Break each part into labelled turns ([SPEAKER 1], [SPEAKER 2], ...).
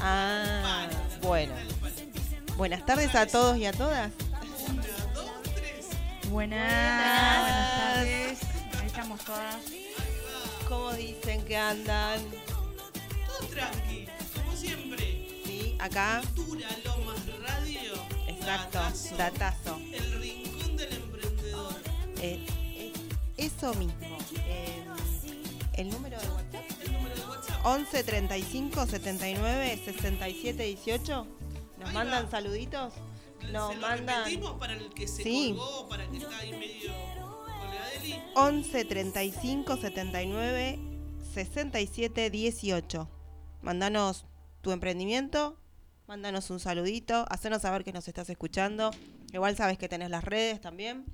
[SPEAKER 1] Ah, Buenas tardes a todos y a todas.
[SPEAKER 2] Buenas, buenas tardes. Ahí estamos todas.
[SPEAKER 1] ¿Cómo dicen que andan?
[SPEAKER 3] Todo tranqui, como siempre.
[SPEAKER 1] Sí, acá.
[SPEAKER 3] Cultura Lomas Radio.
[SPEAKER 1] Exacto,
[SPEAKER 3] Datazo.
[SPEAKER 1] datazo.
[SPEAKER 3] El rincón del emprendedor.
[SPEAKER 1] Eh, eh, eso mismo. Eh, el número de WhatsApp.
[SPEAKER 3] El número de WhatsApp.
[SPEAKER 1] 11 35 79 67 18. ¿Nos
[SPEAKER 3] Ahí
[SPEAKER 1] mandan
[SPEAKER 3] va.
[SPEAKER 1] saluditos?
[SPEAKER 3] ¿Se
[SPEAKER 1] Nos
[SPEAKER 3] lo
[SPEAKER 1] mandan
[SPEAKER 3] repetimos para el que se
[SPEAKER 1] Sí.
[SPEAKER 3] colgó, para el que está ahí medio colgadeli.
[SPEAKER 1] 11 35 79 67 18. Mandanos tu emprendimiento, mandanos un saludito, hacenos saber que nos estás escuchando. Igual sabes que tenés las redes también.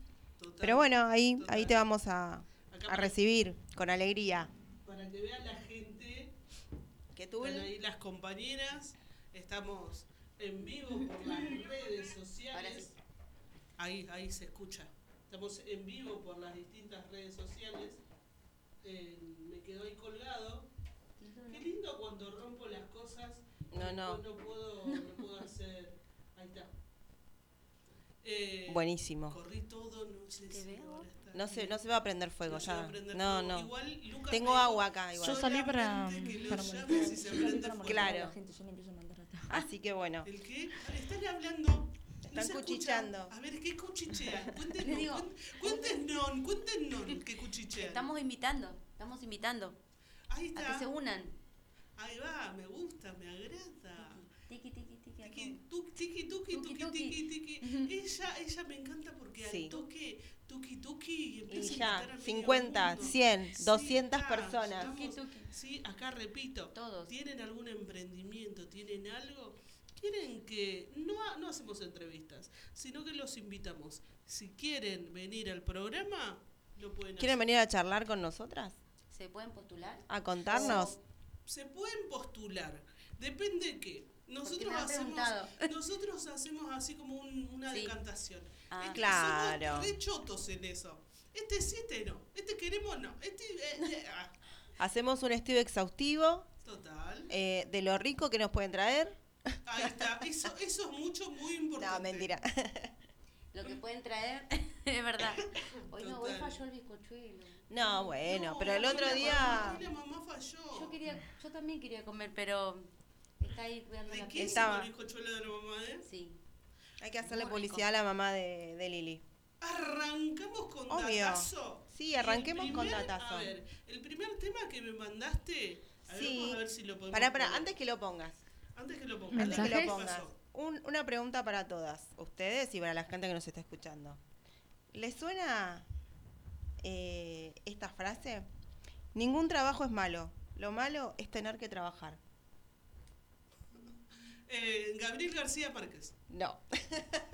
[SPEAKER 3] Total.
[SPEAKER 1] Pero bueno, ahí, ahí
[SPEAKER 3] Total.
[SPEAKER 1] te vamos a,
[SPEAKER 3] Acá
[SPEAKER 1] a
[SPEAKER 3] para-
[SPEAKER 1] recibir con alegría.
[SPEAKER 3] Para que vea la gente,
[SPEAKER 1] Que tú
[SPEAKER 3] están ahí las compañeras. Estamos en vivo por las redes sociales. Ahí, ahí se escucha. Estamos en vivo por las distintas redes sociales. Eh, me quedo ahí colgado. Qué lindo cuando rompo las cosas.
[SPEAKER 1] No, no.
[SPEAKER 3] No puedo, no puedo hacer. Ahí está. Eh,
[SPEAKER 1] Buenísimo.
[SPEAKER 3] Corrí todo, no sé
[SPEAKER 4] Te
[SPEAKER 3] si
[SPEAKER 4] veo.
[SPEAKER 3] ahora está.
[SPEAKER 1] No se, no se va a prender fuego
[SPEAKER 3] No se va a
[SPEAKER 1] ya.
[SPEAKER 3] prender
[SPEAKER 1] No,
[SPEAKER 3] fuego.
[SPEAKER 1] no.
[SPEAKER 3] Igual, Lucas
[SPEAKER 1] Tengo
[SPEAKER 3] me dijo,
[SPEAKER 1] agua acá igual.
[SPEAKER 2] Yo salí para-
[SPEAKER 3] solamente que lo
[SPEAKER 2] para
[SPEAKER 3] llames
[SPEAKER 2] molestar.
[SPEAKER 3] y se
[SPEAKER 4] Yo salí
[SPEAKER 3] prende
[SPEAKER 4] para
[SPEAKER 3] fuego.
[SPEAKER 4] molestar a
[SPEAKER 1] Claro.
[SPEAKER 4] la gente, yo le empiezo a mandar acá.
[SPEAKER 1] Así que bueno.
[SPEAKER 3] ¿El qué? Están hablando.
[SPEAKER 1] Están
[SPEAKER 3] se escucha.
[SPEAKER 1] cuchicheando.
[SPEAKER 3] A ver, ¿qué cuchichean?
[SPEAKER 4] Le
[SPEAKER 3] Cuéntenos,
[SPEAKER 4] digo-
[SPEAKER 3] cuen- cuéntenos, cuéntenos qué cuchichean.
[SPEAKER 4] Estamos invitando, estamos invitando
[SPEAKER 3] Ahí
[SPEAKER 4] a que
[SPEAKER 3] está.
[SPEAKER 4] se unan.
[SPEAKER 3] Ahí va, me gusta, me agrada.
[SPEAKER 4] Tiki, tiki, tiki,
[SPEAKER 3] Tiki,
[SPEAKER 4] tiki.
[SPEAKER 3] tu- tiki, tuki,
[SPEAKER 4] Tuki,
[SPEAKER 3] tuki,
[SPEAKER 4] tuki.
[SPEAKER 3] tiki, tiki. Ella, ella me encanta porque
[SPEAKER 1] Sí.
[SPEAKER 3] al toque, tuki, tuki,
[SPEAKER 1] Y
[SPEAKER 3] empieza a invitar
[SPEAKER 1] ya,
[SPEAKER 3] a medio
[SPEAKER 1] 50,
[SPEAKER 3] mundo.
[SPEAKER 1] 100,
[SPEAKER 3] Sí,
[SPEAKER 1] 200
[SPEAKER 3] ya,
[SPEAKER 1] personas.
[SPEAKER 3] estamos-
[SPEAKER 4] Tuki, tuki.
[SPEAKER 3] Sí, acá repito,
[SPEAKER 4] Todos.
[SPEAKER 3] ¿tienen algún emprendimiento? ¿Tienen algo? Quieren que, no, ha- no hacemos entrevistas, sino que los invitamos. Si quieren venir al programa, lo pueden
[SPEAKER 1] ¿Quieren
[SPEAKER 3] hacer.
[SPEAKER 1] venir a charlar con nosotras?
[SPEAKER 4] ¿Se pueden postular?
[SPEAKER 1] ¿A contarnos?
[SPEAKER 3] Se pueden postular, depende de qué.
[SPEAKER 4] Porque
[SPEAKER 3] Nosotros
[SPEAKER 4] me han
[SPEAKER 3] hacemos,
[SPEAKER 4] preguntado.
[SPEAKER 3] nosotros hacemos así como un- una
[SPEAKER 4] Sí.
[SPEAKER 3] decantación.
[SPEAKER 4] Ah.
[SPEAKER 3] Este,
[SPEAKER 1] Claro.
[SPEAKER 3] Somos re chotos en eso. Este sí, este no. Este queremos no. Este, eh, eh, ah.
[SPEAKER 1] Hacemos un estudio exhaustivo
[SPEAKER 3] Total.
[SPEAKER 1] eh, de lo rico que nos pueden traer.
[SPEAKER 3] Ahí está. Eso, eso es mucho, muy importante.
[SPEAKER 1] No, mentira.
[SPEAKER 4] Lo que pueden traer, es verdad. Hoy no, hoy
[SPEAKER 3] Total.
[SPEAKER 4] falló el bizcochuelo.
[SPEAKER 1] Eh, No, bueno,
[SPEAKER 3] No,
[SPEAKER 1] pero el
[SPEAKER 3] hoy
[SPEAKER 1] otro
[SPEAKER 3] la mamá-
[SPEAKER 1] día
[SPEAKER 3] hoy La mamá falló.
[SPEAKER 4] Yo quería, yo también quería comer, pero está ahí cuidando la
[SPEAKER 3] ¿De qué estaba?
[SPEAKER 1] Estaba.
[SPEAKER 3] el bizcochuelo de la mamá, eh?
[SPEAKER 4] Sí.
[SPEAKER 1] hay que hacerle
[SPEAKER 4] Muy rico.
[SPEAKER 1] publicidad a la mamá de, de Lili.
[SPEAKER 3] Arrancamos con
[SPEAKER 1] Obvio.
[SPEAKER 3] datazo.
[SPEAKER 1] Sí,
[SPEAKER 3] Y el
[SPEAKER 1] arranquemos con
[SPEAKER 3] primer-
[SPEAKER 1] datazo.
[SPEAKER 3] A ver, el primer tema que me mandaste. A ver,
[SPEAKER 1] Sí.
[SPEAKER 3] vamos a ver si lo podemos.
[SPEAKER 1] Pará, pará,
[SPEAKER 3] poner.
[SPEAKER 1] antes que lo pongas.
[SPEAKER 3] Antes que lo pongas.
[SPEAKER 1] Antes que
[SPEAKER 2] ¿Mensajes?
[SPEAKER 1] lo
[SPEAKER 3] ¿Qué
[SPEAKER 1] pongas.
[SPEAKER 3] pasó?
[SPEAKER 1] un- una pregunta para todas, ustedes y para la gente que nos está escuchando. ¿Les suena eh, esta frase? Ningún trabajo es malo. Lo malo es tener que trabajar.
[SPEAKER 3] Eh, Gabriel García Márquez.
[SPEAKER 1] No.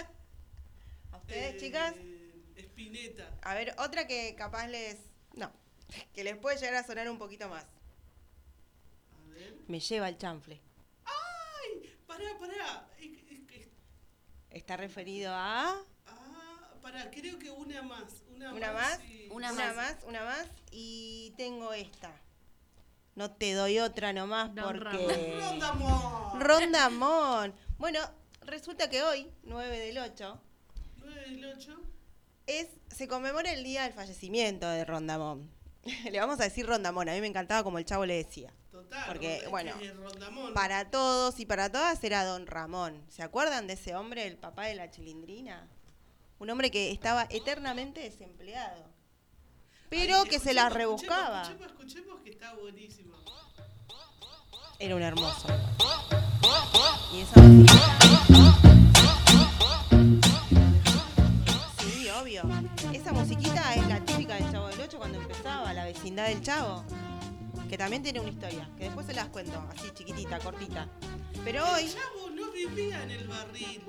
[SPEAKER 1] ¿A ustedes,
[SPEAKER 3] Eh,
[SPEAKER 1] chicas?
[SPEAKER 3] Espineta.
[SPEAKER 1] A ver, otra que capaz les. No. Que les puede llegar a sonar un poquito más.
[SPEAKER 3] A ver.
[SPEAKER 1] Me lleva el chanfle.
[SPEAKER 3] Ay, pará, pará. Eh, eh, eh,
[SPEAKER 1] Está referido a.
[SPEAKER 3] Ah, pará, creo que una más. Una,
[SPEAKER 1] ¿Una más?
[SPEAKER 3] sí.
[SPEAKER 4] Una
[SPEAKER 1] una
[SPEAKER 4] más.
[SPEAKER 1] más, una más. Y tengo esta. No te doy otra nomás
[SPEAKER 2] Don
[SPEAKER 1] porque.
[SPEAKER 3] Ronda, amor.
[SPEAKER 1] Rondamón. Bueno, resulta que hoy, 9 del 8,
[SPEAKER 3] 9 del 8.
[SPEAKER 1] es, se conmemora el día del fallecimiento de Rondamón. le vamos a decir Rondamón, a mí me encantaba como el chavo le decía.
[SPEAKER 3] Total.
[SPEAKER 1] Porque,
[SPEAKER 3] Ronda-
[SPEAKER 1] bueno,
[SPEAKER 3] es Rondamón.
[SPEAKER 1] Para todos y para todas era Don Ramón. ¿Se acuerdan de ese hombre, el papá de la chilindrina? Un hombre que estaba eternamente desempleado. Pero
[SPEAKER 3] Ay,
[SPEAKER 1] que se la
[SPEAKER 3] escuchemos,
[SPEAKER 1] rebuscaba.
[SPEAKER 3] Escuchemos, escuchemos que está buenísimo.
[SPEAKER 1] Era un hermoso. Y esa Sí, obvio. Esa musiquita es la típica del Chavo del 8 cuando empezaba, la vecindad del Chavo. Que también tiene una historia, que después se las cuento, así chiquitita, cortita. Pero
[SPEAKER 3] El
[SPEAKER 1] hoy,
[SPEAKER 3] chavo no vivía en el barril.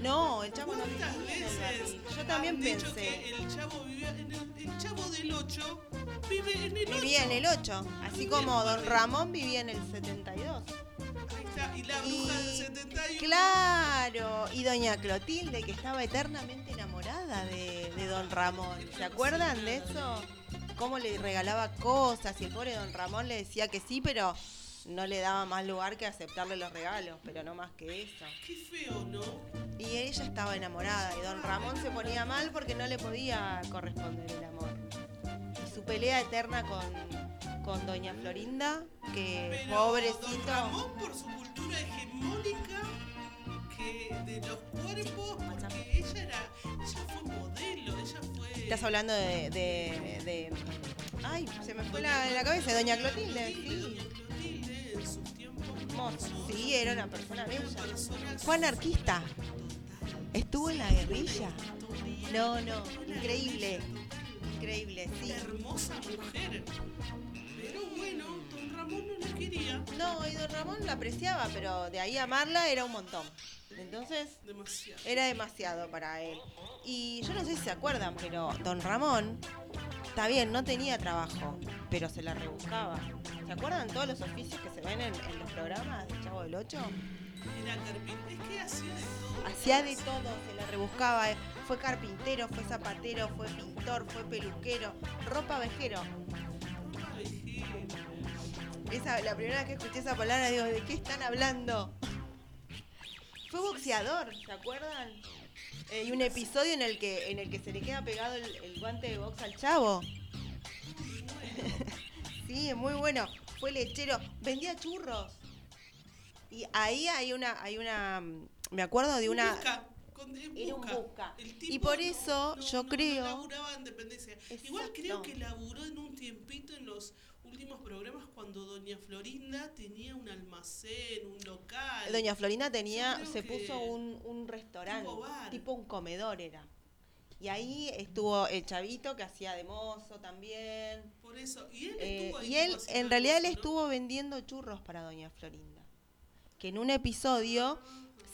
[SPEAKER 1] no, el Chavo no vivía
[SPEAKER 3] ¿Cuántas
[SPEAKER 1] en el
[SPEAKER 3] veces?
[SPEAKER 1] barril. Yo también
[SPEAKER 3] han dicho
[SPEAKER 1] pensé,
[SPEAKER 3] que el chavo vivía en el, el chavo del 8 vive en el 8.
[SPEAKER 1] vivía en el 8, así como Don Ramón vivía en el 72.
[SPEAKER 3] Ahí está, y la
[SPEAKER 1] Y-
[SPEAKER 3] bruja del 71.
[SPEAKER 1] Claro, y doña Clotilde, que estaba eternamente enamorada de, de don Ramón. ¿Se acuerdan de eso? Cómo le regalaba cosas y el pobre don Ramón le decía que sí, pero no le daba más lugar que aceptarle los regalos, pero no más que eso.
[SPEAKER 3] Qué feo, ¿no?
[SPEAKER 1] Y ella estaba enamorada y don Ramón se ponía mal porque no le podía corresponder el amor. Y su pelea eterna con, con doña Florinda, que
[SPEAKER 3] Pero Don
[SPEAKER 1] pobrecito...
[SPEAKER 3] Ramón por su cultura hegemónica que de los cuerpos, porque ella era, ella fue modelo, ella fue.
[SPEAKER 1] Estás hablando de... de- de- Ay, se me fue la, la cabeza, doña Clotilde. Sí,
[SPEAKER 3] Doña Clotilde en sus tiempos.
[SPEAKER 1] hermosa.
[SPEAKER 3] hermosos,
[SPEAKER 1] Sí, era una persona
[SPEAKER 3] una
[SPEAKER 1] bella.
[SPEAKER 3] persona
[SPEAKER 1] Fue anarquista.
[SPEAKER 3] total,
[SPEAKER 1] Estuvo en la guerrilla.
[SPEAKER 3] historia,
[SPEAKER 1] No, no,
[SPEAKER 3] una
[SPEAKER 1] increíble.
[SPEAKER 3] total.
[SPEAKER 1] Increíble, sí.
[SPEAKER 3] hermosa mujer. Pero bueno, don Ramón no la quería
[SPEAKER 1] No, y don Ramón la apreciaba, pero de ahí a amarla era un montón. Entonces
[SPEAKER 3] demasiado.
[SPEAKER 1] era demasiado para él. Y yo no sé si se acuerdan, pero don Ramón, está bien, no tenía trabajo, pero se la rebuscaba. ¿Se acuerdan todos los oficios que se ven en, en los programas de Chavo del Ocho?
[SPEAKER 3] Era carpintero, es que hacía de todo.
[SPEAKER 1] Hacía de todo, se la rebuscaba. eh. Fue carpintero, fue zapatero, fue pintor, fue peluquero, ropa vejero.
[SPEAKER 3] Ay, Gil.
[SPEAKER 1] Esa, la primera vez que escuché esa palabra, digo, ¿de qué están hablando? Fue boxeador, ¿se acuerdan? Eh, y un episodio en el que en el que se le queda pegado el, el guante de box al chavo. sí, es muy bueno. Fue lechero, vendía churros. Y ahí hay una hay una mm, me acuerdo de una
[SPEAKER 3] Busca, con- en
[SPEAKER 1] Era un busca.
[SPEAKER 3] El
[SPEAKER 1] Y por
[SPEAKER 3] no-
[SPEAKER 1] eso
[SPEAKER 3] no-
[SPEAKER 1] yo
[SPEAKER 3] no- no
[SPEAKER 1] creo-
[SPEAKER 3] laburaba en dependencia. Igual
[SPEAKER 1] Exacto.
[SPEAKER 3] creo que laburó en un tiempito en los últimos programas cuando doña Florinda tenía un almacén, un local.
[SPEAKER 1] Doña Florinda tenía,
[SPEAKER 3] Yo creo
[SPEAKER 1] se
[SPEAKER 3] que
[SPEAKER 1] puso un, un restaurante,
[SPEAKER 3] tipo bar.
[SPEAKER 1] tipo un comedor era. Y ahí estuvo el chavito que hacía de mozo también.
[SPEAKER 3] Por eso. Y él
[SPEAKER 1] Eh,
[SPEAKER 3] estuvo ahí
[SPEAKER 1] y
[SPEAKER 3] como
[SPEAKER 1] él,
[SPEAKER 3] haciendo
[SPEAKER 1] en realidad, él
[SPEAKER 3] cosas, ¿no?
[SPEAKER 1] estuvo vendiendo churros para Doña Florinda. Que en un episodio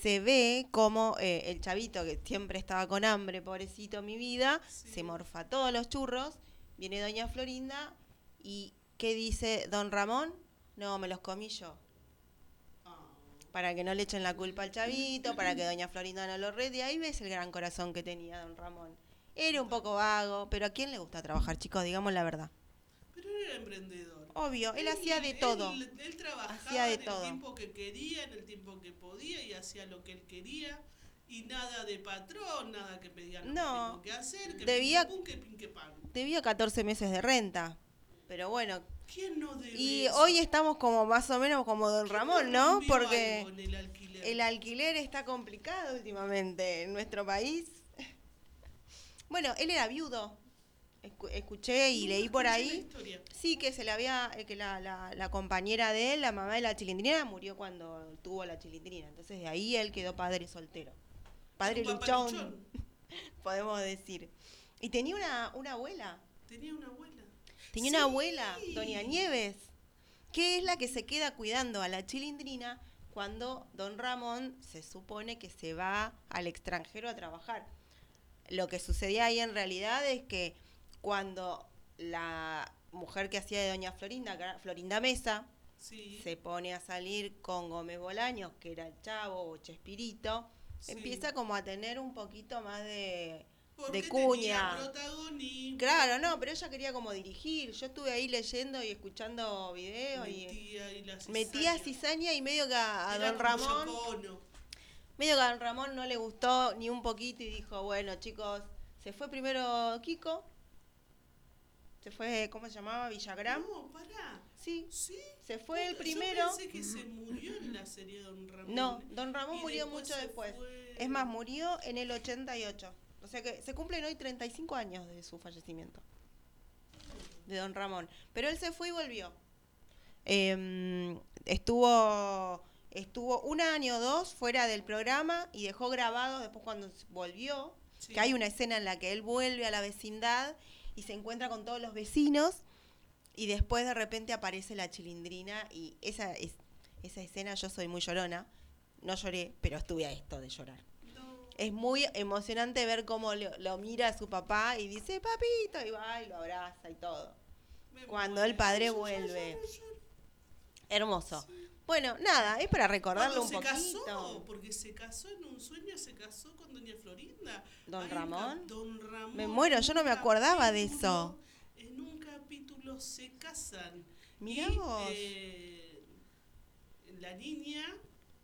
[SPEAKER 1] se ve como eh, el chavito, que siempre estaba con hambre, pobrecito mi vida,
[SPEAKER 3] Sí.
[SPEAKER 1] se morfa todos los churros. Viene Doña Florinda y ¿qué dice Don Ramón? No, me los comí yo.
[SPEAKER 3] Ah.
[SPEAKER 1] Para que no le echen la culpa al chavito, para que doña Florinda no lo rede. Ahí ves el gran corazón que tenía don Ramón. Era un poco vago, pero ¿a quién le gusta trabajar, chicos? Digamos la verdad.
[SPEAKER 3] Pero él era emprendedor.
[SPEAKER 1] Obvio, él hacía de
[SPEAKER 3] él-
[SPEAKER 1] todo.
[SPEAKER 3] Él, él trabajaba
[SPEAKER 1] Hacía de
[SPEAKER 3] en el
[SPEAKER 1] todo.
[SPEAKER 3] tiempo que quería, en el tiempo que podía y hacía lo que él quería. Y nada de patrón, nada que pedía lo
[SPEAKER 1] No,
[SPEAKER 3] que tengo que hacer, que
[SPEAKER 1] debía-
[SPEAKER 3] pum, que pin, que pan.
[SPEAKER 1] Debía 14 meses de renta. Pero bueno,
[SPEAKER 3] ¿Quién no debe
[SPEAKER 1] y
[SPEAKER 3] eso?
[SPEAKER 1] hoy estamos como más o menos como don
[SPEAKER 3] ¿Quién
[SPEAKER 1] Ramón, ¿no?
[SPEAKER 3] rompió algo
[SPEAKER 1] Porque
[SPEAKER 3] en el alquiler?
[SPEAKER 1] el alquiler está complicado últimamente en nuestro país. Bueno, él era viudo. Escu- Escuché y
[SPEAKER 3] Nunca
[SPEAKER 1] leí por
[SPEAKER 3] escuché la
[SPEAKER 1] ahí.
[SPEAKER 3] historia.
[SPEAKER 1] Sí, que se le había, eh, que la, la- la compañera de él, la mamá de la chilindrina, murió cuando tuvo la chilindrina. Entonces de ahí él quedó padre soltero. Padre
[SPEAKER 3] Un papá
[SPEAKER 1] luchón,
[SPEAKER 3] luchón.
[SPEAKER 1] podemos decir. Y tenía una, una abuela,
[SPEAKER 3] Tenía una abuela.
[SPEAKER 1] tenía una
[SPEAKER 3] Sí.
[SPEAKER 1] abuela, doña Nieves, que es la que se queda cuidando a la chilindrina cuando don Ramón se supone que se va al extranjero a trabajar. Lo que sucedía ahí en realidad es que cuando la mujer que hacía de doña Florinda, que era Florinda Mesa,
[SPEAKER 3] Sí.
[SPEAKER 1] se pone a salir con Gómez Bolaños, que era el chavo o Chespirito,
[SPEAKER 3] Sí.
[SPEAKER 1] empieza como a tener un poquito más de...
[SPEAKER 3] Porque
[SPEAKER 1] de
[SPEAKER 3] tenía
[SPEAKER 1] cuña.
[SPEAKER 3] protagonismo.
[SPEAKER 1] Claro, no, pero ella quería como dirigir. Yo estuve ahí leyendo y escuchando videos y
[SPEAKER 3] Metía y la
[SPEAKER 1] metía
[SPEAKER 3] cizaña.
[SPEAKER 1] cizaña y medio que a, a
[SPEAKER 3] Era
[SPEAKER 1] don
[SPEAKER 3] como
[SPEAKER 1] Ramón,
[SPEAKER 3] Yocono.
[SPEAKER 1] medio que a don Ramón no le gustó ni un poquito y dijo, bueno chicos, se fue primero Kiko, se fue, ¿cómo se llamaba? Villagrán.
[SPEAKER 3] No, pará.
[SPEAKER 1] Sí,
[SPEAKER 3] Sí.
[SPEAKER 1] se fue el
[SPEAKER 3] Uh. Yo
[SPEAKER 1] primero.
[SPEAKER 3] pensé que se murió en la serie de Don Ramón.
[SPEAKER 1] No, Don Ramón
[SPEAKER 3] Y
[SPEAKER 1] murió
[SPEAKER 3] después
[SPEAKER 1] mucho
[SPEAKER 3] se
[SPEAKER 1] después.
[SPEAKER 3] fue.
[SPEAKER 1] Es más, murió en el 88. O sea que se cumplen hoy 35 años de su fallecimiento, de Don Ramón. Pero él se fue y volvió. Em, estuvo, estuvo un año o dos fuera del programa y dejó grabado después cuando s- volvió,
[SPEAKER 3] Sí.
[SPEAKER 1] que hay una escena en la que él vuelve a la vecindad y se encuentra con todos los vecinos y después de repente aparece la chilindrina y esa, es, esa escena yo soy muy llorona. No lloré, pero estuve a esto de llorar.
[SPEAKER 3] No.
[SPEAKER 1] Es muy emocionante ver cómo lo, lo mira a su papá y dice, papito, y va y lo abraza y todo.
[SPEAKER 3] Me
[SPEAKER 1] Cuando
[SPEAKER 3] muero.
[SPEAKER 1] el padre
[SPEAKER 3] Yo, yo,
[SPEAKER 1] vuelve.
[SPEAKER 3] yo, yo, yo.
[SPEAKER 1] Hermoso. Bueno, nada, es para recordarlo
[SPEAKER 3] Cuando
[SPEAKER 1] un
[SPEAKER 3] se
[SPEAKER 1] poquito.
[SPEAKER 3] casó, porque se casó en un sueño, se casó con Doña Florinda.
[SPEAKER 1] ¿Don
[SPEAKER 3] Hay un
[SPEAKER 1] Ramón?
[SPEAKER 3] cap- Don Ramón.
[SPEAKER 1] Me muero, yo no
[SPEAKER 3] en un
[SPEAKER 1] me acordaba de eso.
[SPEAKER 3] capítulo- En un capítulo se casan.
[SPEAKER 1] Mirá
[SPEAKER 3] Y,
[SPEAKER 1] vos.
[SPEAKER 3] eh, la niña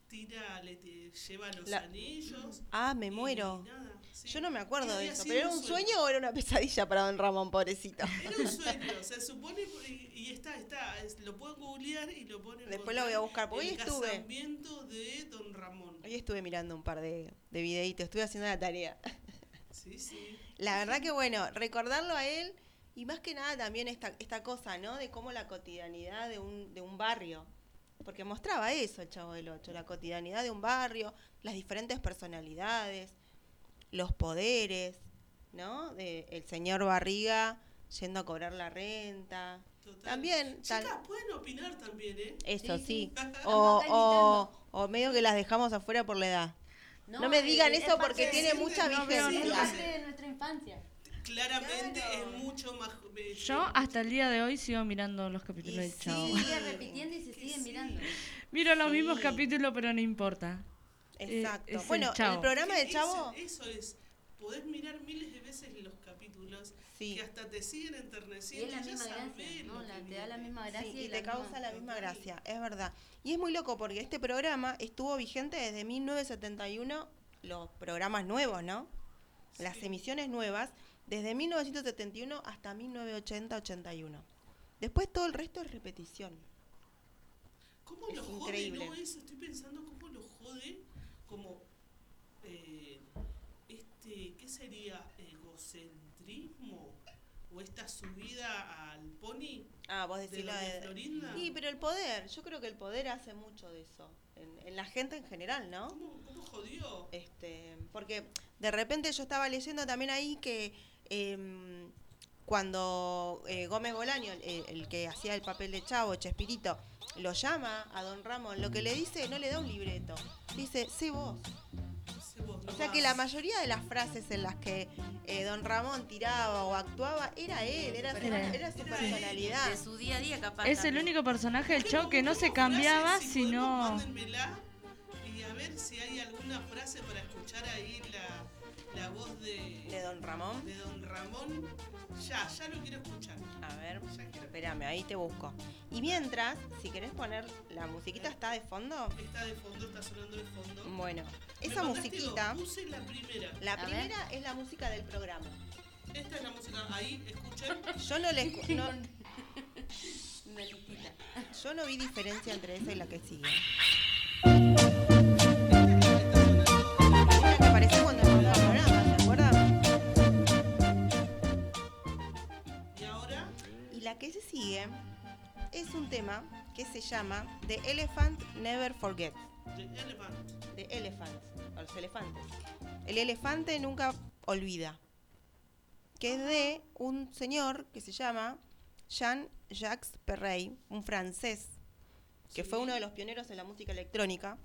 [SPEAKER 3] tira, le te- lleva los
[SPEAKER 1] La-
[SPEAKER 3] anillos.
[SPEAKER 1] Ah, me
[SPEAKER 3] y
[SPEAKER 1] muero.
[SPEAKER 3] nada, sí.
[SPEAKER 1] Yo no me acuerdo de
[SPEAKER 3] Había
[SPEAKER 1] eso,
[SPEAKER 3] sido
[SPEAKER 1] pero ¿era un sueño o era una pesadilla para don Ramón, pobrecito?
[SPEAKER 3] Era un sueño, se supone, y, y está, está, es- lo pueden googlear y lo ponen.
[SPEAKER 1] Después lo voy a buscar, porque hoy estuve.
[SPEAKER 3] El casamiento de Don Ramón.
[SPEAKER 1] Hoy estuve mirando un par de, de videitos, estuve haciendo la tarea.
[SPEAKER 3] Sí, sí.
[SPEAKER 1] La verdad que bueno, recordarlo a él y más que nada también esta, esta cosa, ¿no? De cómo la cotidianidad de un, de un barrio, porque mostraba eso el Chavo del Ocho, la cotidianidad de un barrio, las diferentes personalidades, los poderes, ¿no? De el señor Barriga yendo a cobrar la renta.
[SPEAKER 3] Total.
[SPEAKER 1] También,
[SPEAKER 3] Chicas,
[SPEAKER 1] tal-
[SPEAKER 3] pueden opinar también, ¿eh?
[SPEAKER 1] Eso
[SPEAKER 4] Sí,
[SPEAKER 1] sí.
[SPEAKER 4] sí.
[SPEAKER 1] O,
[SPEAKER 4] Están
[SPEAKER 1] o, o medio que las dejamos afuera por la edad. No me
[SPEAKER 4] es-
[SPEAKER 1] digan
[SPEAKER 4] eh, es
[SPEAKER 1] eso
[SPEAKER 4] parte
[SPEAKER 1] porque
[SPEAKER 4] de-
[SPEAKER 1] tiene
[SPEAKER 3] siente-
[SPEAKER 1] mucha
[SPEAKER 2] no veo
[SPEAKER 4] Es
[SPEAKER 1] vigencia.
[SPEAKER 3] nunca.
[SPEAKER 4] parte de nuestra infancia.
[SPEAKER 3] Claramente es mucho más. eh,
[SPEAKER 5] Yo hasta el día de hoy sigo mirando los capítulos
[SPEAKER 1] Y
[SPEAKER 5] del Chavo.
[SPEAKER 4] Se sigue repitiendo y se
[SPEAKER 3] que
[SPEAKER 4] sigue
[SPEAKER 3] sí.
[SPEAKER 4] mirando.
[SPEAKER 5] Miro los
[SPEAKER 1] Sí.
[SPEAKER 5] mismos capítulos, pero no importa.
[SPEAKER 1] Exacto.
[SPEAKER 5] Eh, es el
[SPEAKER 1] bueno, el,
[SPEAKER 5] Chavo.
[SPEAKER 1] programa del
[SPEAKER 3] Eso-
[SPEAKER 1] Chavo,
[SPEAKER 3] Eso, es. Podés mirar miles de veces los capítulos
[SPEAKER 1] sí.
[SPEAKER 3] que hasta te siguen
[SPEAKER 4] Y es
[SPEAKER 3] enterneciendo.
[SPEAKER 4] la
[SPEAKER 3] ya
[SPEAKER 4] misma
[SPEAKER 3] sabés
[SPEAKER 4] gracia.
[SPEAKER 3] lo
[SPEAKER 4] ¿no? La-
[SPEAKER 3] que
[SPEAKER 4] te da la
[SPEAKER 3] viene.
[SPEAKER 4] misma gracia.
[SPEAKER 1] Sí, y
[SPEAKER 4] la
[SPEAKER 1] te causa
[SPEAKER 4] misma-
[SPEAKER 1] la misma
[SPEAKER 3] total.
[SPEAKER 1] gracia, es verdad. Y es muy loco porque este programa estuvo vigente desde 1971, los programas nuevos, ¿no? Las
[SPEAKER 3] Sí.
[SPEAKER 1] emisiones nuevas, desde 1971 hasta 1980-81. Después todo el resto es repetición.
[SPEAKER 3] ¿Cómo
[SPEAKER 1] Es
[SPEAKER 3] lo
[SPEAKER 1] increíble.
[SPEAKER 3] jode, no? Eso estoy pensando, ¿cómo lo jode? Como, eh, este, ¿qué sería? ¿Egocentrismo? ¿O esta subida al pony
[SPEAKER 1] Ah, vos
[SPEAKER 3] de
[SPEAKER 1] decís
[SPEAKER 3] lo
[SPEAKER 1] la
[SPEAKER 3] de
[SPEAKER 1] de...
[SPEAKER 3] Florinda?
[SPEAKER 1] Sí, pero el poder, yo creo que el poder hace mucho de eso, en, en la gente en general, ¿no?
[SPEAKER 3] ¿Cómo, ¿Cómo jodió?
[SPEAKER 1] Este, porque de repente yo estaba leyendo también ahí que em, cuando eh, Gómez Bolaño, el, el que hacía el papel de Chavo, Chespirito, lo llama a Don Ramón, lo que le dice no le da un libreto, dice, sé vos.
[SPEAKER 3] Sé vos
[SPEAKER 1] O sea
[SPEAKER 3] nomás.
[SPEAKER 1] que la mayoría de las frases en las que eh, Don Ramón tiraba o actuaba era él, era su,
[SPEAKER 5] Era él.
[SPEAKER 1] era su
[SPEAKER 3] Era él.
[SPEAKER 1] personalidad.
[SPEAKER 4] De su día a día, capaz.
[SPEAKER 5] Es el
[SPEAKER 4] también.
[SPEAKER 5] único personaje del Chavo
[SPEAKER 3] Tengo
[SPEAKER 5] que no
[SPEAKER 3] muchas
[SPEAKER 5] se cambiaba,
[SPEAKER 3] frases, si podemos,
[SPEAKER 5] sino...
[SPEAKER 3] mándenmela, Y a ver si hay alguna frase para escuchar ahí la, la voz de,
[SPEAKER 1] De Don Ramón,
[SPEAKER 3] de don Ramón. Ya, ya lo quiero escuchar.
[SPEAKER 1] a ver.
[SPEAKER 3] Ya quiero.
[SPEAKER 1] Espérame, ahí te busco. Y mientras, si querés poner la musiquita, ¿está de fondo?
[SPEAKER 3] Está de fondo, está sonando de fondo.
[SPEAKER 1] Bueno,
[SPEAKER 3] Me
[SPEAKER 1] esa
[SPEAKER 3] mandaste
[SPEAKER 1] musiquita,
[SPEAKER 3] dos, Puse la primera.
[SPEAKER 1] la
[SPEAKER 4] A ver.
[SPEAKER 1] primera es la música del programa.
[SPEAKER 3] Esta es la música. Ahí, escuchen.
[SPEAKER 1] Yo no, le escu- no-
[SPEAKER 4] Una listita.
[SPEAKER 1] yo no vi diferencia entre esa y la que sigue.
[SPEAKER 3] Está sonando.
[SPEAKER 1] La que apareció cuando empezó el programa, ¿se acuerdan?
[SPEAKER 3] Y ahora,
[SPEAKER 1] Y la que se sigue es un tema que se llama The Elephant Never Forgets.
[SPEAKER 3] The Elephant.
[SPEAKER 1] The Elephant, o los elefantes. El elefante nunca olvida. Que es de un señor que se llama Jean-Jacques Perrey, un francés, que
[SPEAKER 3] Sí.
[SPEAKER 1] fue uno de los pioneros en la música electrónica,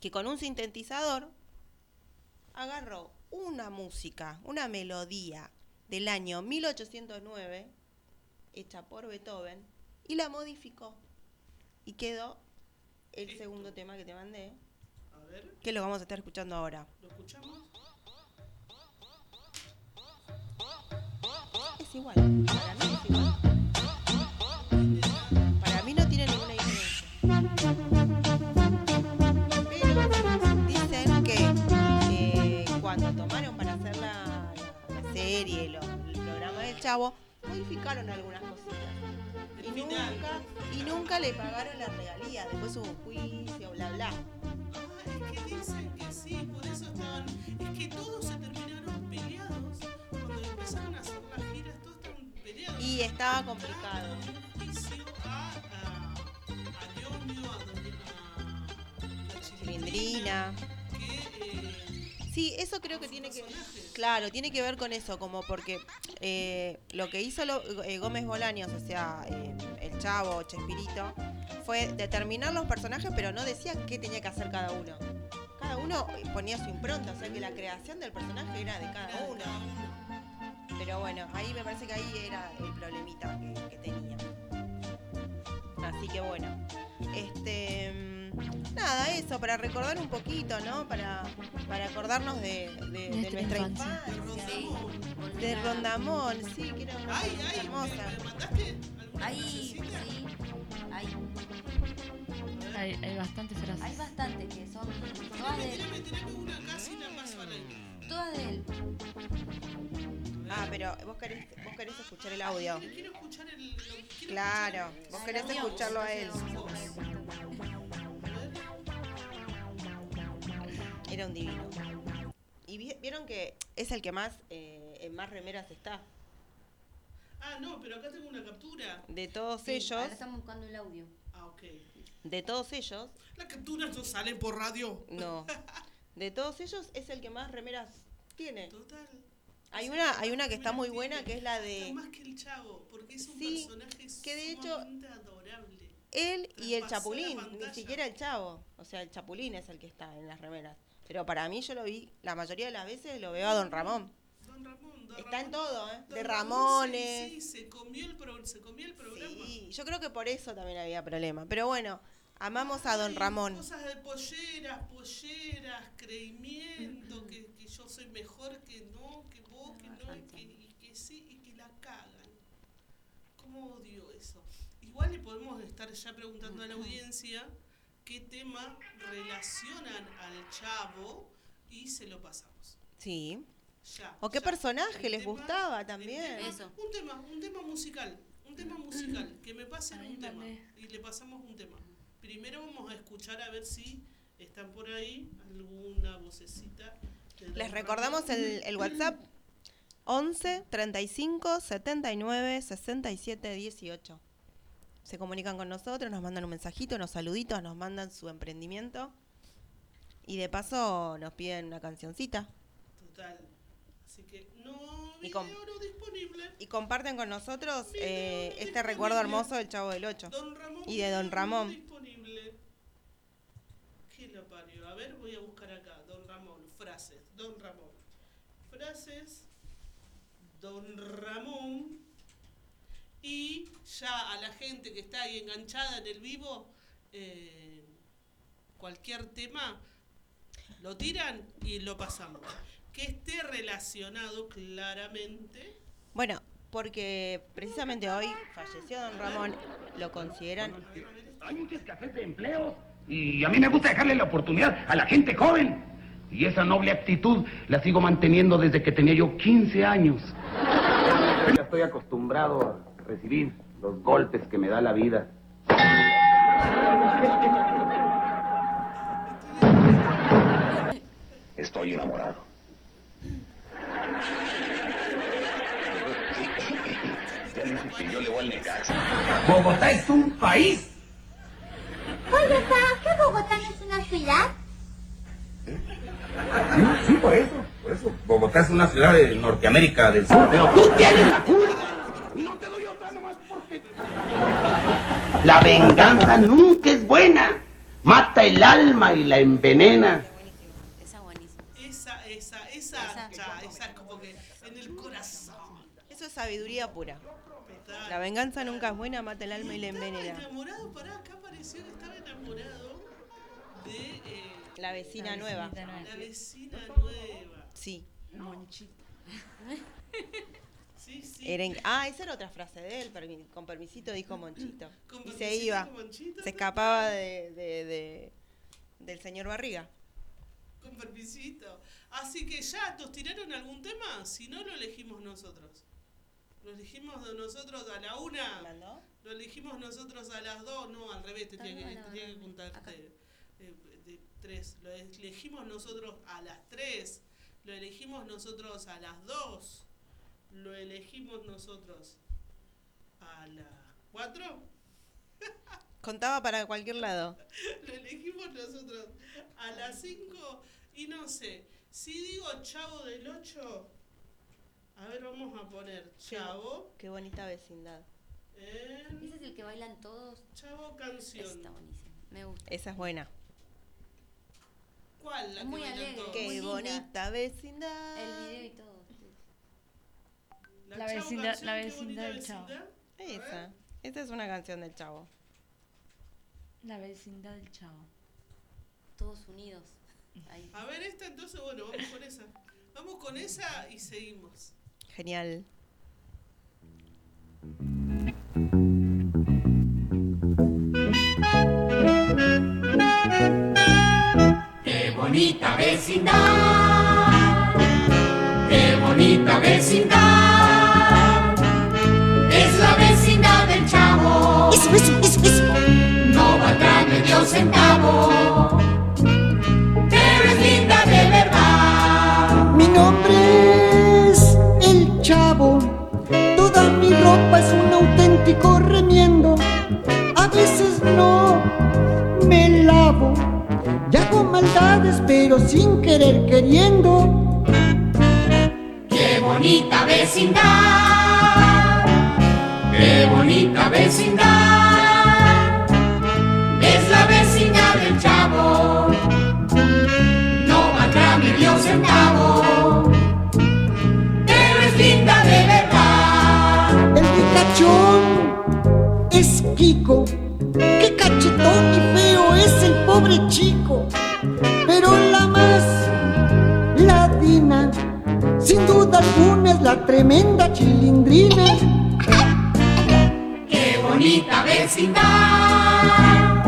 [SPEAKER 1] que con un sintetizador agarró una música, una melodía del año 1809, hecha por Beethoven, y la modificó. Y quedó el
[SPEAKER 3] Esto.
[SPEAKER 1] segundo tema que te mandé,
[SPEAKER 3] A ver,
[SPEAKER 1] que lo vamos a estar escuchando ahora.
[SPEAKER 3] ¿lo escuchamos?
[SPEAKER 1] Es igual, para mí es igual. Para mí no tiene ninguna diferencia. Pero dicen que eh, cuando tomaron para hacer la, la- la serie, lo- el programa del chavo, modificaron algunas cositas.
[SPEAKER 3] El
[SPEAKER 1] Y
[SPEAKER 3] final.
[SPEAKER 1] nunca, y nunca le pagaron la regalía. Después hubo un juicio, bla, bla.
[SPEAKER 3] Ah, es que dicen que sí, por eso estaban. Es que todos se terminaron peleados. Cuando empezaron a hacer las giras, todos estaban peleados.
[SPEAKER 1] Y estaba complicado.
[SPEAKER 3] Un juicio a. a. a Ñoño, a donde. a. a Chilindrina.
[SPEAKER 1] Cilindrina.
[SPEAKER 3] Que. eh,
[SPEAKER 1] Sí, eso creo que tiene que
[SPEAKER 3] personajes.
[SPEAKER 1] Claro, tiene que ver con eso, como porque eh, lo que hizo lo- eh, Gómez Bolaños, o sea, eh, el chavo, Chespirito, fue determinar los personajes, pero no decía qué tenía que hacer cada uno. Cada uno eh, ponía su impronta, o sea que la creación del personaje era de cada uno. Pero bueno, ahí me parece que ahí era el problemita que, que tenía. Así que bueno, este. mm, Nada, eso, para recordar un poquito, ¿no? Para, para acordarnos de, de- de nuestra,
[SPEAKER 5] Nuestra
[SPEAKER 1] infancia.
[SPEAKER 5] infancia.
[SPEAKER 3] De Rondamón.
[SPEAKER 1] De
[SPEAKER 4] Volver a-
[SPEAKER 1] Rondamón, sí, que era una
[SPEAKER 3] Ay, ay,
[SPEAKER 1] música
[SPEAKER 3] ¿me,
[SPEAKER 1] hermosa.
[SPEAKER 3] me mandaste alguna
[SPEAKER 4] Ahí,
[SPEAKER 3] frasecita?
[SPEAKER 4] sí. Hay,
[SPEAKER 5] Hay, hay bastantes
[SPEAKER 4] hay
[SPEAKER 5] frases.
[SPEAKER 4] bastantes que son todas de él.
[SPEAKER 3] Tirame, tirame una casi la paso al aire.
[SPEAKER 4] Todas de él.
[SPEAKER 1] Ah, pero vos querés, vos querés escuchar el audio.
[SPEAKER 3] Quiero, quiero escuchar el. lo- quiero
[SPEAKER 1] Claro, vos
[SPEAKER 4] Ah,
[SPEAKER 1] querés
[SPEAKER 4] la
[SPEAKER 1] escucharlo a él.
[SPEAKER 4] mío, entonces vamos a poner-
[SPEAKER 1] Era un divino. Y vi- vieron que es el que más eh, en más remeras está.
[SPEAKER 3] Ah, no, pero acá tengo una captura.
[SPEAKER 1] De todos
[SPEAKER 4] Sí,
[SPEAKER 1] ellos,
[SPEAKER 4] Ahora estamos buscando el audio.
[SPEAKER 3] Ah, ok.
[SPEAKER 1] de todos ellos,
[SPEAKER 3] Las capturas no salen por radio.
[SPEAKER 1] no. De todos ellos es el que más remeras tiene.
[SPEAKER 3] Total.
[SPEAKER 1] Hay una, hay una que está muy buena que es la
[SPEAKER 3] Está
[SPEAKER 1] de
[SPEAKER 3] más que el chavo, porque es un
[SPEAKER 1] Sí,
[SPEAKER 3] personaje
[SPEAKER 1] que de hecho-
[SPEAKER 3] sumamente adorable.
[SPEAKER 1] él y el
[SPEAKER 3] Traspasó la
[SPEAKER 1] chapulín, ni
[SPEAKER 3] pantalla.
[SPEAKER 1] siquiera el chavo. O sea, el chapulín es el que está en las remeras. Pero para mí yo lo vi, la mayoría de las veces lo veo a don Ramón.
[SPEAKER 3] Don Ramón, don
[SPEAKER 1] Está en
[SPEAKER 3] Ramón.
[SPEAKER 1] todo, ¿eh?
[SPEAKER 3] Don
[SPEAKER 1] De
[SPEAKER 3] Ramón, sí,
[SPEAKER 1] Ramones.
[SPEAKER 3] Sí, se comió el, pro- se comió el programa.
[SPEAKER 1] Sí, yo creo que por eso también había problema. Pero bueno, amamos a Don
[SPEAKER 3] Sí,
[SPEAKER 1] Ramón.
[SPEAKER 3] Cosas de polleras, polleras, creimiento, que, que yo soy mejor que no, que vos, que no, y que, y que sí, y que la cagan. ¿Cómo odio eso? Igual le podemos estar ya preguntando a la audiencia qué tema relacionan al chavo y se lo pasamos.
[SPEAKER 1] Sí.
[SPEAKER 3] Ya,
[SPEAKER 1] ¿O qué
[SPEAKER 3] ya.
[SPEAKER 1] personaje
[SPEAKER 3] El
[SPEAKER 1] les
[SPEAKER 3] tema-
[SPEAKER 1] gustaba
[SPEAKER 3] el
[SPEAKER 1] también?
[SPEAKER 3] tema-
[SPEAKER 4] Eso.
[SPEAKER 3] Un tema, un tema musical. Un tema musical. Que me pasen
[SPEAKER 5] Ahí
[SPEAKER 3] un tema.
[SPEAKER 5] mandé.
[SPEAKER 3] Y le pasamos un tema. Primero vamos a escuchar a ver si están por ahí alguna vocecita. de Don
[SPEAKER 1] Les
[SPEAKER 3] Ramón.
[SPEAKER 1] recordamos el, el WhatsApp 11 35 79 67 18. Se comunican con nosotros, nos mandan un mensajito, unos saluditos, nos mandan su emprendimiento. Y de paso nos piden una cancioncita.
[SPEAKER 3] Total. Así que no.
[SPEAKER 1] Y
[SPEAKER 3] Video
[SPEAKER 1] con-
[SPEAKER 3] no disponible.
[SPEAKER 1] Y comparten con nosotros
[SPEAKER 3] Mira,
[SPEAKER 1] eh,
[SPEAKER 3] no
[SPEAKER 1] este
[SPEAKER 3] disponible.
[SPEAKER 1] recuerdo hermoso del Chavo del 8.
[SPEAKER 3] Don Ramón.
[SPEAKER 1] Y de Don
[SPEAKER 3] video
[SPEAKER 1] Ramón.
[SPEAKER 3] No disponible. ¿Qué lo parió? A ver, voy a buscar acá. Don Ramón. Frases. Don Ramón. Frases. Don Ramón. Y ya a la gente que está ahí enganchada en el vivo, eh, cualquier tema, lo tiran y lo pasamos. Que esté relacionado claramente.
[SPEAKER 1] Bueno, porque precisamente hoy falleció Don Ramón, lo consideran
[SPEAKER 6] Hay muchos cafés de empleos y a mí me gusta dejarle la oportunidad a la gente joven. Y esa noble actitud la sigo manteniendo desde que tenía yo 15 años. Ya estoy acostumbrado a recibir los golpes que me da la vida. Estoy enamorado. yo le voy al Bogotá es un país
[SPEAKER 7] Oye, ¿sabes que Bogotá no es una ciudad?
[SPEAKER 8] Sí, sí, por eso, por eso. Bogotá es una ciudad de Norteamérica del Sur.
[SPEAKER 6] Pero tú tienes la culpa. No te doy otra nomás porque. La venganza nunca es buena. Mata el alma y la envenena.
[SPEAKER 4] Esa buenísima.
[SPEAKER 3] Esa, esa, esa,
[SPEAKER 4] Esa.
[SPEAKER 3] ya, esa es como que en el corazón.
[SPEAKER 1] Eso es sabiduría pura.
[SPEAKER 3] Total.
[SPEAKER 1] La venganza nunca es buena, mata el alma y la
[SPEAKER 3] estaba
[SPEAKER 1] envenena.
[SPEAKER 3] enamorado, pará, acá apareció que estaba enamorado de eh,
[SPEAKER 1] La vecina nueva.
[SPEAKER 5] vecinita nueva.
[SPEAKER 3] la vecina nueva.
[SPEAKER 1] Sí.
[SPEAKER 3] Sí, sí.
[SPEAKER 1] Era en- Ah, esa era otra frase de él. permi- Con permisito dijo Monchito.
[SPEAKER 3] Con
[SPEAKER 1] Y se
[SPEAKER 3] Patricita
[SPEAKER 1] iba.
[SPEAKER 3] Monchito,
[SPEAKER 1] Se escapaba de, de- de- del señor Barriga.
[SPEAKER 3] Con permisito. Así que ya, ¿nos tiraron algún tema? Si no, lo elegimos nosotros. Lo elegimos de nosotros a la una.
[SPEAKER 1] ¿Mandó?
[SPEAKER 3] Lo elegimos nosotros a las dos. No, al revés, tenía
[SPEAKER 4] No,
[SPEAKER 3] que, tenía
[SPEAKER 4] no, no,
[SPEAKER 3] que
[SPEAKER 4] no. Acá.
[SPEAKER 3] contarte eh, de tres. Lo elegimos nosotros a las tres. Lo elegimos nosotros a las dos. Lo elegimos nosotros a las cuatro.
[SPEAKER 1] Contaba para cualquier lado.
[SPEAKER 3] Lo elegimos nosotros a las 5 y no sé. Si digo chavo del 8, a ver, vamos a poner chavo
[SPEAKER 1] Qué bonita vecindad.
[SPEAKER 3] en
[SPEAKER 4] Ese es el que bailan todos.
[SPEAKER 3] chavo
[SPEAKER 4] Ese está
[SPEAKER 3] canción.
[SPEAKER 4] buenísimo. Me gusta.
[SPEAKER 1] Esa es buena.
[SPEAKER 3] ¿Cuál la que
[SPEAKER 4] Muy
[SPEAKER 3] bailan
[SPEAKER 4] alegre.
[SPEAKER 3] todos?
[SPEAKER 1] Qué
[SPEAKER 4] Muy linda.
[SPEAKER 1] bonita vecindad.
[SPEAKER 4] El video y todo.
[SPEAKER 5] La
[SPEAKER 3] Chavo
[SPEAKER 5] vecindad-
[SPEAKER 3] Canción,
[SPEAKER 5] la
[SPEAKER 3] qué
[SPEAKER 5] vecindad
[SPEAKER 3] bonita
[SPEAKER 5] del Chavo.
[SPEAKER 3] vecindad.
[SPEAKER 1] Esa. Esa es una canción del chavo.
[SPEAKER 5] La vecindad del chavo.
[SPEAKER 4] Todos unidos. Ahí.
[SPEAKER 3] A ver, esta entonces, bueno, vamos con esa. Vamos con esa y seguimos.
[SPEAKER 1] Genial.
[SPEAKER 9] bonita vecindad, qué bonita vecindad, es la vecindad del chavo. Eso, eso, eso, eso. No valdrá medio centavo, pero es linda de verdad.
[SPEAKER 10] Mi nombre es El Chavo. Toda mi ropa es un auténtico remiendo. A veces no me lavo. Y hago maldades, pero sin querer queriendo.
[SPEAKER 9] Qué bonita vecindad, qué bonita vecindad, es la vecindad del chavo. No valdrá medio centavo, pero es linda de verdad.
[SPEAKER 10] El picachón es Kiko. Qué cachetón y feo es el pobre chico. Pero la más ladina, sin duda alguna, es la tremenda chilindrina.
[SPEAKER 9] Qué bonita vecindad,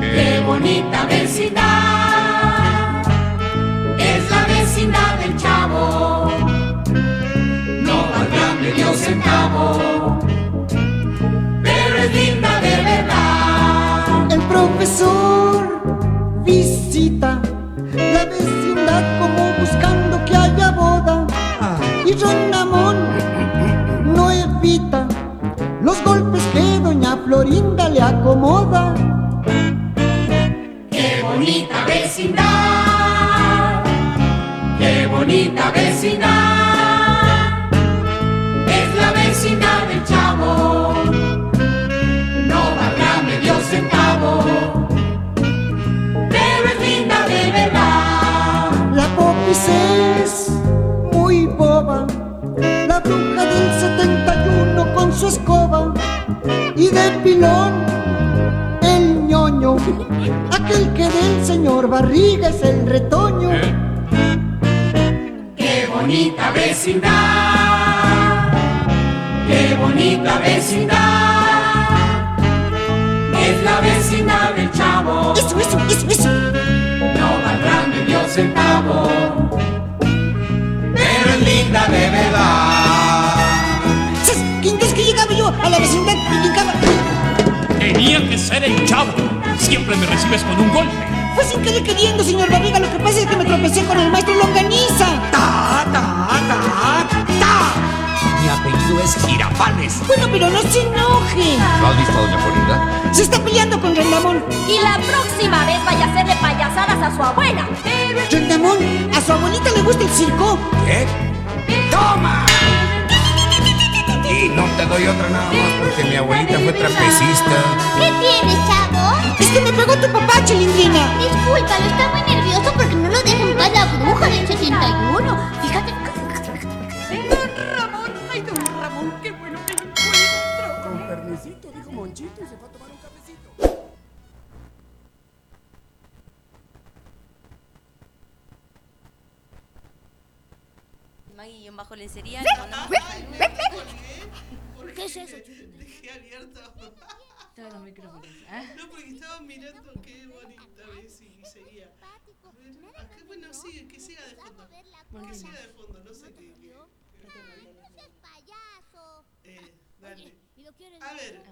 [SPEAKER 9] qué bonita vecindad, es la vecindad del chavo. No valdrá medio centavo, pero es linda de verdad.
[SPEAKER 10] El profesor visita la vecindad como buscando que haya boda. Y Ron Ramón no evita los golpes que doña Florinda le acomoda.
[SPEAKER 9] Qué bonita vecindad, qué bonita vecindad, es la vecindad del chavo. No valdrá medio centavo, pero es linda de verdad.
[SPEAKER 10] La popis es muy boba, la bruja del 71 con su escoba y de pilón el ñoño, aquel que del señor Barriga es el retoño.
[SPEAKER 9] Qué bonita vecindad, qué bonita vecindad, es la vecindad del chavo.
[SPEAKER 10] Eso, eso, eso, eso.
[SPEAKER 9] No valdrá medio centavo, pero es linda de verdad.
[SPEAKER 10] ¡Sas! Que entonces que llegaba yo a la vecindad y llegaba,
[SPEAKER 11] Tenía que ser el chavo. Siempre me recibes con un golpe.
[SPEAKER 10] fue sin querer queriendo, señor Barriga, lo que pasa es que me tropecé con el maestro Longaniza.
[SPEAKER 12] ¡Ta, ta, ta, ta! Mi apellido es Girafales.
[SPEAKER 10] Bueno, pero no se enoje.
[SPEAKER 6] ¿No has visto a Doña Florinda?
[SPEAKER 10] Se está peleando con Rendamón.
[SPEAKER 13] Y la próxima vez vaya a hacerle payasadas a su abuela. Pero es
[SPEAKER 10] Rendamón, a su abuelita le gusta el circo.
[SPEAKER 12] ¿Qué? ¡Toma!
[SPEAKER 6] Y no te doy otra nada más porque mi abuelita fue trapecista.
[SPEAKER 14] ¿Qué tienes, chavo?
[SPEAKER 10] Es que me pegó tu papá, Chilindrina.
[SPEAKER 14] Discúlpalo, está muy nervioso porque no lo deja en paz la bruja del 71. Fíjate.
[SPEAKER 15] Don Ramón, ay, don Ramón, qué bueno que lo encuentro.
[SPEAKER 12] Con permisito, dijo Monchito y se fue a tomar un cafecito.
[SPEAKER 4] Maggie y un bajo lencería.
[SPEAKER 14] ¿Qué es eso?
[SPEAKER 3] Dejé abierto.
[SPEAKER 5] Todos los micrófonos.
[SPEAKER 4] Ah.
[SPEAKER 5] ¿eh?
[SPEAKER 3] No, porque estaba mirando qué bonita vez y seguía. A ver, ¿a qué bueno sigue? Que siga de fondo. Que siga de fondo, no sé qué.
[SPEAKER 14] Ah, No seas payaso. Ah,
[SPEAKER 3] Eh, dale.
[SPEAKER 14] ¿Y lo quieres
[SPEAKER 3] A ver.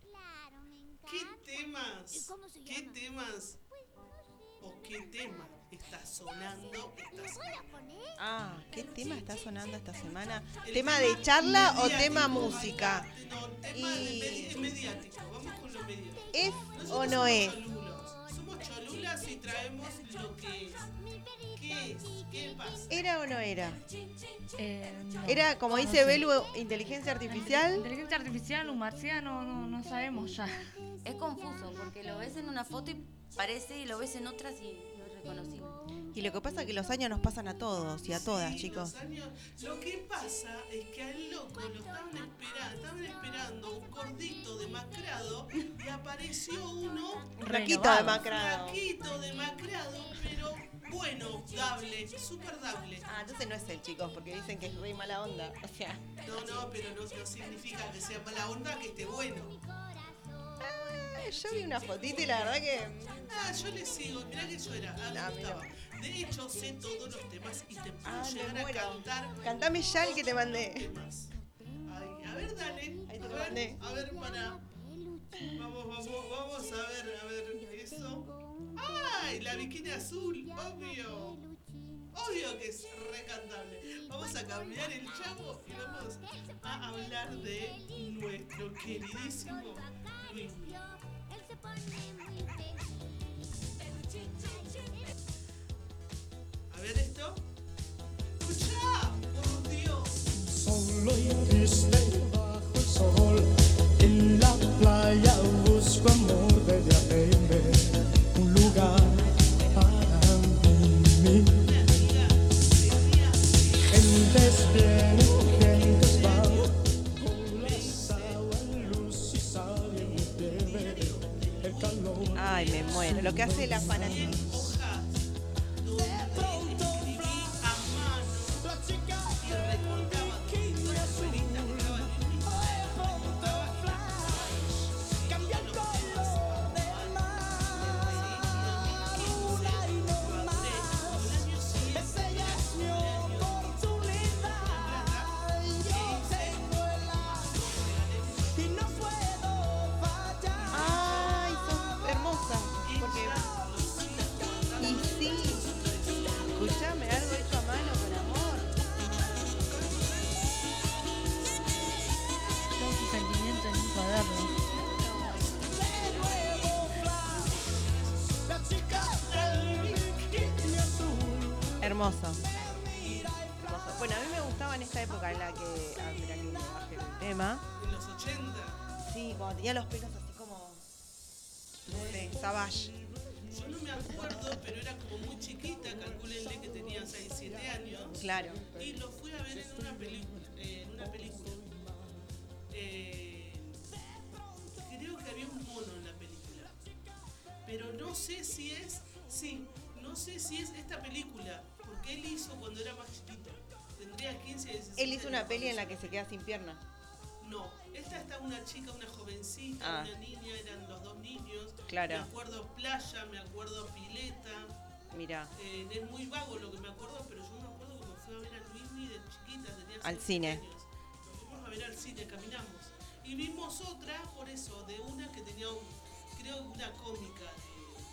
[SPEAKER 14] Claro, me encanta.
[SPEAKER 3] ¿Qué temas?
[SPEAKER 14] ¿Y cómo se
[SPEAKER 3] ¿Qué
[SPEAKER 14] llama? Pues
[SPEAKER 3] temas? ¿O qué tema está sonando? Está sonando.
[SPEAKER 1] Ah, ¿qué tema está sonando esta semana? ¿Tema de charla o tema música?
[SPEAKER 3] No, tema
[SPEAKER 1] Y-
[SPEAKER 3] de medi- mediático. Vamos con lo mediático.
[SPEAKER 1] ¿Es o
[SPEAKER 3] Nosotros
[SPEAKER 1] no
[SPEAKER 3] somos
[SPEAKER 1] es?
[SPEAKER 3] cholulos. Somos cholulas y traemos lo que es. ¿Qué es? ¿Qué pasa?
[SPEAKER 1] ¿Era o no era?
[SPEAKER 5] Eh, no.
[SPEAKER 1] Era, como
[SPEAKER 5] No
[SPEAKER 1] dice
[SPEAKER 5] sé.
[SPEAKER 1] Belu, inteligencia artificial.
[SPEAKER 5] Inteligencia artificial, un marciano, no, no sabemos ya.
[SPEAKER 4] Es confuso porque lo ves en una foto y parece y lo ves en otras y no es reconocible.
[SPEAKER 1] Y lo que pasa es que los años nos pasan a todos y a todas,
[SPEAKER 3] Sí,
[SPEAKER 1] chicos.
[SPEAKER 3] los años- Lo que pasa es que al loco lo estaban esperando, estaban esperando un gordito demacrado y apareció uno
[SPEAKER 1] Raquito
[SPEAKER 5] Renovado.
[SPEAKER 1] de Macrado.
[SPEAKER 3] flaquito demacrado, pero bueno, dable, super dable.
[SPEAKER 1] Ah, entonces no es él, chicos, porque dicen que es re mala onda. O sea,
[SPEAKER 3] No, no, pero no, no significa que sea mala onda que esté bueno.
[SPEAKER 1] Ay, yo vi una fotita y la verdad que.
[SPEAKER 3] Ah, yo le sigo. Mirá que yo era. Ah, me gustaba. De hecho, sé todos los temas y te puedo
[SPEAKER 1] Ah, me
[SPEAKER 3] llegar a
[SPEAKER 1] muero.
[SPEAKER 3] cantar.
[SPEAKER 1] Cantame ya el que te mandé.
[SPEAKER 3] Ay, a ver, dale.
[SPEAKER 1] Ahí te
[SPEAKER 3] a
[SPEAKER 1] lo
[SPEAKER 3] ver,
[SPEAKER 1] mandé.
[SPEAKER 3] A ver, para. Vamos, vamos, vamos a ver, a ver, eso. ¡Ay! La bikini azul, obvio. Obvio que es recantable. Vamos a cambiar el chavo y vamos a hablar de nuestro queridísimo Luis. A ver esto. ¡Escucha! ¡Por Dios!
[SPEAKER 16] Solo y triste bajo el sol, en la playa busco amor desde Arrembe, un lugar para mí. Gentes vienen, gentes van, con las aguas luz y sal y me pierde el calor.
[SPEAKER 1] Ay, me muero. Lo que hace la fanática. Ay, sos hermosa. Porque. Y sí. Escuchame, algo hecho a mano con amor.
[SPEAKER 5] Todo su sentimiento en un cuaderno.
[SPEAKER 1] Hermoso. Hermoso. Bueno, a mí me gustaba en esta época en la que. Ah, mirá que bajé el tema.
[SPEAKER 3] En los 80.
[SPEAKER 1] Sí, cuando tenía los pelos así como. No sé, Savage.
[SPEAKER 3] Yo no me acuerdo, pero era como muy chiquita, calculenle que tenía 6, 7 años.
[SPEAKER 1] Claro.
[SPEAKER 3] Y lo fui a ver en una película. En una película. Eh, creo que había un mono en la película. Pero no sé si es. Sí, no sé si es esta película. Porque él hizo cuando era más chiquito. Tendría 15, 16
[SPEAKER 1] Él hizo una
[SPEAKER 3] años.
[SPEAKER 1] peli en la que se queda sin pierna.
[SPEAKER 3] No, esta está una chica, una jovencita,
[SPEAKER 1] Ah.
[SPEAKER 3] una niña, eran los dos niños.
[SPEAKER 1] Claro.
[SPEAKER 3] Me acuerdo playa, me acuerdo pileta.
[SPEAKER 1] Mirá.
[SPEAKER 3] Eh, es muy vago lo que me acuerdo, pero yo me acuerdo como fui a ver a Luismi de chiquita, tenía
[SPEAKER 1] Al
[SPEAKER 3] seis
[SPEAKER 1] cine.
[SPEAKER 3] años. Nos fuimos a ver al cine, caminamos. Y vimos otra, por eso, de una que tenía, un- creo, una cómica,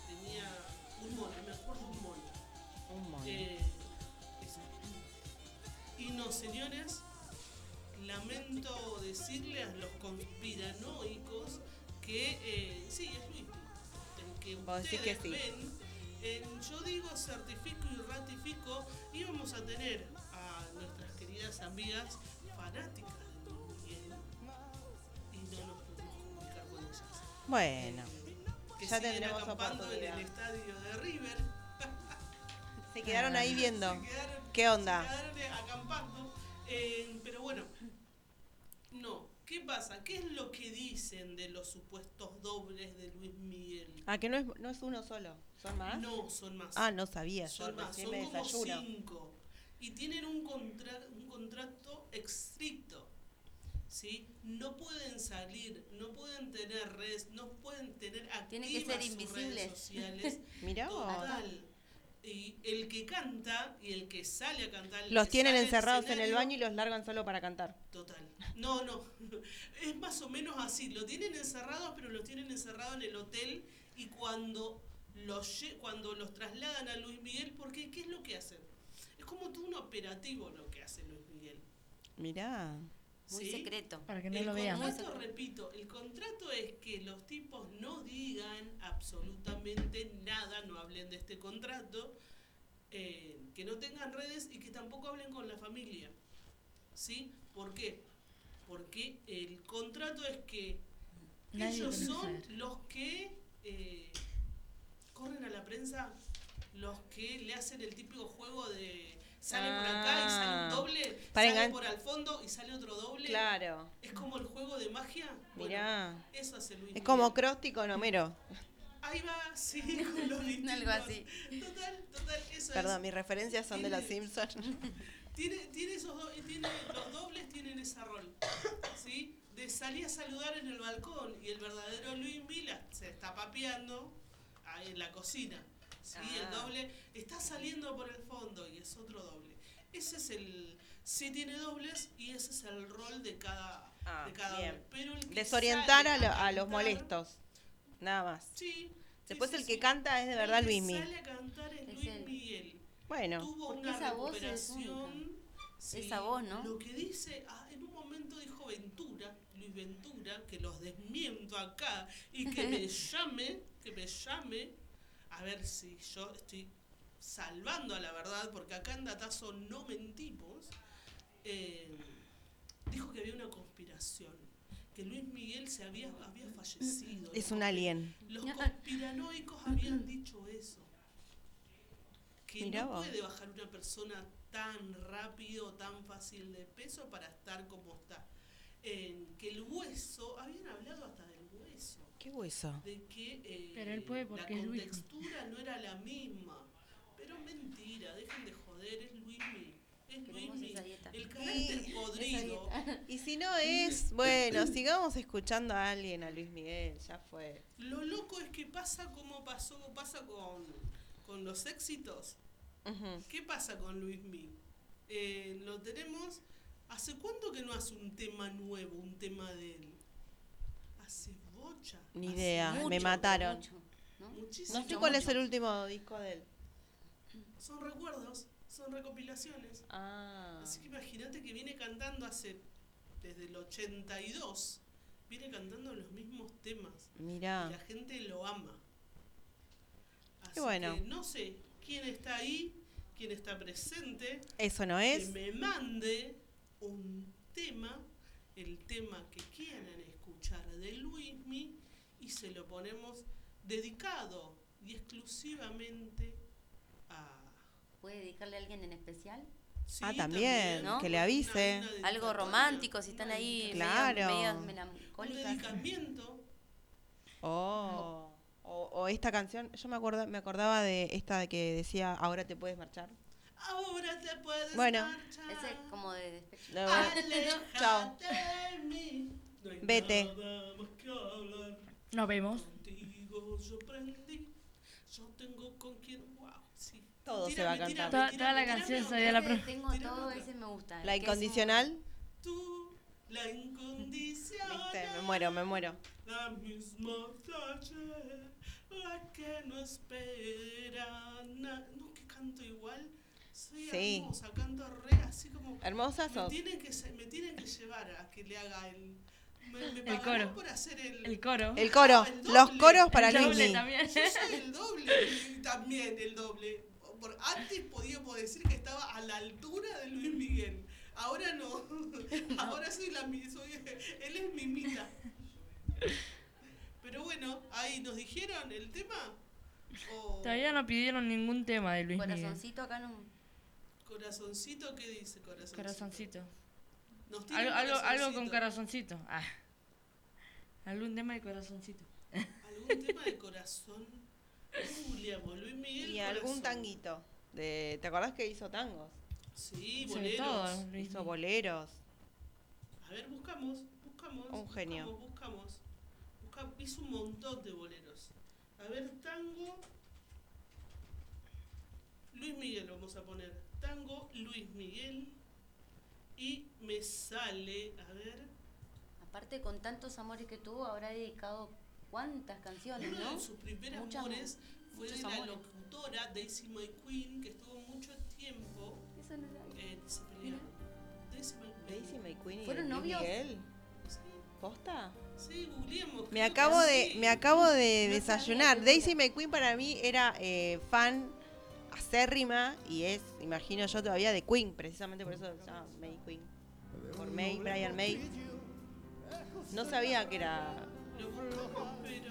[SPEAKER 3] que tenía un mono, me acuerdo un mono.
[SPEAKER 1] Un mono.
[SPEAKER 3] Eh, esa. y no, señores, lamento decirle a los conspiranoicos que eh, sí, es Luis. El que
[SPEAKER 1] Vos decís
[SPEAKER 3] ustedes
[SPEAKER 1] que sí.
[SPEAKER 3] ven, eh, yo digo certifico y ratifico, y vamos a tener a nuestras queridas amigas fanáticas de Luis Miguel, y no nos podemos comunicar con ellas.
[SPEAKER 1] Bueno.
[SPEAKER 3] Que
[SPEAKER 1] Ya
[SPEAKER 3] siguen
[SPEAKER 1] tendremos
[SPEAKER 3] acampando en
[SPEAKER 1] oportunidad.
[SPEAKER 3] el estadio de River.
[SPEAKER 1] Se quedaron ahí viendo.
[SPEAKER 3] Se quedaron-
[SPEAKER 1] ¿Qué onda?
[SPEAKER 3] se quedaron, eh, acampando. Eh, pero bueno, no. ¿Qué pasa? ¿Qué es lo que dicen de los supuestos dobles de Luis Miguel?
[SPEAKER 1] Ah, que no es, no es uno solo. ¿Son más?
[SPEAKER 3] No, son más.
[SPEAKER 1] Ah, no sabía. yo
[SPEAKER 3] Son más,
[SPEAKER 1] recién
[SPEAKER 3] son
[SPEAKER 1] me
[SPEAKER 3] como
[SPEAKER 1] desayuno.
[SPEAKER 3] cinco. Y tienen un, contra- un contrato estricto. ¿Sí? No pueden salir, no pueden tener redes, no pueden tener activas
[SPEAKER 4] Tienen que ser
[SPEAKER 3] sus
[SPEAKER 4] invisibles.
[SPEAKER 3] redes sociales.
[SPEAKER 1] Mirá vos.
[SPEAKER 3] Total. Y el que canta y el que sale a cantar. el
[SPEAKER 1] Los
[SPEAKER 3] que
[SPEAKER 1] tienen
[SPEAKER 3] sale al
[SPEAKER 1] encerrados en el
[SPEAKER 3] escenario,
[SPEAKER 1] baño y los largan solo para cantar.
[SPEAKER 3] Total. No, no. Es más o menos así. Lo tienen encerrados, pero los tienen encerrados en el hotel y cuando los, lle- cuando los trasladan a Luis Miguel, porque ¿qué es lo que hacen? Es como todo un operativo lo que hace Luis Miguel.
[SPEAKER 1] Mirá.
[SPEAKER 4] Muy
[SPEAKER 3] ¿sí?
[SPEAKER 4] secreto.
[SPEAKER 5] Para que no
[SPEAKER 3] el
[SPEAKER 5] lo vean.
[SPEAKER 3] contrato, repito, el contrato es que los tipos no digan absolutamente nada, no hablen de este contrato, eh, que no tengan redes y que tampoco hablen con la familia. ¿Sí? ¿Por qué? Porque el contrato es que
[SPEAKER 5] Nadie
[SPEAKER 3] ellos
[SPEAKER 5] tiene que
[SPEAKER 3] son
[SPEAKER 5] saber.
[SPEAKER 3] los que eh, corren a la prensa, los que le hacen el típico juego de sale por acá y sale
[SPEAKER 1] Ah.
[SPEAKER 3] un doble,
[SPEAKER 1] Para
[SPEAKER 3] sale
[SPEAKER 1] engan-
[SPEAKER 3] por al fondo y sale otro doble.
[SPEAKER 1] Claro.
[SPEAKER 3] Es como el juego de magia. Bueno,
[SPEAKER 1] Mirá.
[SPEAKER 3] eso hace Luis.
[SPEAKER 1] Es como
[SPEAKER 3] Miguel.
[SPEAKER 1] Crosti con Homero.
[SPEAKER 3] Ahí va, sí, con los
[SPEAKER 4] Algo así.
[SPEAKER 3] Total, total, eso
[SPEAKER 1] Perdón,
[SPEAKER 3] es.
[SPEAKER 1] mis referencias son de los Simpsons.
[SPEAKER 3] Tiene, tiene esos do- tiene, los dobles tienen ese rol, ¿sí? De salí a saludar en el balcón y el verdadero Luis Vila se está papeando ahí en la cocina. Sí, el
[SPEAKER 17] Ah.
[SPEAKER 3] doble está saliendo por el fondo y es otro doble. Ese es el. Sí, tiene dobles y ese es el rol de cada, de cada doble.
[SPEAKER 1] Ah, Bien.
[SPEAKER 3] Pero el que
[SPEAKER 1] Desorientar
[SPEAKER 3] sale
[SPEAKER 1] a, lo-
[SPEAKER 3] a
[SPEAKER 1] a los
[SPEAKER 3] cantar-
[SPEAKER 1] molestos. Nada más.
[SPEAKER 3] Sí,
[SPEAKER 1] Después
[SPEAKER 3] sí,
[SPEAKER 1] el
[SPEAKER 3] sí,
[SPEAKER 1] que
[SPEAKER 3] sí.
[SPEAKER 1] canta es de verdad
[SPEAKER 3] El que
[SPEAKER 1] Luismi.
[SPEAKER 3] sale a cantar es Luis Miguel.
[SPEAKER 1] Bueno.
[SPEAKER 3] Tuvo
[SPEAKER 4] Porque
[SPEAKER 3] una
[SPEAKER 4] esa voz es
[SPEAKER 3] recuperación. sí,
[SPEAKER 4] Esa voz, ¿no?
[SPEAKER 3] Lo que dice, ah, en un momento dijo Ventura, Luis Ventura, que los desmiento acá y que me llame, que me llame, a ver si yo estoy salvando a la verdad, porque acá en Datazo no mentimos. eh, dijo que había una conspiración, que Luis Miguel se había, había fallecido.
[SPEAKER 1] Es un alien.
[SPEAKER 3] Los conspiranoicos
[SPEAKER 5] Mm.
[SPEAKER 3] habían dicho eso. Que
[SPEAKER 1] Mirá
[SPEAKER 3] no
[SPEAKER 1] vos.
[SPEAKER 3] puede bajar una persona tan rápido, tan fácil de peso para estar como está. En que el hueso, habían hablado hasta del hueso.
[SPEAKER 1] ¿Qué hueso?
[SPEAKER 3] De que eh,
[SPEAKER 5] Pero él puede porque
[SPEAKER 3] la
[SPEAKER 5] es Luismi.
[SPEAKER 3] contextura no era la misma. Pero mentira, dejen de joder, es Luismi. Es Luismi. El carácter podrido.
[SPEAKER 1] Y si no es, bueno, sigamos escuchando a alguien, a Luis Miguel, ya fue.
[SPEAKER 3] Lo loco es que pasa como pasó, pasa con, con los éxitos.
[SPEAKER 1] Ujú.
[SPEAKER 3] ¿Qué pasa con Luis Mi? Eh, lo tenemos. ¿Hace cuánto que no hace un tema nuevo, un tema de él? Hace bocha.
[SPEAKER 1] Ni
[SPEAKER 3] hace
[SPEAKER 1] idea, me
[SPEAKER 3] mucho,
[SPEAKER 1] mataron.
[SPEAKER 3] mucho, ¿no?
[SPEAKER 1] No
[SPEAKER 3] Muchísimo.
[SPEAKER 1] sé cuál es el último disco de él.
[SPEAKER 3] Son recuerdos, son recopilaciones.
[SPEAKER 1] Ah.
[SPEAKER 3] Así que imagínate que viene cantando hace. desde el 82. Viene cantando los mismos temas.
[SPEAKER 1] Mirá.
[SPEAKER 3] Y la gente lo ama. Así
[SPEAKER 1] bueno.
[SPEAKER 3] que no sé quién está ahí, quién está presente.
[SPEAKER 1] Eso no es.
[SPEAKER 3] Que me mande un tema, el tema que quieran escuchar de Luismi y se lo ponemos dedicado y exclusivamente a...
[SPEAKER 4] ¿Puede dedicarle a alguien en especial?
[SPEAKER 1] Ah, también,
[SPEAKER 4] ¿No?
[SPEAKER 1] que le avise.
[SPEAKER 4] Algo romántico, si están ahí medio-
[SPEAKER 1] Claro.
[SPEAKER 4] medio
[SPEAKER 3] Un
[SPEAKER 4] melancólicas.
[SPEAKER 3] dedicamiento.
[SPEAKER 1] Oh, o, o esta canción, yo me acuerdo, me acordaba de esta que decía, ahora te puedes marchar.
[SPEAKER 3] Ahora te puedes
[SPEAKER 1] Bueno.
[SPEAKER 3] marchar.
[SPEAKER 4] Ese es como de despecho.
[SPEAKER 1] No,
[SPEAKER 3] Ah,
[SPEAKER 1] bueno.
[SPEAKER 3] Aléjate
[SPEAKER 1] Chao.
[SPEAKER 3] de mí. No hay
[SPEAKER 1] Vete.
[SPEAKER 3] nada más que hablar.
[SPEAKER 5] Nos vemos.
[SPEAKER 3] Contigo yo aprendí. Yo tengo con quien. Wow, sí.
[SPEAKER 1] Todo
[SPEAKER 3] Tírame,
[SPEAKER 1] se va a cantar.
[SPEAKER 3] tírame,
[SPEAKER 5] Toda-
[SPEAKER 3] tírame,
[SPEAKER 5] toda la
[SPEAKER 3] tírame
[SPEAKER 5] canción
[SPEAKER 3] otra.
[SPEAKER 5] sabía la pro-
[SPEAKER 4] Tengo todo ese me gusta.
[SPEAKER 1] La
[SPEAKER 4] que es un-
[SPEAKER 1] incondicional,
[SPEAKER 3] Tú, la incondicional.
[SPEAKER 1] te- me muero, me muero.
[SPEAKER 3] La misma flache, la que no espera nada. No, que canto igual. Soy
[SPEAKER 1] Sí.
[SPEAKER 3] hermosa, canto re así como.
[SPEAKER 1] Hermosa
[SPEAKER 3] me
[SPEAKER 1] sos.
[SPEAKER 3] Tienen que, se- me tienen que llevar a que le haga el. Me, me
[SPEAKER 5] El
[SPEAKER 3] pagarán
[SPEAKER 5] coro.
[SPEAKER 3] por hacer el.
[SPEAKER 5] El coro.
[SPEAKER 1] Ah, El coro, los coros para
[SPEAKER 5] El doble
[SPEAKER 1] Luismi.
[SPEAKER 5] también.
[SPEAKER 3] Yo soy el doble, y también el doble. Por- antes podíamos decir que estaba a la altura de Luis Miguel. Ahora no. Ahora soy la mi- soy, él es mimita. Pero bueno, ahí nos dijeron el tema. O
[SPEAKER 5] Todavía no pidieron ningún tema de Luis Miguel.
[SPEAKER 4] acá no.
[SPEAKER 3] corazoncito, ¿qué dice corazoncito?
[SPEAKER 5] Corazoncito.
[SPEAKER 3] Nos tiran
[SPEAKER 5] Algo, algo, algo con
[SPEAKER 3] corazoncito.
[SPEAKER 5] corazoncito. Ah. Algún tema de corazoncito.
[SPEAKER 3] Algún tema de corazón. Julia, por Luis Miguel.
[SPEAKER 1] Y algún
[SPEAKER 3] corazón.
[SPEAKER 1] tanguito. De, ¿Te acordás que hizo tangos?
[SPEAKER 3] Sí,
[SPEAKER 1] Sobre
[SPEAKER 3] boleros.
[SPEAKER 1] todo, Hizo boleros.
[SPEAKER 3] A ver, buscamos, buscamos.
[SPEAKER 1] Un genio.
[SPEAKER 3] Buscamos, buscamos. Busca- hizo un montón de boleros. A ver, tango. Luis Miguel vamos a poner. Tango, Luis Miguel. Y me sale, a ver,
[SPEAKER 4] Aparte con tantos amores que tuvo, habrá dedicado cuántas canciones,
[SPEAKER 3] uno
[SPEAKER 4] ¿no?
[SPEAKER 3] de sus primeros
[SPEAKER 4] Muchas-
[SPEAKER 3] amores fue de
[SPEAKER 4] muchos
[SPEAKER 3] la
[SPEAKER 4] amores.
[SPEAKER 3] locutora Daisy May Queen, que estuvo mucho tiempo. eh, se pelearon. Daisy May Queen.
[SPEAKER 1] Daisy May Queen y
[SPEAKER 3] ¿Fueron
[SPEAKER 1] Luis
[SPEAKER 3] novios?
[SPEAKER 1] Miguel. ¿Posta?
[SPEAKER 3] Sí, googleemos.
[SPEAKER 1] Me
[SPEAKER 3] creo que
[SPEAKER 1] acabo de,
[SPEAKER 3] sí.
[SPEAKER 1] me acabo de desayunar. Daisy McQueen para mí era eh, fan acérrima y es, imagino yo todavía, de Queen, precisamente por eso se llama May Queen. Por May, Brian May. No sabía que era.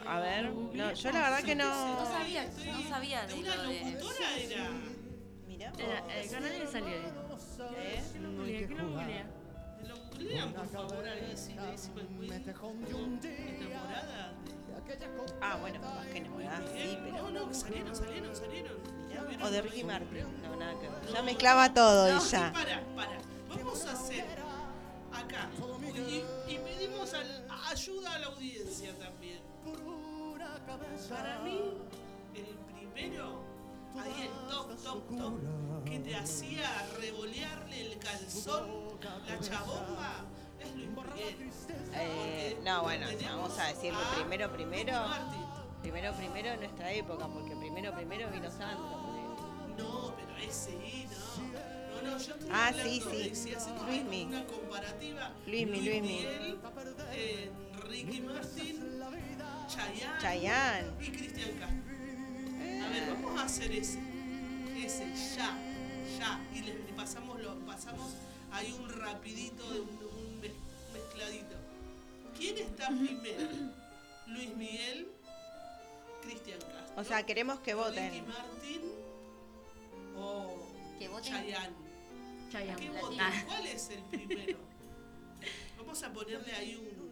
[SPEAKER 1] A ver, no, yo la verdad que
[SPEAKER 4] No
[SPEAKER 1] no.
[SPEAKER 4] sabía, no sabía de lo de...
[SPEAKER 3] era?
[SPEAKER 1] Mirá.
[SPEAKER 5] Era, eh, con nadie salió. ¿eh? ¿Qué lo googlea? ¿Qué lo googlea?
[SPEAKER 3] Lo googlean, por favor, a Daisy, Daisy May Queen. Enamorada
[SPEAKER 1] Ah, bueno, más que enamorada, sí,
[SPEAKER 3] de-
[SPEAKER 1] pero.
[SPEAKER 3] No, no, salieron, salieron, salieron.
[SPEAKER 1] O de Ricky Martin. No, nada que ver. Ya mezclaba todo
[SPEAKER 3] No,
[SPEAKER 1] ella.
[SPEAKER 3] Para, para. Vamos a hacer. acá. Y, y pedimos al- ayuda a la audiencia también. Para mí, el primero, ahí el top, top, top, que te hacía revolearle el calzón, la chabomba, es Luis Miguel.
[SPEAKER 1] Eh, no, bueno, vamos a decirlo primero, primero. Primero, primero en nuestra época, porque primero, primero vino Sandro.
[SPEAKER 3] No, pero ese I, no. No, no, yo estoy
[SPEAKER 1] Ah,
[SPEAKER 3] hablando
[SPEAKER 1] sí, sí.
[SPEAKER 3] de si hacemos
[SPEAKER 1] Luismi.
[SPEAKER 3] una comparativa.
[SPEAKER 1] Luismi,
[SPEAKER 3] Luis
[SPEAKER 1] Luismi.
[SPEAKER 3] Miguel, eh, Ricky Martin, Chayanne,
[SPEAKER 1] Chayanne.
[SPEAKER 3] y Cristian Castro. este A ver, vamos a hacer ese. Ese, ya, ya. Y le, le pasamos, lo, pasamos ahí un rapidito, de un, un mez- mezcladito. ¿Quién está primero? Luis Miguel, Cristian Castro.
[SPEAKER 1] O sea, queremos que
[SPEAKER 3] Ricky
[SPEAKER 1] voten.
[SPEAKER 3] Martin o
[SPEAKER 4] Que voten.
[SPEAKER 3] Chayanne.
[SPEAKER 4] Chayanne.
[SPEAKER 3] ¿Qué
[SPEAKER 4] La-
[SPEAKER 3] votan?
[SPEAKER 4] Ah.
[SPEAKER 3] ¿Cuál es el primero? Vamos a ponerle ahí un.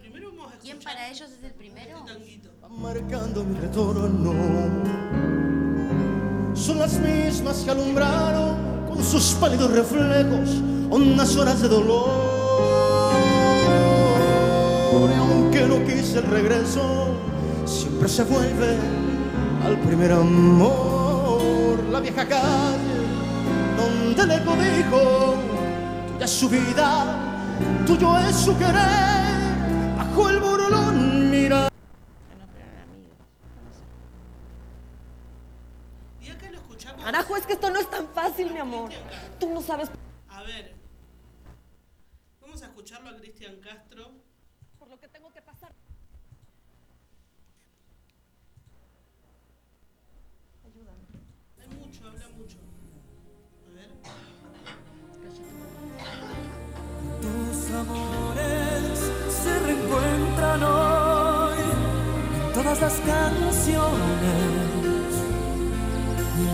[SPEAKER 3] Primero vamos a escuchar.
[SPEAKER 4] ¿Quién para ellos es el primero?
[SPEAKER 16] marcando mi retorno. Son las mismas que alumbraron con sus pálidos reflejos unas horas de dolor. Y aunque no quise el regreso, siempre se vuelve al primer amor. La vieja calle donde le dijo, tuya es su vida, tuyo es su querer, bajo el burlón mira.
[SPEAKER 5] Carajo, es que esto no es tan fácil, mi amor. Tú no sabes.
[SPEAKER 3] A ver. Vamos a escucharlo a Cristian Castro.
[SPEAKER 5] Por lo que tengo que pasar.
[SPEAKER 3] Ayúdame. Hay mucho, habla mucho. A ver.
[SPEAKER 9] Tus amores se reencuentran hoy en todas las canciones y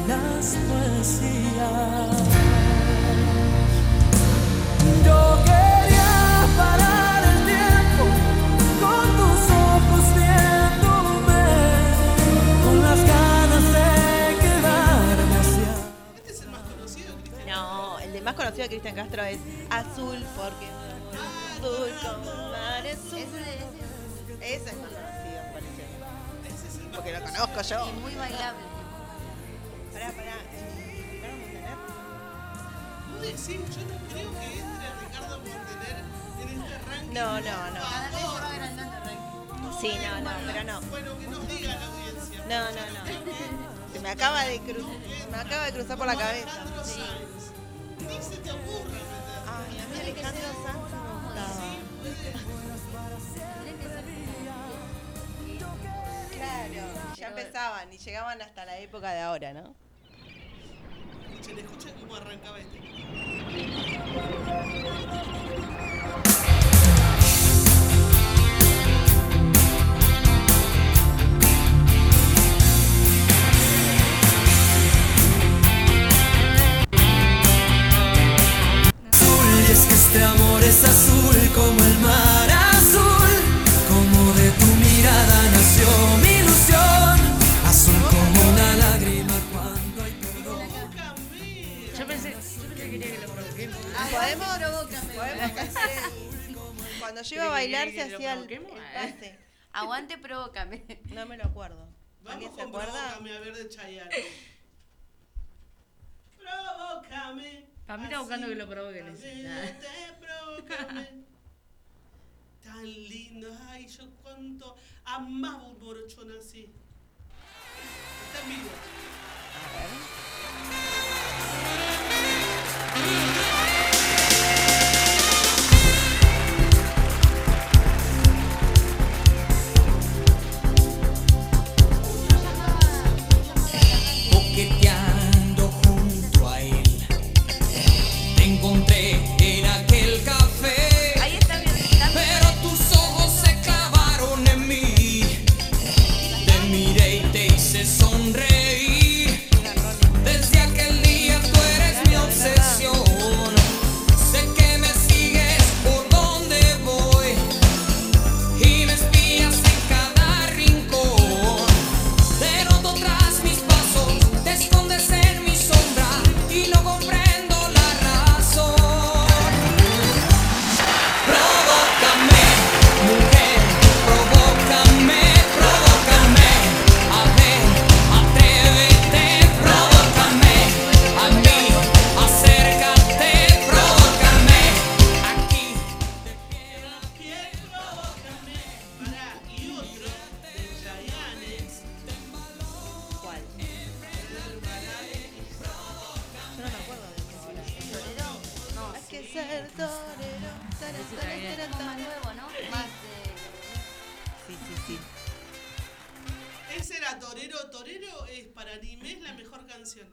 [SPEAKER 9] las poesías. Yo quería parar el tiempo con tus ojos viéndome, con las ganas de quedarme así.
[SPEAKER 1] No, el de más conocido de Cristian Castro es Azul, porque azul como el mar es azul. Ese es más conocido, parece. Porque lo conozco yo.
[SPEAKER 4] Y muy bailable.
[SPEAKER 1] Pará, Eh, pará.
[SPEAKER 3] Vos decís, yo no creo que entre Ricardo Montaner en este ranking.
[SPEAKER 1] No, no, no.
[SPEAKER 3] Cada vez va
[SPEAKER 4] agrandando el
[SPEAKER 3] ranking.
[SPEAKER 1] Sí, no, no, pero no.
[SPEAKER 3] Bueno, que nos diga la audiencia.
[SPEAKER 1] No, no, no. Se me acaba de cruzar, me acaba de cruzar por la cabeza.
[SPEAKER 3] Alejandro Sanz. Ni se te ocurra meter.
[SPEAKER 1] Ay, a mí Alejandro Sanz me gustaba. Claro, ya empezaban y llegaban hasta la época de ahora, ¿no?
[SPEAKER 3] Escuchen, escuchen cómo arrancaba este.
[SPEAKER 9] azul y es que este amor es azul como el mar azul como de tu mirada nació mi ilusión azul como una lágrima cuando hay perdón
[SPEAKER 18] Yo pensé, yo pensé que quería que lo provoquemos.
[SPEAKER 1] Podemos, podemos hacer el- Cuando yo iba a bailar se hacía el, el pase.
[SPEAKER 4] Aguante, provócame.
[SPEAKER 1] No me lo acuerdo.
[SPEAKER 3] Vamos
[SPEAKER 1] ¿Alguien se
[SPEAKER 3] con
[SPEAKER 1] acuerda?
[SPEAKER 3] Provócame a ver de Chayanne. Provócame.
[SPEAKER 18] Para mí está Ah, buscando que lo provoquen.
[SPEAKER 3] así,
[SPEAKER 18] ese.
[SPEAKER 3] Te provócame. Tan lindo. Ay, yo cuánto amaba un morochón así. Está en vivo.
[SPEAKER 9] coqueteando junto a él te encontré en aquel café
[SPEAKER 4] Ahí está
[SPEAKER 9] pero tus ojos se clavaron en mí te miré y te hice sonreír desde aquel día tú eres mi obsesión
[SPEAKER 17] ser torero. tarán, tarán, tarán,
[SPEAKER 4] Más
[SPEAKER 17] tarán.
[SPEAKER 4] nuevo, ¿no? Más eh,
[SPEAKER 1] Sí, sí, sí.
[SPEAKER 3] Ese era Torero. Torero es para anime es la mejor canción.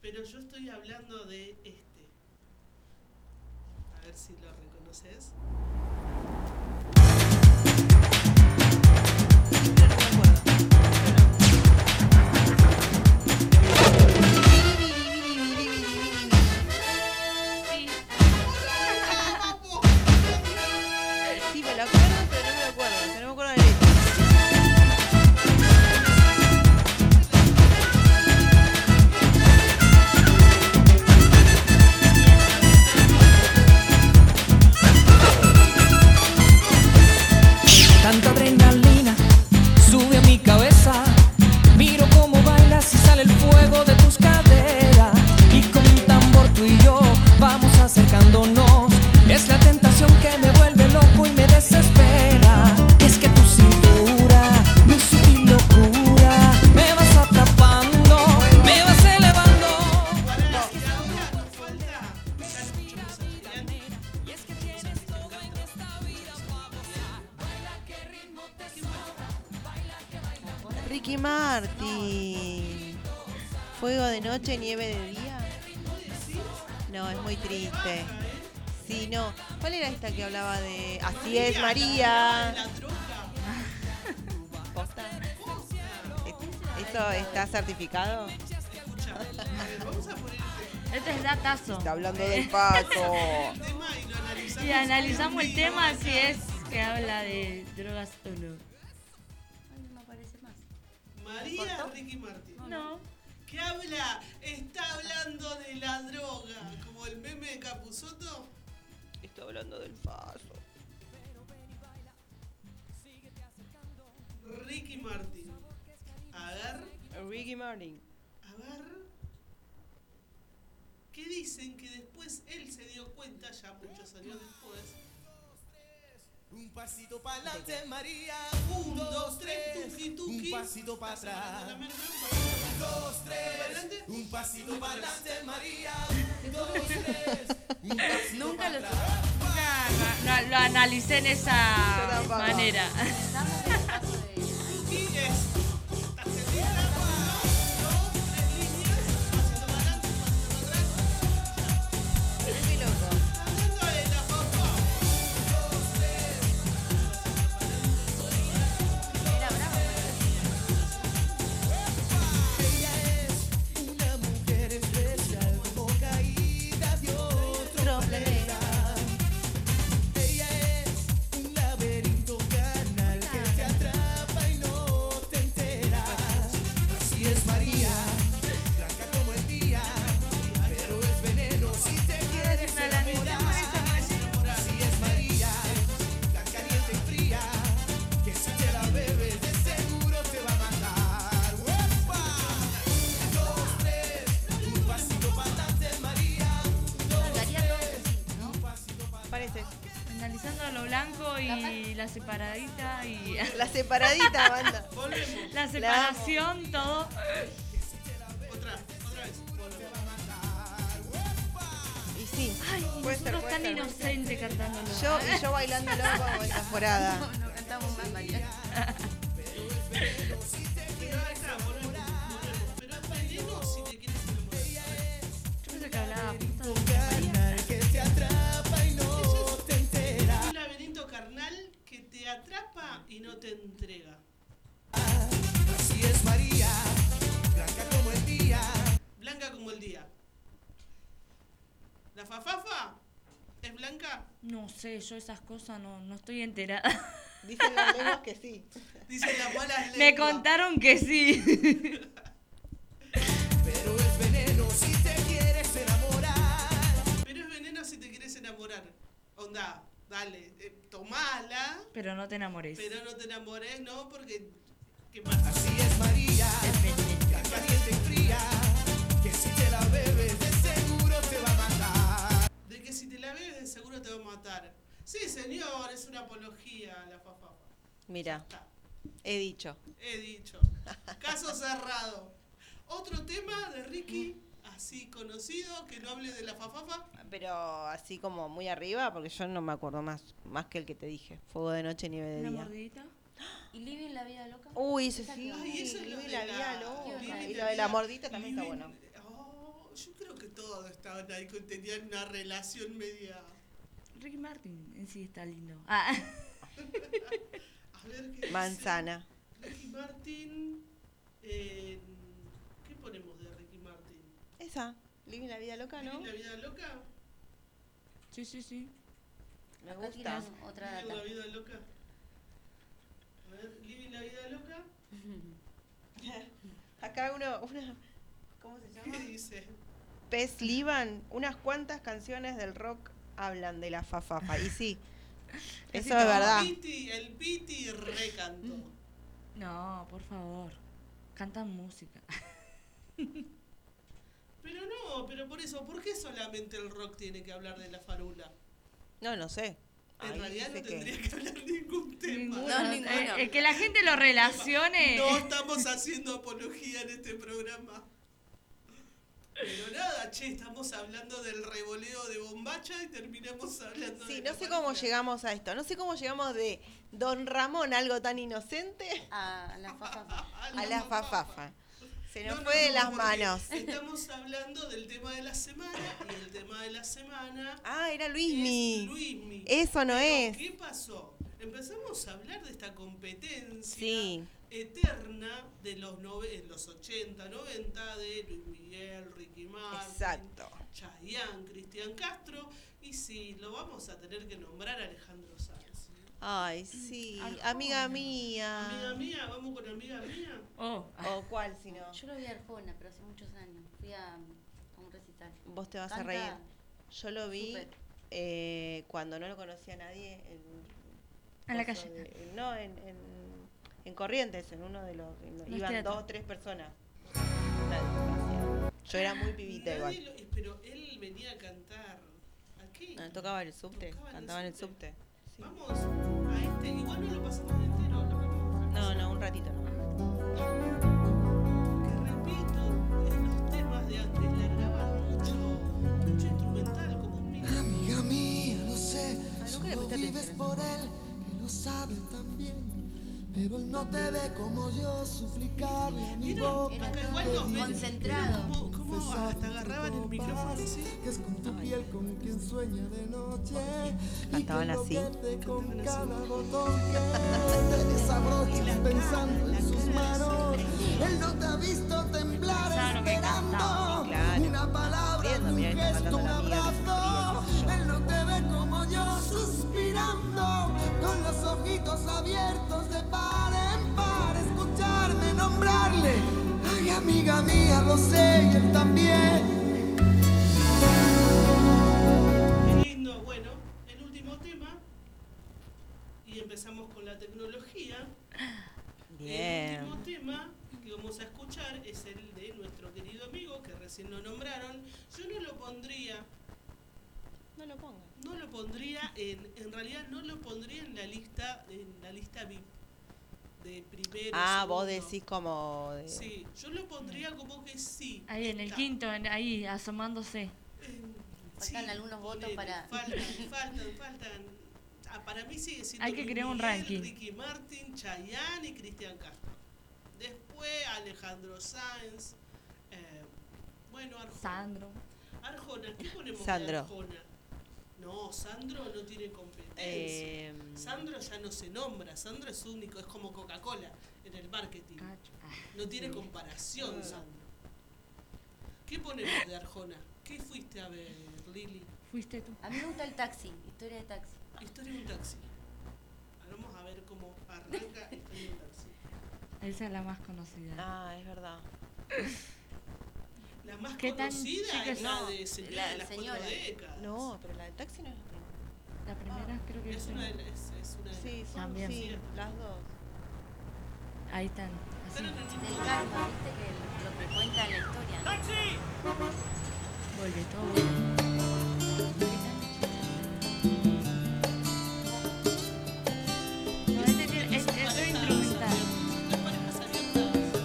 [SPEAKER 3] Pero yo estoy hablando de este. A ver si lo reconoces.
[SPEAKER 1] Sí, me lo acuerdo, pero no me lo acuerdo. pero no me acuerdo la letra.
[SPEAKER 19] Tanta adrenalina sube a mi cabeza. Miro cómo bailas y sale el fuego de tus caderas. Y con un tambor tú y yo vamos acercándonos. Es la tentación que me vuelve loco y me desespera. Es que tu cintura, mi sutil locura, me vas atrapando, me vas elevando.
[SPEAKER 1] Ricky Martin. Fuego de noche, nieve de día. No, es muy triste. Sí, no. ¿Cuál era esta que hablaba de Así es María? ¿Posta? ¿Eso está certificado?
[SPEAKER 5] Este es datazo.
[SPEAKER 1] Está hablando del pato.
[SPEAKER 5] Y analizamos el tema si es que habla de drogas o no.
[SPEAKER 4] no aparece más.
[SPEAKER 3] María Ricky Martin.
[SPEAKER 5] No.
[SPEAKER 3] ¿Qué habla? Está hablando de la droga. Como el meme de Capuzoto.
[SPEAKER 1] Está hablando del paso.
[SPEAKER 3] Ricky Martin. A ver.
[SPEAKER 1] Ricky Martin.
[SPEAKER 3] A ver. ¿Qué dicen que después él se dio cuenta, ya muchos años después?
[SPEAKER 9] Un pasito para adelante, María.
[SPEAKER 3] Un, dos, tres, tuki, tuki.
[SPEAKER 9] Un pasito para atrás.
[SPEAKER 3] Un,
[SPEAKER 9] dos, tres. Un pasito para adelante, María. Un, dos, tres. Un pasito
[SPEAKER 5] Nunca
[SPEAKER 9] para
[SPEAKER 5] lo,
[SPEAKER 9] atrás.
[SPEAKER 5] nunca lo- lo analicé en esa manera.
[SPEAKER 9] Una mujer especial como caída de otro planeta. Ella es un laberinto canal que te atrapa y no te enteras. Así es María, blanca como el día, pero es veneno si te quieres enamorar. Así es María, tan caliente y fría, que si te la bebes de seguro te va a matar. ¡Uepa! Dos, tres, un pasito para adelante, María.
[SPEAKER 1] Parece.
[SPEAKER 5] Analizando lo blanco y la separadita y.
[SPEAKER 1] La separadita, banda.
[SPEAKER 3] Volvemos.
[SPEAKER 5] La separación, todo.
[SPEAKER 3] Otra, otra vez.
[SPEAKER 1] Y sí.
[SPEAKER 5] Ay,
[SPEAKER 1] puede ser,
[SPEAKER 5] nosotros
[SPEAKER 1] puede
[SPEAKER 5] tan
[SPEAKER 1] ser.
[SPEAKER 5] inocente cantándolo.
[SPEAKER 1] Yo, y yo bailándolo como estaforada.
[SPEAKER 4] No, no cantamos más, María.
[SPEAKER 5] Yo pensé que hablaba.
[SPEAKER 9] Que te atrapa y no te enteras.
[SPEAKER 3] Un laberinto carnal que te atrapa y no te entrega.
[SPEAKER 9] Así es María, blanca como el día.
[SPEAKER 3] Blanca como el día. ¿La fafafa? ¿Es blanca?
[SPEAKER 5] No sé, yo esas cosas no, no estoy enterada.
[SPEAKER 1] Dicen las lenguas que sí.
[SPEAKER 3] Dicen las malas
[SPEAKER 5] Me
[SPEAKER 3] lenguas.
[SPEAKER 5] contaron que sí.
[SPEAKER 9] Pero es veneno si te quieres enamorar.
[SPEAKER 3] Pero es veneno si te quieres enamorar. Onda, dale, eh, tomala,
[SPEAKER 5] Pero no te enamores.
[SPEAKER 3] pero no te enamores, no, porque. ¿Qué pasa?
[SPEAKER 9] Así es María, tan caliente y fría. Que si te la bebes de seguro te va a matar.
[SPEAKER 3] De que si te la bebes, de seguro te va a matar. Sí, señor, es una apología a la fafafa.
[SPEAKER 1] Mira, he dicho.
[SPEAKER 3] He dicho. Caso cerrado. Otro tema de Ricky. A así conocido que no hable de la fafafa?
[SPEAKER 1] Pero así como muy arriba, porque yo no me acuerdo más, más que el que te dije. Fuego de noche, nieve de
[SPEAKER 5] ¿Una
[SPEAKER 1] día.
[SPEAKER 5] mordidita?
[SPEAKER 4] ¿Y Living la vida loca?
[SPEAKER 1] Uy, ese
[SPEAKER 4] ¿Esa
[SPEAKER 1] sí.
[SPEAKER 4] qué onda?
[SPEAKER 1] Ay, eso es lo Living de la vida la- loca.
[SPEAKER 4] ¿Qué onda?
[SPEAKER 1] Y lo de la mordita también está bueno.
[SPEAKER 3] Oh, yo creo que todos estaban ahí, que tenían una relación media.
[SPEAKER 5] Ricky Martin en sí está lindo. Ah.
[SPEAKER 3] A ver qué dice
[SPEAKER 1] Manzana.
[SPEAKER 3] Ricky Martin. eh, ¿Qué ponemos de Ricky Martin?
[SPEAKER 1] Esa. Living la vida loca, ¿no?
[SPEAKER 3] ¿Living la vida loca?
[SPEAKER 5] Sí, sí, sí.
[SPEAKER 1] Me
[SPEAKER 4] Acá
[SPEAKER 1] gusta.
[SPEAKER 4] tienen otra
[SPEAKER 3] ¿Living
[SPEAKER 4] data.
[SPEAKER 3] la vida loca? A ver, ¿Living la vida loca?
[SPEAKER 1] Acá uno, una, ¿cómo se
[SPEAKER 3] ¿Qué dice?
[SPEAKER 1] Pez Liban, unas cuantas canciones del rock hablan de la fafafa. Y sí, eso es
[SPEAKER 3] El
[SPEAKER 1] verdad.
[SPEAKER 3] Piti, el Piti recantó.
[SPEAKER 5] No, por favor. Cantan música.
[SPEAKER 3] Pero no, pero por eso, ¿por qué solamente el rock tiene que hablar de la farula?
[SPEAKER 1] No, no sé.
[SPEAKER 3] En
[SPEAKER 1] Ahí
[SPEAKER 3] realidad no
[SPEAKER 1] dice
[SPEAKER 3] tendría que hablar ningún tema.
[SPEAKER 5] No, eh, eh, que la gente lo relacione.
[SPEAKER 3] No estamos haciendo apología en este programa. Pero nada, che, estamos hablando del revoleo de bombacha y terminamos hablando
[SPEAKER 1] Sí,
[SPEAKER 3] de...
[SPEAKER 1] no sé cómo llegamos a esto. No sé cómo llegamos de Don Ramón, algo tan inocente,
[SPEAKER 4] A Ah, la
[SPEAKER 3] Ah,
[SPEAKER 4] fafafa.
[SPEAKER 1] a la fafafa. Se nos
[SPEAKER 3] No, no,
[SPEAKER 1] fue de
[SPEAKER 3] no,
[SPEAKER 1] las
[SPEAKER 3] porque
[SPEAKER 1] manos.
[SPEAKER 3] Estamos hablando del tema de la semana y el tema de la semana...
[SPEAKER 1] Ah, era Luismi.
[SPEAKER 3] Luismi.
[SPEAKER 1] Eso no
[SPEAKER 3] Pero,
[SPEAKER 1] es.
[SPEAKER 3] ¿Qué pasó? Empezamos a hablar de esta competencia
[SPEAKER 1] Sí.
[SPEAKER 3] eterna de los, nove- en los 80, 90 de Luis Miguel, Ricky Martin,
[SPEAKER 1] Exacto.
[SPEAKER 3] Chayanne, Cristian Castro y si lo vamos a tener que nombrar Alejandro Sanz.
[SPEAKER 1] Ay, sí. Amiga mía.
[SPEAKER 3] Amiga mía, vamos con amiga mía.
[SPEAKER 5] Oh.
[SPEAKER 1] ¿O cuál si no?
[SPEAKER 4] Yo lo vi a Arjona, pero hace muchos años. Fui a, a un recital.
[SPEAKER 1] Vos te vas a
[SPEAKER 4] Canta
[SPEAKER 1] reír. Yo lo vi
[SPEAKER 4] súper.
[SPEAKER 1] eh, cuando no lo conocía nadie. En,
[SPEAKER 5] En la
[SPEAKER 1] coso
[SPEAKER 5] calle.
[SPEAKER 1] de- no, en, en, en Corrientes, en uno de los. en- iban
[SPEAKER 5] teatros.
[SPEAKER 1] dos o tres personas. Una desgracia. Yo era muy pibita
[SPEAKER 3] Nadie
[SPEAKER 1] igual.
[SPEAKER 3] lo- pero él venía a cantar. Aquí.
[SPEAKER 1] No, tocaba en el subte,
[SPEAKER 3] Tocaba en el
[SPEAKER 1] cantaba en el subte.
[SPEAKER 3] Vamos a este, igual no lo pasamos entero. lo vamos a-
[SPEAKER 1] No, no, un ratito no.
[SPEAKER 3] Repito, en los temas de antes largaban mucho, mucho instrumental, como un mix.
[SPEAKER 16] Amiga mía, lo sé, solo
[SPEAKER 3] presté
[SPEAKER 16] vives por él, que lo sabe también. Pero él no te ve como yo, suplicarle a mi boca.
[SPEAKER 3] acá Oh, igual
[SPEAKER 16] que
[SPEAKER 3] nos
[SPEAKER 16] diga,
[SPEAKER 3] concentrado.
[SPEAKER 16] quiero
[SPEAKER 3] ¿Cómo- cómo
[SPEAKER 16] confesar
[SPEAKER 3] hasta agarraban el micrófono
[SPEAKER 16] que
[SPEAKER 3] así?
[SPEAKER 16] Que es con tu piel con quien sueña de noche.
[SPEAKER 1] Cantaban así.
[SPEAKER 16] Te con cada botón que te desabroches pensando en sus manos. Él no te ha visto temblar esperando una palabra, un gesto, un abrazo. Él no te ve como yo suspirando con los ojitos abiertos de par en par. Escucharme nombrarle, ay amiga mía, lo sé y él también.
[SPEAKER 3] Qué lindo, bueno, el último tema. Y empezamos con la tecnología. El
[SPEAKER 1] Bien.
[SPEAKER 3] último tema que vamos a escuchar es el de nuestro querido amigo que recién lo nombraron. Yo no lo pondría,
[SPEAKER 1] No lo pongas.
[SPEAKER 3] no lo pondría en, en realidad no lo pondría en la lista, en la lista VIP de primero.
[SPEAKER 1] Ah, vos
[SPEAKER 3] segundo.
[SPEAKER 1] decís como. de-
[SPEAKER 3] Sí, yo lo pondría como que sí.
[SPEAKER 5] Ahí en el
[SPEAKER 3] está.
[SPEAKER 5] quinto, en- ahí asomándose.
[SPEAKER 4] Faltan algunos votos
[SPEAKER 3] ponele,
[SPEAKER 4] para-
[SPEAKER 3] Faltan, faltan, faltan. Ah, para mí sigue siendo.
[SPEAKER 5] Hay que
[SPEAKER 3] Luis
[SPEAKER 5] crear un
[SPEAKER 3] Miguel,
[SPEAKER 5] ranking.
[SPEAKER 3] Ricky Martin, Chayanne y Cristian Castro. Después Alejandro Sáenz. eh, bueno, Arjona.
[SPEAKER 5] Sandro.
[SPEAKER 3] Arjona, ¿qué ponemos de
[SPEAKER 1] Sandro.
[SPEAKER 3] Arjona? No, Sandro no tiene competencia.
[SPEAKER 1] Eh,
[SPEAKER 3] Sandro ya no se nombra, Sandro es único, es como Coca-Cola en el marketing.
[SPEAKER 5] Ah,
[SPEAKER 3] No tiene comparación, Sandro. ¿Qué ponemos de Arjona? ¿Qué fuiste a ver, Lili?
[SPEAKER 5] Fuiste tú.
[SPEAKER 4] A mí me gusta el taxi, historia de taxi.
[SPEAKER 3] Historia de un taxi. Ahora Vamos a ver cómo arranca Historia de un taxi.
[SPEAKER 5] Esa es la más conocida.
[SPEAKER 1] Ah, es verdad.
[SPEAKER 3] La más
[SPEAKER 5] ¿Qué tan
[SPEAKER 3] conocida
[SPEAKER 5] chica
[SPEAKER 3] es la
[SPEAKER 5] es?
[SPEAKER 3] de señora
[SPEAKER 4] la
[SPEAKER 3] de las
[SPEAKER 4] señora.
[SPEAKER 3] cuatro décadas.
[SPEAKER 1] No, pero la del taxi no es la primera.
[SPEAKER 5] La primera creo que
[SPEAKER 3] Es
[SPEAKER 5] es.
[SPEAKER 3] una de las. Es, es una de
[SPEAKER 1] Sí, son
[SPEAKER 5] También.
[SPEAKER 1] sí, las dos.
[SPEAKER 5] Ahí están. Así.
[SPEAKER 4] Del karma, viste que lo que cuenta la historia. ¿no?
[SPEAKER 5] Vuelve todo. No, es decir, es, es lo instrumental.
[SPEAKER 3] las parejas abiertas.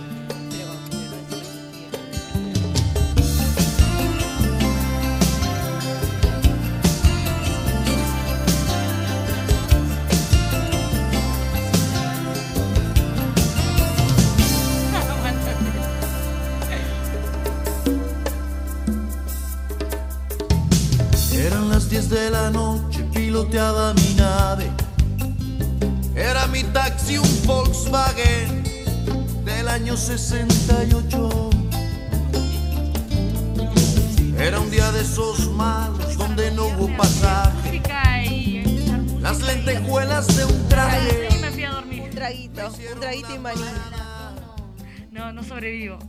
[SPEAKER 20] la noche piloteaba mi nave. Era mi taxi un Volkswagen del año 68. Era un día de esos malos donde no hubo pasaje.
[SPEAKER 5] Música y
[SPEAKER 20] Las lentejuelas de un traje.
[SPEAKER 5] me fui a dormir.
[SPEAKER 17] Un traguito, un traguito y maní.
[SPEAKER 5] No, no sobrevivo.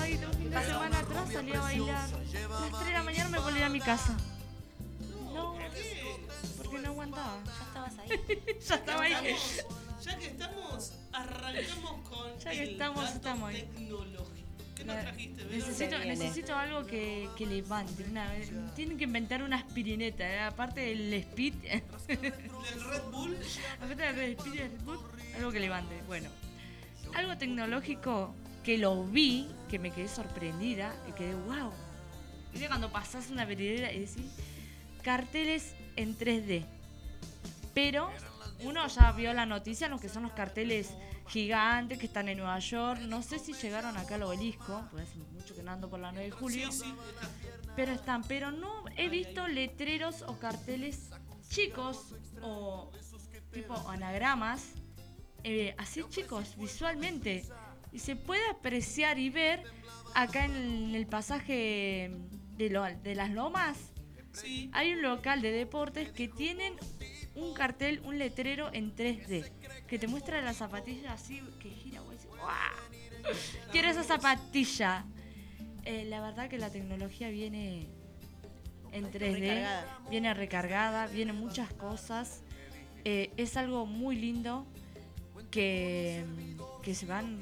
[SPEAKER 5] Ay, no, la semana atrás salí a bailar. A las 3 de la mañana me volví a mi casa. No, porque no aguantaba.
[SPEAKER 4] Ya estabas ahí.
[SPEAKER 5] ya estaba ahí.
[SPEAKER 3] Estamos- ya que estamos, arrancamos con
[SPEAKER 5] Ya que
[SPEAKER 3] el
[SPEAKER 5] estamos,
[SPEAKER 3] dato
[SPEAKER 5] estamos ahí.
[SPEAKER 3] tecnológico. ¿Qué nos
[SPEAKER 5] La-
[SPEAKER 3] trajiste, Vero?
[SPEAKER 5] necesito, necesito algo que, que levante. Una, tienen que inventar una aspirineta. ¿eh? Aparte del speed. ¿Del
[SPEAKER 3] Red Bull?
[SPEAKER 5] Aparte del Red Speed del Red Bull, algo que levante. Bueno, algo tecnológico que lo vi, que me quedé sorprendida y quedé wow. ¿Viste cuando pasás una vereda y decís carteles en 3D? Pero uno ya vio la noticia, los que son los carteles gigantes que están en Nueva York. No sé si llegaron acá al obelisco, porque hace mucho que no ando por la 9 de julio. Pero están, pero no he visto letreros o carteles chicos o tipo anagramas, eh, así chicos, visualmente. Y se puede apreciar y ver acá en el pasaje de, lo- de las lomas
[SPEAKER 3] Sí.
[SPEAKER 5] hay un local de deportes que tienen un cartel, un letrero en 3D, que te muestra la zapatilla así que gira, güey. dice, "Guau, Quiero esa zapatilla. Eh, la verdad que la tecnología viene en 3D,
[SPEAKER 17] Recargada.
[SPEAKER 5] viene recargada, viene muchas cosas. Eh, es algo muy lindo que, que se van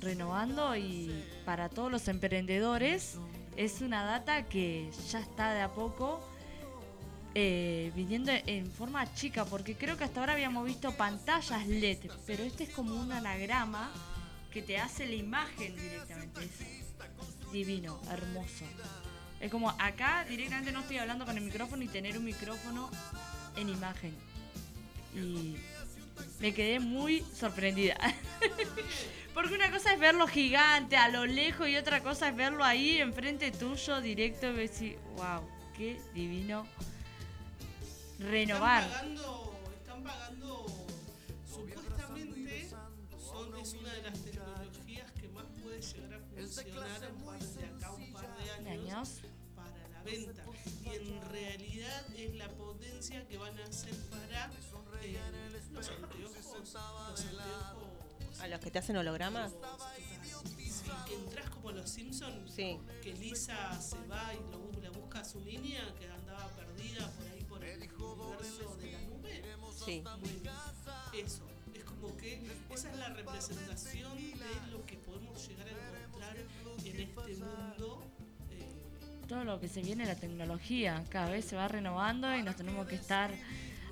[SPEAKER 5] renovando y para todos los emprendedores es una data que ya está de a poco eh, viniendo en forma chica, porque creo que hasta ahora habíamos visto pantallas LED, pero este es como un anagrama que te hace la imagen directamente. Es divino, hermoso. Es como acá directamente no estoy hablando con el micrófono y tener un micrófono en imagen. Y me quedé muy sorprendida. Porque una cosa es verlo gigante, a lo lejos, y otra cosa es verlo ahí enfrente tuyo, directo, y decir, wow, qué divino renovar.
[SPEAKER 3] Están pagando, están pagando supuestamente son, es una de las tecnologías que más puede llegar a funcionar a par- de acá a un par de años,
[SPEAKER 5] ¿Años?
[SPEAKER 3] para la venta. Y en realidad es la potencia que van a hacer para eh, los anteojos, los anteojos
[SPEAKER 17] A los que te hacen hologramas.
[SPEAKER 3] Sí, que entras como los Simpsons, que Lisa se va y lo, bu- la busca a su niña que andaba perdida por ahí por el universo de la nube.
[SPEAKER 17] Sí.
[SPEAKER 3] Bueno, eso, es como que esa es la representación de lo que podemos llegar a encontrar en este mundo.
[SPEAKER 5] todo lo que se viene la tecnología cada vez se va renovando y nos tenemos que estar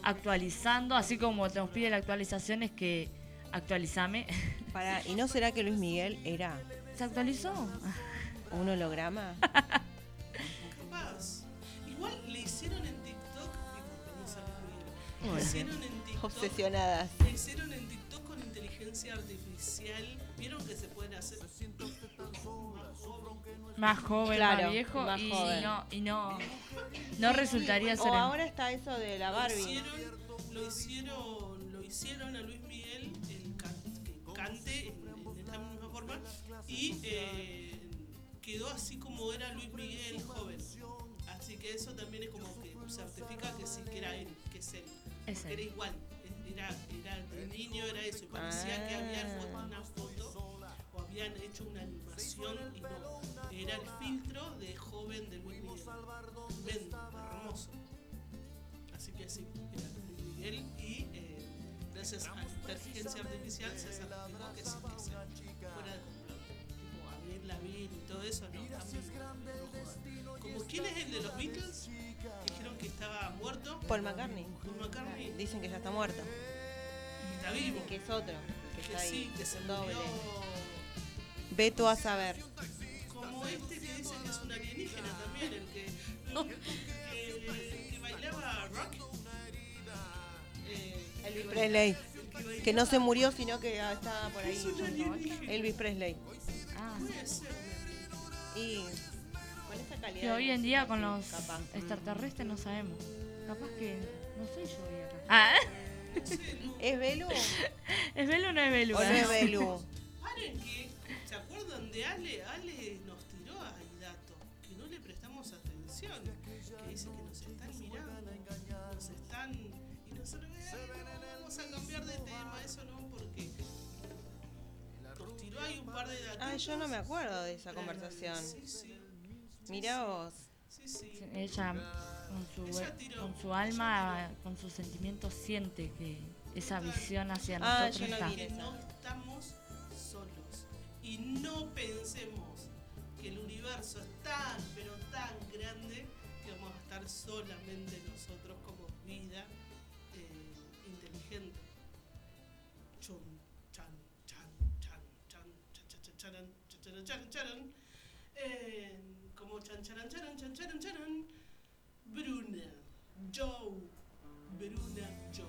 [SPEAKER 5] actualizando así como nos pide la actualización es que actualizame
[SPEAKER 17] Pará, ¿y no será que Luis Miguel era
[SPEAKER 5] se actualizó
[SPEAKER 17] un holograma?
[SPEAKER 3] Capaz. Igual le hicieron en TikTok, digo, no sabe muy bien.
[SPEAKER 17] Bueno.
[SPEAKER 3] Le hicieron en TikTok.
[SPEAKER 17] Obsesionadas.
[SPEAKER 3] Le hicieron en TikTok con inteligencia artificial. Vieron que se pueden hacer.
[SPEAKER 5] más joven
[SPEAKER 17] Claro,
[SPEAKER 5] más viejo
[SPEAKER 17] más
[SPEAKER 5] y,
[SPEAKER 17] joven.
[SPEAKER 5] no y no no resultaría ser
[SPEAKER 17] O ahora está eso de la
[SPEAKER 3] Lo
[SPEAKER 17] Barbie.
[SPEAKER 3] hicieron, lo hicieron, lo hicieron a Luis Miguel el can- que cante en, en esta misma forma y eh, quedó así como era Luis Miguel joven. Así que eso también es como que certifica que sí que era él, que es él.
[SPEAKER 5] Es
[SPEAKER 3] Porque
[SPEAKER 5] él.
[SPEAKER 3] Era igual, era, era el niño, era eso. Y parecía que había fo- una foto o habían hecho una animación y no. Era el filtro de joven de Luis Miguel. Ven, hermoso. Así que sí, era Luis Miguel y eh, gracias a la inteligencia artificial se certificó que sí, que se fuera de complot. Tipo, Avril Lavigne y todo eso, no, también no joda. Como quién es el de los Beatles, dijeron que estaba muerto.
[SPEAKER 17] Paul McCartney.
[SPEAKER 3] Paul McCartney.
[SPEAKER 17] Dicen que ya está muerto.
[SPEAKER 3] Está vivo.
[SPEAKER 17] Que es otro. Que,
[SPEAKER 3] Que
[SPEAKER 17] está ahí.
[SPEAKER 3] sí, que se
[SPEAKER 17] doble.
[SPEAKER 3] murió.
[SPEAKER 17] Ve tú a saber.
[SPEAKER 3] Como este que dice que es un alienígena también, el que, que, que bailaba rock. Eh,
[SPEAKER 17] Elvis Presley. Que no se murió, sino que ah, está por ahí. Elvis Presley.
[SPEAKER 5] Ah.
[SPEAKER 17] Y con esta calidad.
[SPEAKER 5] que hoy en día con los
[SPEAKER 17] Capaz.
[SPEAKER 5] extraterrestres no sabemos Capaz que. No sé yo voy acá. Ah.
[SPEAKER 17] ¿Es Belu?
[SPEAKER 5] ¿Es Belu o no es Belu?
[SPEAKER 17] ¿O no es Belu?
[SPEAKER 3] Paren que, ¿se acuerdan de Ale? Ale nos tiró a dato, que no le prestamos atención, que dice que nos están mirando, nos están... Y nosotros, "Ay, no, vamos a cambiar de tema, eso no, porque... Nos tiró ahí un par de datos.
[SPEAKER 17] Ah, yo no me acuerdo de esa conversación.
[SPEAKER 3] Sí, sí,
[SPEAKER 17] Mirá vos.
[SPEAKER 3] sí, sí.
[SPEAKER 5] Ella con su, e-, con su alma, con sus sentimientos, siente que esa visión hacia
[SPEAKER 17] Ah,
[SPEAKER 5] nosotros
[SPEAKER 17] yo no
[SPEAKER 5] está.
[SPEAKER 17] vi
[SPEAKER 3] que no estamos solos y no pensemos que el universo es tan pero tan grande que vamos a estar solamente nosotros como vida eh, inteligente. Chun, chan, chan, chan, chan, chan, chan, chan, charan, chan, charan, charan, charan. Eh, como chan, charan, charan, chan, charan, charan. Bruna, Joe, Bruna, Joe.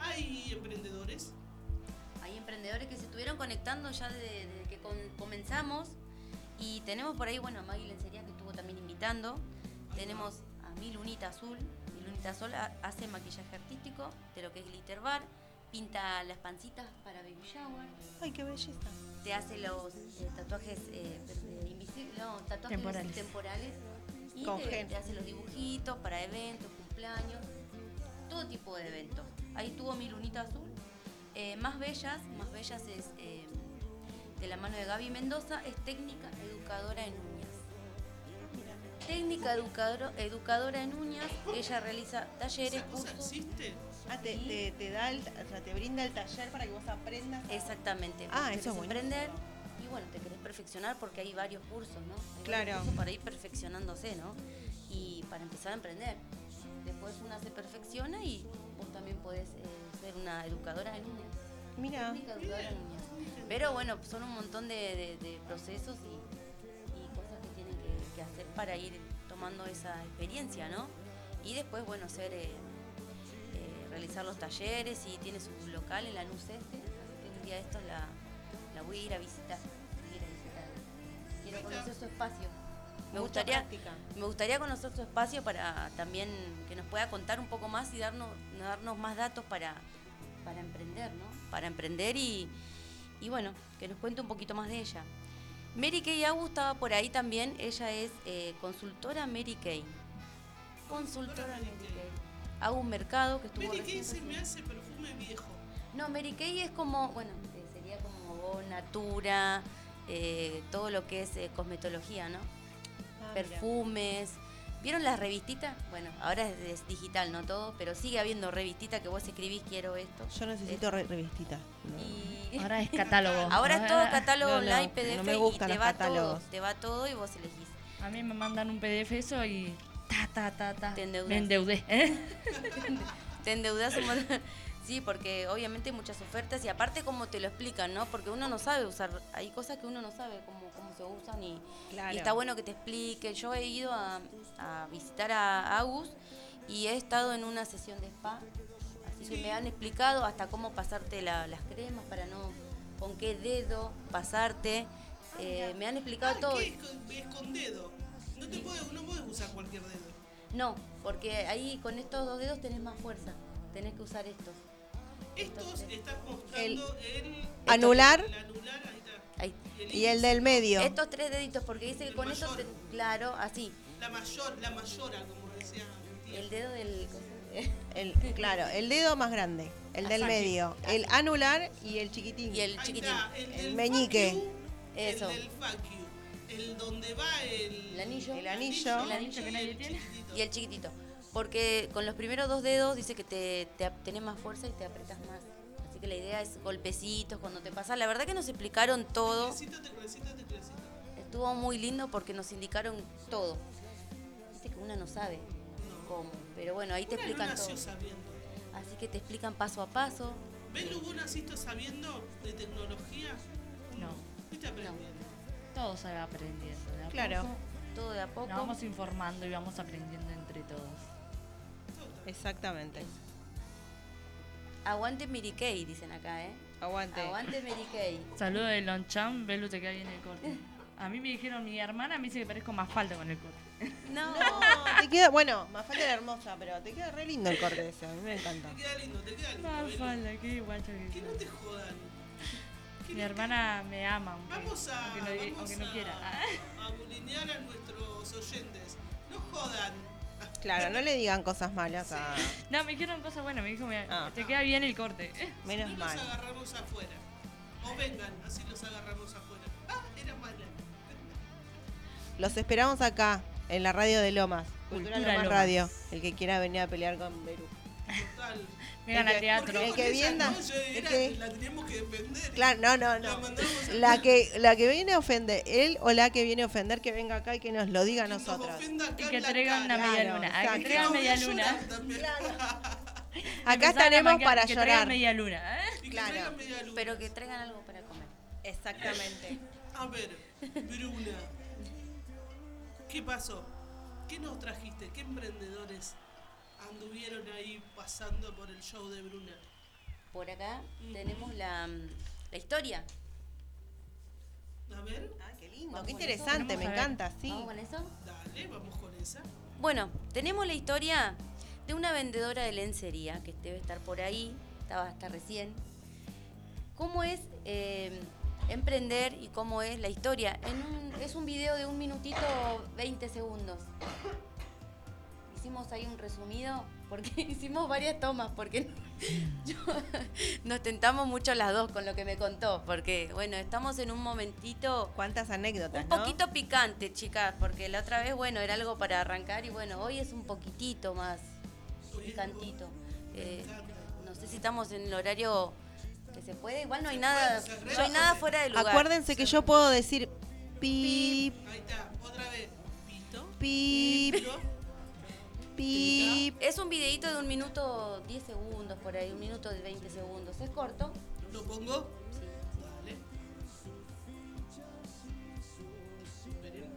[SPEAKER 3] Hay emprendedores
[SPEAKER 4] Hay emprendedores que se estuvieron conectando ya desde, desde que com- comenzamos y tenemos por ahí, bueno, a Maggie Lencería que estuvo también invitando. Tenemos a Mi Lunita Azul. Mi Lunita Azul ha- hace maquillaje artístico de lo que es glitter bar, pinta las pancitas para baby shower.
[SPEAKER 17] Ay, qué belleza.
[SPEAKER 4] Te hace los eh, tatuajes eh, invisibles, no, tatuajes
[SPEAKER 17] Temporales.
[SPEAKER 4] temporales. Y
[SPEAKER 17] Con
[SPEAKER 4] te,
[SPEAKER 17] gel.
[SPEAKER 4] te hace los dibujitos para eventos, cumpleaños, todo tipo de eventos. Ahí tuvo mi lunita azul. Eh, más Bellas, Más Bellas es eh, de la mano de Gaby Mendoza, es técnica educadora en uñas. Técnica educadora, educadora en uñas, ella realiza talleres, cursos.
[SPEAKER 17] Ah, te, te, te da el, o sea, te brinda el taller para que vos aprendas.
[SPEAKER 4] Exactamente.
[SPEAKER 17] Ah, eso
[SPEAKER 4] Vos
[SPEAKER 17] es
[SPEAKER 4] querés
[SPEAKER 17] bueno.
[SPEAKER 4] aprender y bueno, te querés perfeccionar porque hay varios cursos, ¿no? Hay varios
[SPEAKER 17] Claro.
[SPEAKER 4] cursos para ir perfeccionándose, ¿no? Y para empezar a emprender. Después una se perfecciona y vos también podés eh, ser una educadora de niñas.
[SPEAKER 17] Mira.
[SPEAKER 4] Técnica educadora de niñas. Pero bueno, son un montón de, de- de procesos y, y cosas que tienen que, que hacer para ir tomando esa experiencia, ¿no? Y después, bueno, ser, eh, eh, realizar los talleres y tiene su local en la luz este. Así que un día de estos la, la voy a ir a visitar. Voy a ir a visitar. Quiero conocer su espacio.
[SPEAKER 17] Mucha
[SPEAKER 4] Me gustaría,
[SPEAKER 17] práctica.
[SPEAKER 4] me gustaría conocer su espacio para también que nos pueda contar un poco más y darnos, darnos más datos para, para emprender, ¿no? Para emprender y, y bueno, que nos cuente un poquito más de ella. Mary Kay Agu estaba por ahí también, ella es eh, consultora Mary Kay. Consultora Mary Kay. Hago un mercado que estuvo
[SPEAKER 3] Mary
[SPEAKER 4] recién
[SPEAKER 3] Kay se me
[SPEAKER 4] presente.
[SPEAKER 3] hace perfume viejo.
[SPEAKER 4] No, Mary Kay es como, bueno, eh, sería como vos, Natura, eh, todo lo que es eh, cosmetología, ¿no?
[SPEAKER 17] Ah,
[SPEAKER 4] Perfumes. ¿Vieron las revistitas? Bueno, ahora es, es digital, no todo, pero sigue habiendo revistita que vos escribís quiero esto.
[SPEAKER 17] Yo necesito re- revistita.
[SPEAKER 5] Ahora es catálogo.
[SPEAKER 4] Ahora es todo catálogo
[SPEAKER 5] No, no,
[SPEAKER 4] online,
[SPEAKER 5] no
[SPEAKER 4] PDF
[SPEAKER 5] me
[SPEAKER 4] y
[SPEAKER 5] gustan
[SPEAKER 4] te
[SPEAKER 5] los
[SPEAKER 4] va
[SPEAKER 5] catálogos.
[SPEAKER 4] todo, te va todo y vos elegís.
[SPEAKER 5] A mí me mandan un PDF eso y. Ta, ta, ta, ta.
[SPEAKER 4] Te endeudas.
[SPEAKER 5] Me endeudé. ¿Eh?
[SPEAKER 4] Te endeudas un montón. Sí, porque obviamente hay muchas ofertas y aparte como te lo explican, ¿no? Porque uno no sabe usar, hay cosas que uno no sabe cómo, cómo se usan y,
[SPEAKER 17] Claro.
[SPEAKER 4] y está bueno que te explique. Yo he ido a, a visitar a Agus y he estado en una sesión de spa, así que me han explicado hasta cómo pasarte la- las cremas para no, con qué dedo pasarte. Eh, me han explicado todo.
[SPEAKER 3] ¿Qué es con- es con dedo? No te puedes, no puedes usar cualquier dedo.
[SPEAKER 4] No, porque ahí con estos dos dedos tenés más fuerza, tenés que usar estos.
[SPEAKER 3] Estos estás mostrando el,
[SPEAKER 17] Anular.
[SPEAKER 3] el anular, ahí está.
[SPEAKER 4] Ahí.
[SPEAKER 17] Y el del medio.
[SPEAKER 4] Estos tres deditos, porque dice que con estos, te- claro, así.
[SPEAKER 3] La mayor, la mayora, como decía.
[SPEAKER 4] El dedo del...
[SPEAKER 17] El, claro, el dedo más grande, el del
[SPEAKER 4] Así.
[SPEAKER 17] medio, el anular y el chiquitín.
[SPEAKER 4] Y el chiquitín.
[SPEAKER 17] el, meñique.
[SPEAKER 4] Eso.
[SPEAKER 3] El del fuck you. El donde va el,
[SPEAKER 4] El anillo.
[SPEAKER 17] El anillo. El
[SPEAKER 3] anillo que nadie tiene.
[SPEAKER 4] Y el chiquitito. Porque con los primeros dos dedos dice que te, te ap- tenés más fuerza y te apretas más. Así que la idea es golpecitos cuando te pasa. La verdad que nos explicaron todo. Estuvo muy lindo porque nos indicaron todo. Viste que una no sabe cómo. Pero bueno, ahí te
[SPEAKER 3] Una
[SPEAKER 4] explican
[SPEAKER 3] no nació
[SPEAKER 4] todo.
[SPEAKER 3] sabiendo.
[SPEAKER 4] Así que te explican paso a paso.
[SPEAKER 3] ¿Belu, vos naciste sabiendo de tecnología?
[SPEAKER 5] No.
[SPEAKER 3] Fuiste aprendiendo.
[SPEAKER 5] Todo se va aprendiendo. de a
[SPEAKER 17] Claro.
[SPEAKER 5] poco.
[SPEAKER 4] Todo de a poco.
[SPEAKER 5] Nos vamos informando y vamos aprendiendo entre todos.
[SPEAKER 17] Exactamente.
[SPEAKER 4] Aguante Mary Kay, dicen acá, ¿eh?
[SPEAKER 17] Aguante.
[SPEAKER 4] Aguante Mary Kay.
[SPEAKER 5] Saludos de Lonchan, Belu te queda bien el corte. A mí me dijeron, mi hermana me dice que parezco más falta con el corte.
[SPEAKER 1] No.
[SPEAKER 17] Ah,
[SPEAKER 1] te queda, bueno, Mafalda era hermosa, pero te queda re lindo el corte ese, a mí me encanta.
[SPEAKER 3] Te queda lindo, te queda lindo.
[SPEAKER 5] Mafalda, qué guacha que
[SPEAKER 3] Que no
[SPEAKER 5] sos.
[SPEAKER 3] te jodan.
[SPEAKER 5] Mi hermana me ama, aunque,
[SPEAKER 3] Vamos a.
[SPEAKER 5] aunque no, di-
[SPEAKER 3] vamos
[SPEAKER 5] aunque no
[SPEAKER 3] a-
[SPEAKER 5] quiera. Ah.
[SPEAKER 3] A bulinear a nuestros oyentes. No jodan.
[SPEAKER 1] Claro, no le digan cosas malas a.
[SPEAKER 5] No, me dijeron cosas buenas, me dijo, mira,
[SPEAKER 4] Ah.
[SPEAKER 5] te queda bien el corte.
[SPEAKER 1] Menos
[SPEAKER 3] No los agarramos afuera. O vengan, así los agarramos afuera. Ah, era mala.
[SPEAKER 1] Los esperamos acá, en la radio de Lomas. Cultura,
[SPEAKER 5] Cultura
[SPEAKER 1] Lomas,
[SPEAKER 5] Lomas.
[SPEAKER 1] Radio. El que quiera venir a pelear con Perú.
[SPEAKER 3] Total.
[SPEAKER 1] Vengan al
[SPEAKER 3] Porque
[SPEAKER 1] teatro.
[SPEAKER 3] con
[SPEAKER 1] El que
[SPEAKER 3] esa
[SPEAKER 1] vienda-
[SPEAKER 3] noche
[SPEAKER 1] el
[SPEAKER 3] era
[SPEAKER 1] que-
[SPEAKER 4] Este
[SPEAKER 3] que La teníamos que defender.
[SPEAKER 1] Claro, no, no, no. La que, la que viene a ofender, él o la que viene a ofender, que venga acá y que nos lo diga a nosotros.
[SPEAKER 5] Y que traigan una media
[SPEAKER 1] Claro,
[SPEAKER 5] luna. ah,
[SPEAKER 1] exacto.
[SPEAKER 5] que traigan media luna.
[SPEAKER 1] Acá
[SPEAKER 5] Empezaron a
[SPEAKER 1] estaremos
[SPEAKER 5] manquear,
[SPEAKER 1] para
[SPEAKER 5] que traigan
[SPEAKER 1] llorar.
[SPEAKER 5] media luna. ¿eh?
[SPEAKER 1] Claro.
[SPEAKER 4] Pero que traigan algo para comer.
[SPEAKER 1] Exactamente.
[SPEAKER 3] A ver, Bruna. ¿Qué pasó? ¿Qué nos trajiste? ¿Qué emprendedores anduvieron ahí pasando por el show de Bruna?
[SPEAKER 4] Por acá tenemos la, mm, la historia.
[SPEAKER 3] A ver.
[SPEAKER 1] Ah, qué lindo,
[SPEAKER 4] Vamos Ah,
[SPEAKER 1] qué
[SPEAKER 4] con
[SPEAKER 1] interesante,
[SPEAKER 4] eso.
[SPEAKER 1] me encanta, sí.
[SPEAKER 4] ¿Vamos con eso?
[SPEAKER 3] Dale, vamos con esa.
[SPEAKER 4] Bueno, tenemos la historia de una vendedora de lencería que debe estar por ahí, estaba hasta recién. ¿Cómo es eh, emprender y cómo es la historia? En un- es un video de un minutito 20 segundos. Hicimos ahí un resumido porque hicimos varias tomas, porque yo- nos tentamos mucho las dos con lo que me contó, porque bueno, estamos en un momentito...
[SPEAKER 1] ¿Cuántas anécdotas?
[SPEAKER 4] Un
[SPEAKER 1] ¿no?
[SPEAKER 4] poquito picante, chicas, porque la otra vez, bueno, era algo para arrancar y bueno, hoy es un poquitito más picantito. Eh, no sé si estamos en el horario que se puede, igual no hay nada, no hay nada fuera de lugar.
[SPEAKER 1] Acuérdense que yo puedo decir pip,
[SPEAKER 3] Ahí está, otra vez. Pito.
[SPEAKER 1] pip,
[SPEAKER 3] Pito.
[SPEAKER 1] pip.
[SPEAKER 4] Es un videito de un minuto 10 segundos por ahí, un minuto de 20 segundos. Es corto.
[SPEAKER 3] ¿Lo pongo?
[SPEAKER 4] Sí.
[SPEAKER 3] Dale. Esperen.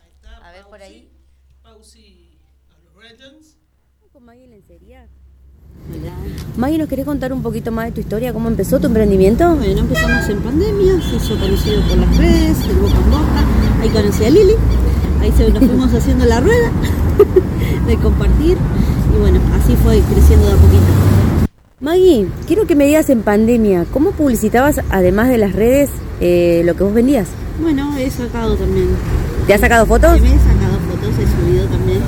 [SPEAKER 3] Ahí está.
[SPEAKER 4] A ver, por
[SPEAKER 3] Pausi.
[SPEAKER 4] ahí.
[SPEAKER 3] Pausi a los Regents.
[SPEAKER 4] ¿Con Maggie Lencería?
[SPEAKER 21] Maggie, ¿nos querés contar un poquito más de tu historia? ¿Cómo empezó tu emprendimiento?
[SPEAKER 14] Bueno, empezamos en pandemia, se hizo conocido por las redes, el boca en boca. Ahí conocí a Lili, ahí se nos fuimos haciendo la rueda de compartir. Y bueno, así fue creciendo de a poquito.
[SPEAKER 21] Maggie, quiero que me digas en pandemia, ¿cómo publicitabas, además de las redes, eh, lo que vos vendías?
[SPEAKER 14] Bueno, he sacado también.
[SPEAKER 21] ¿Te has sacado fotos?
[SPEAKER 14] Me he sacado fotos, he subido también.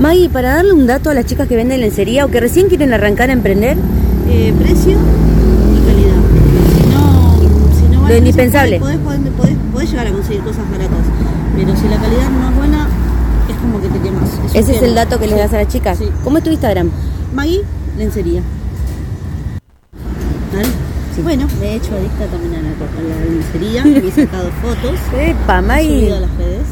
[SPEAKER 21] Maggie, para darle un dato a las chicas que venden lencería o que recién quieren arrancar a emprender,
[SPEAKER 14] Eh, precio y calidad. Si no,
[SPEAKER 21] Lo
[SPEAKER 14] si no vale el precio,
[SPEAKER 21] indispensable.
[SPEAKER 14] Podés, podés- podés- podés llegar a conseguir cosas baratas, pero si la calidad no es buena, es como que te quemas.
[SPEAKER 21] ese es el dato que les das a las chicas. ¿Cómo es tu Instagram?
[SPEAKER 14] Maggie, lencería. ¿Vale? Bueno, me he hecho adicta también a la, a la lencería, me he sacado fotos.
[SPEAKER 21] Epa,
[SPEAKER 14] he
[SPEAKER 21] Maggie.
[SPEAKER 14] subido a las redes.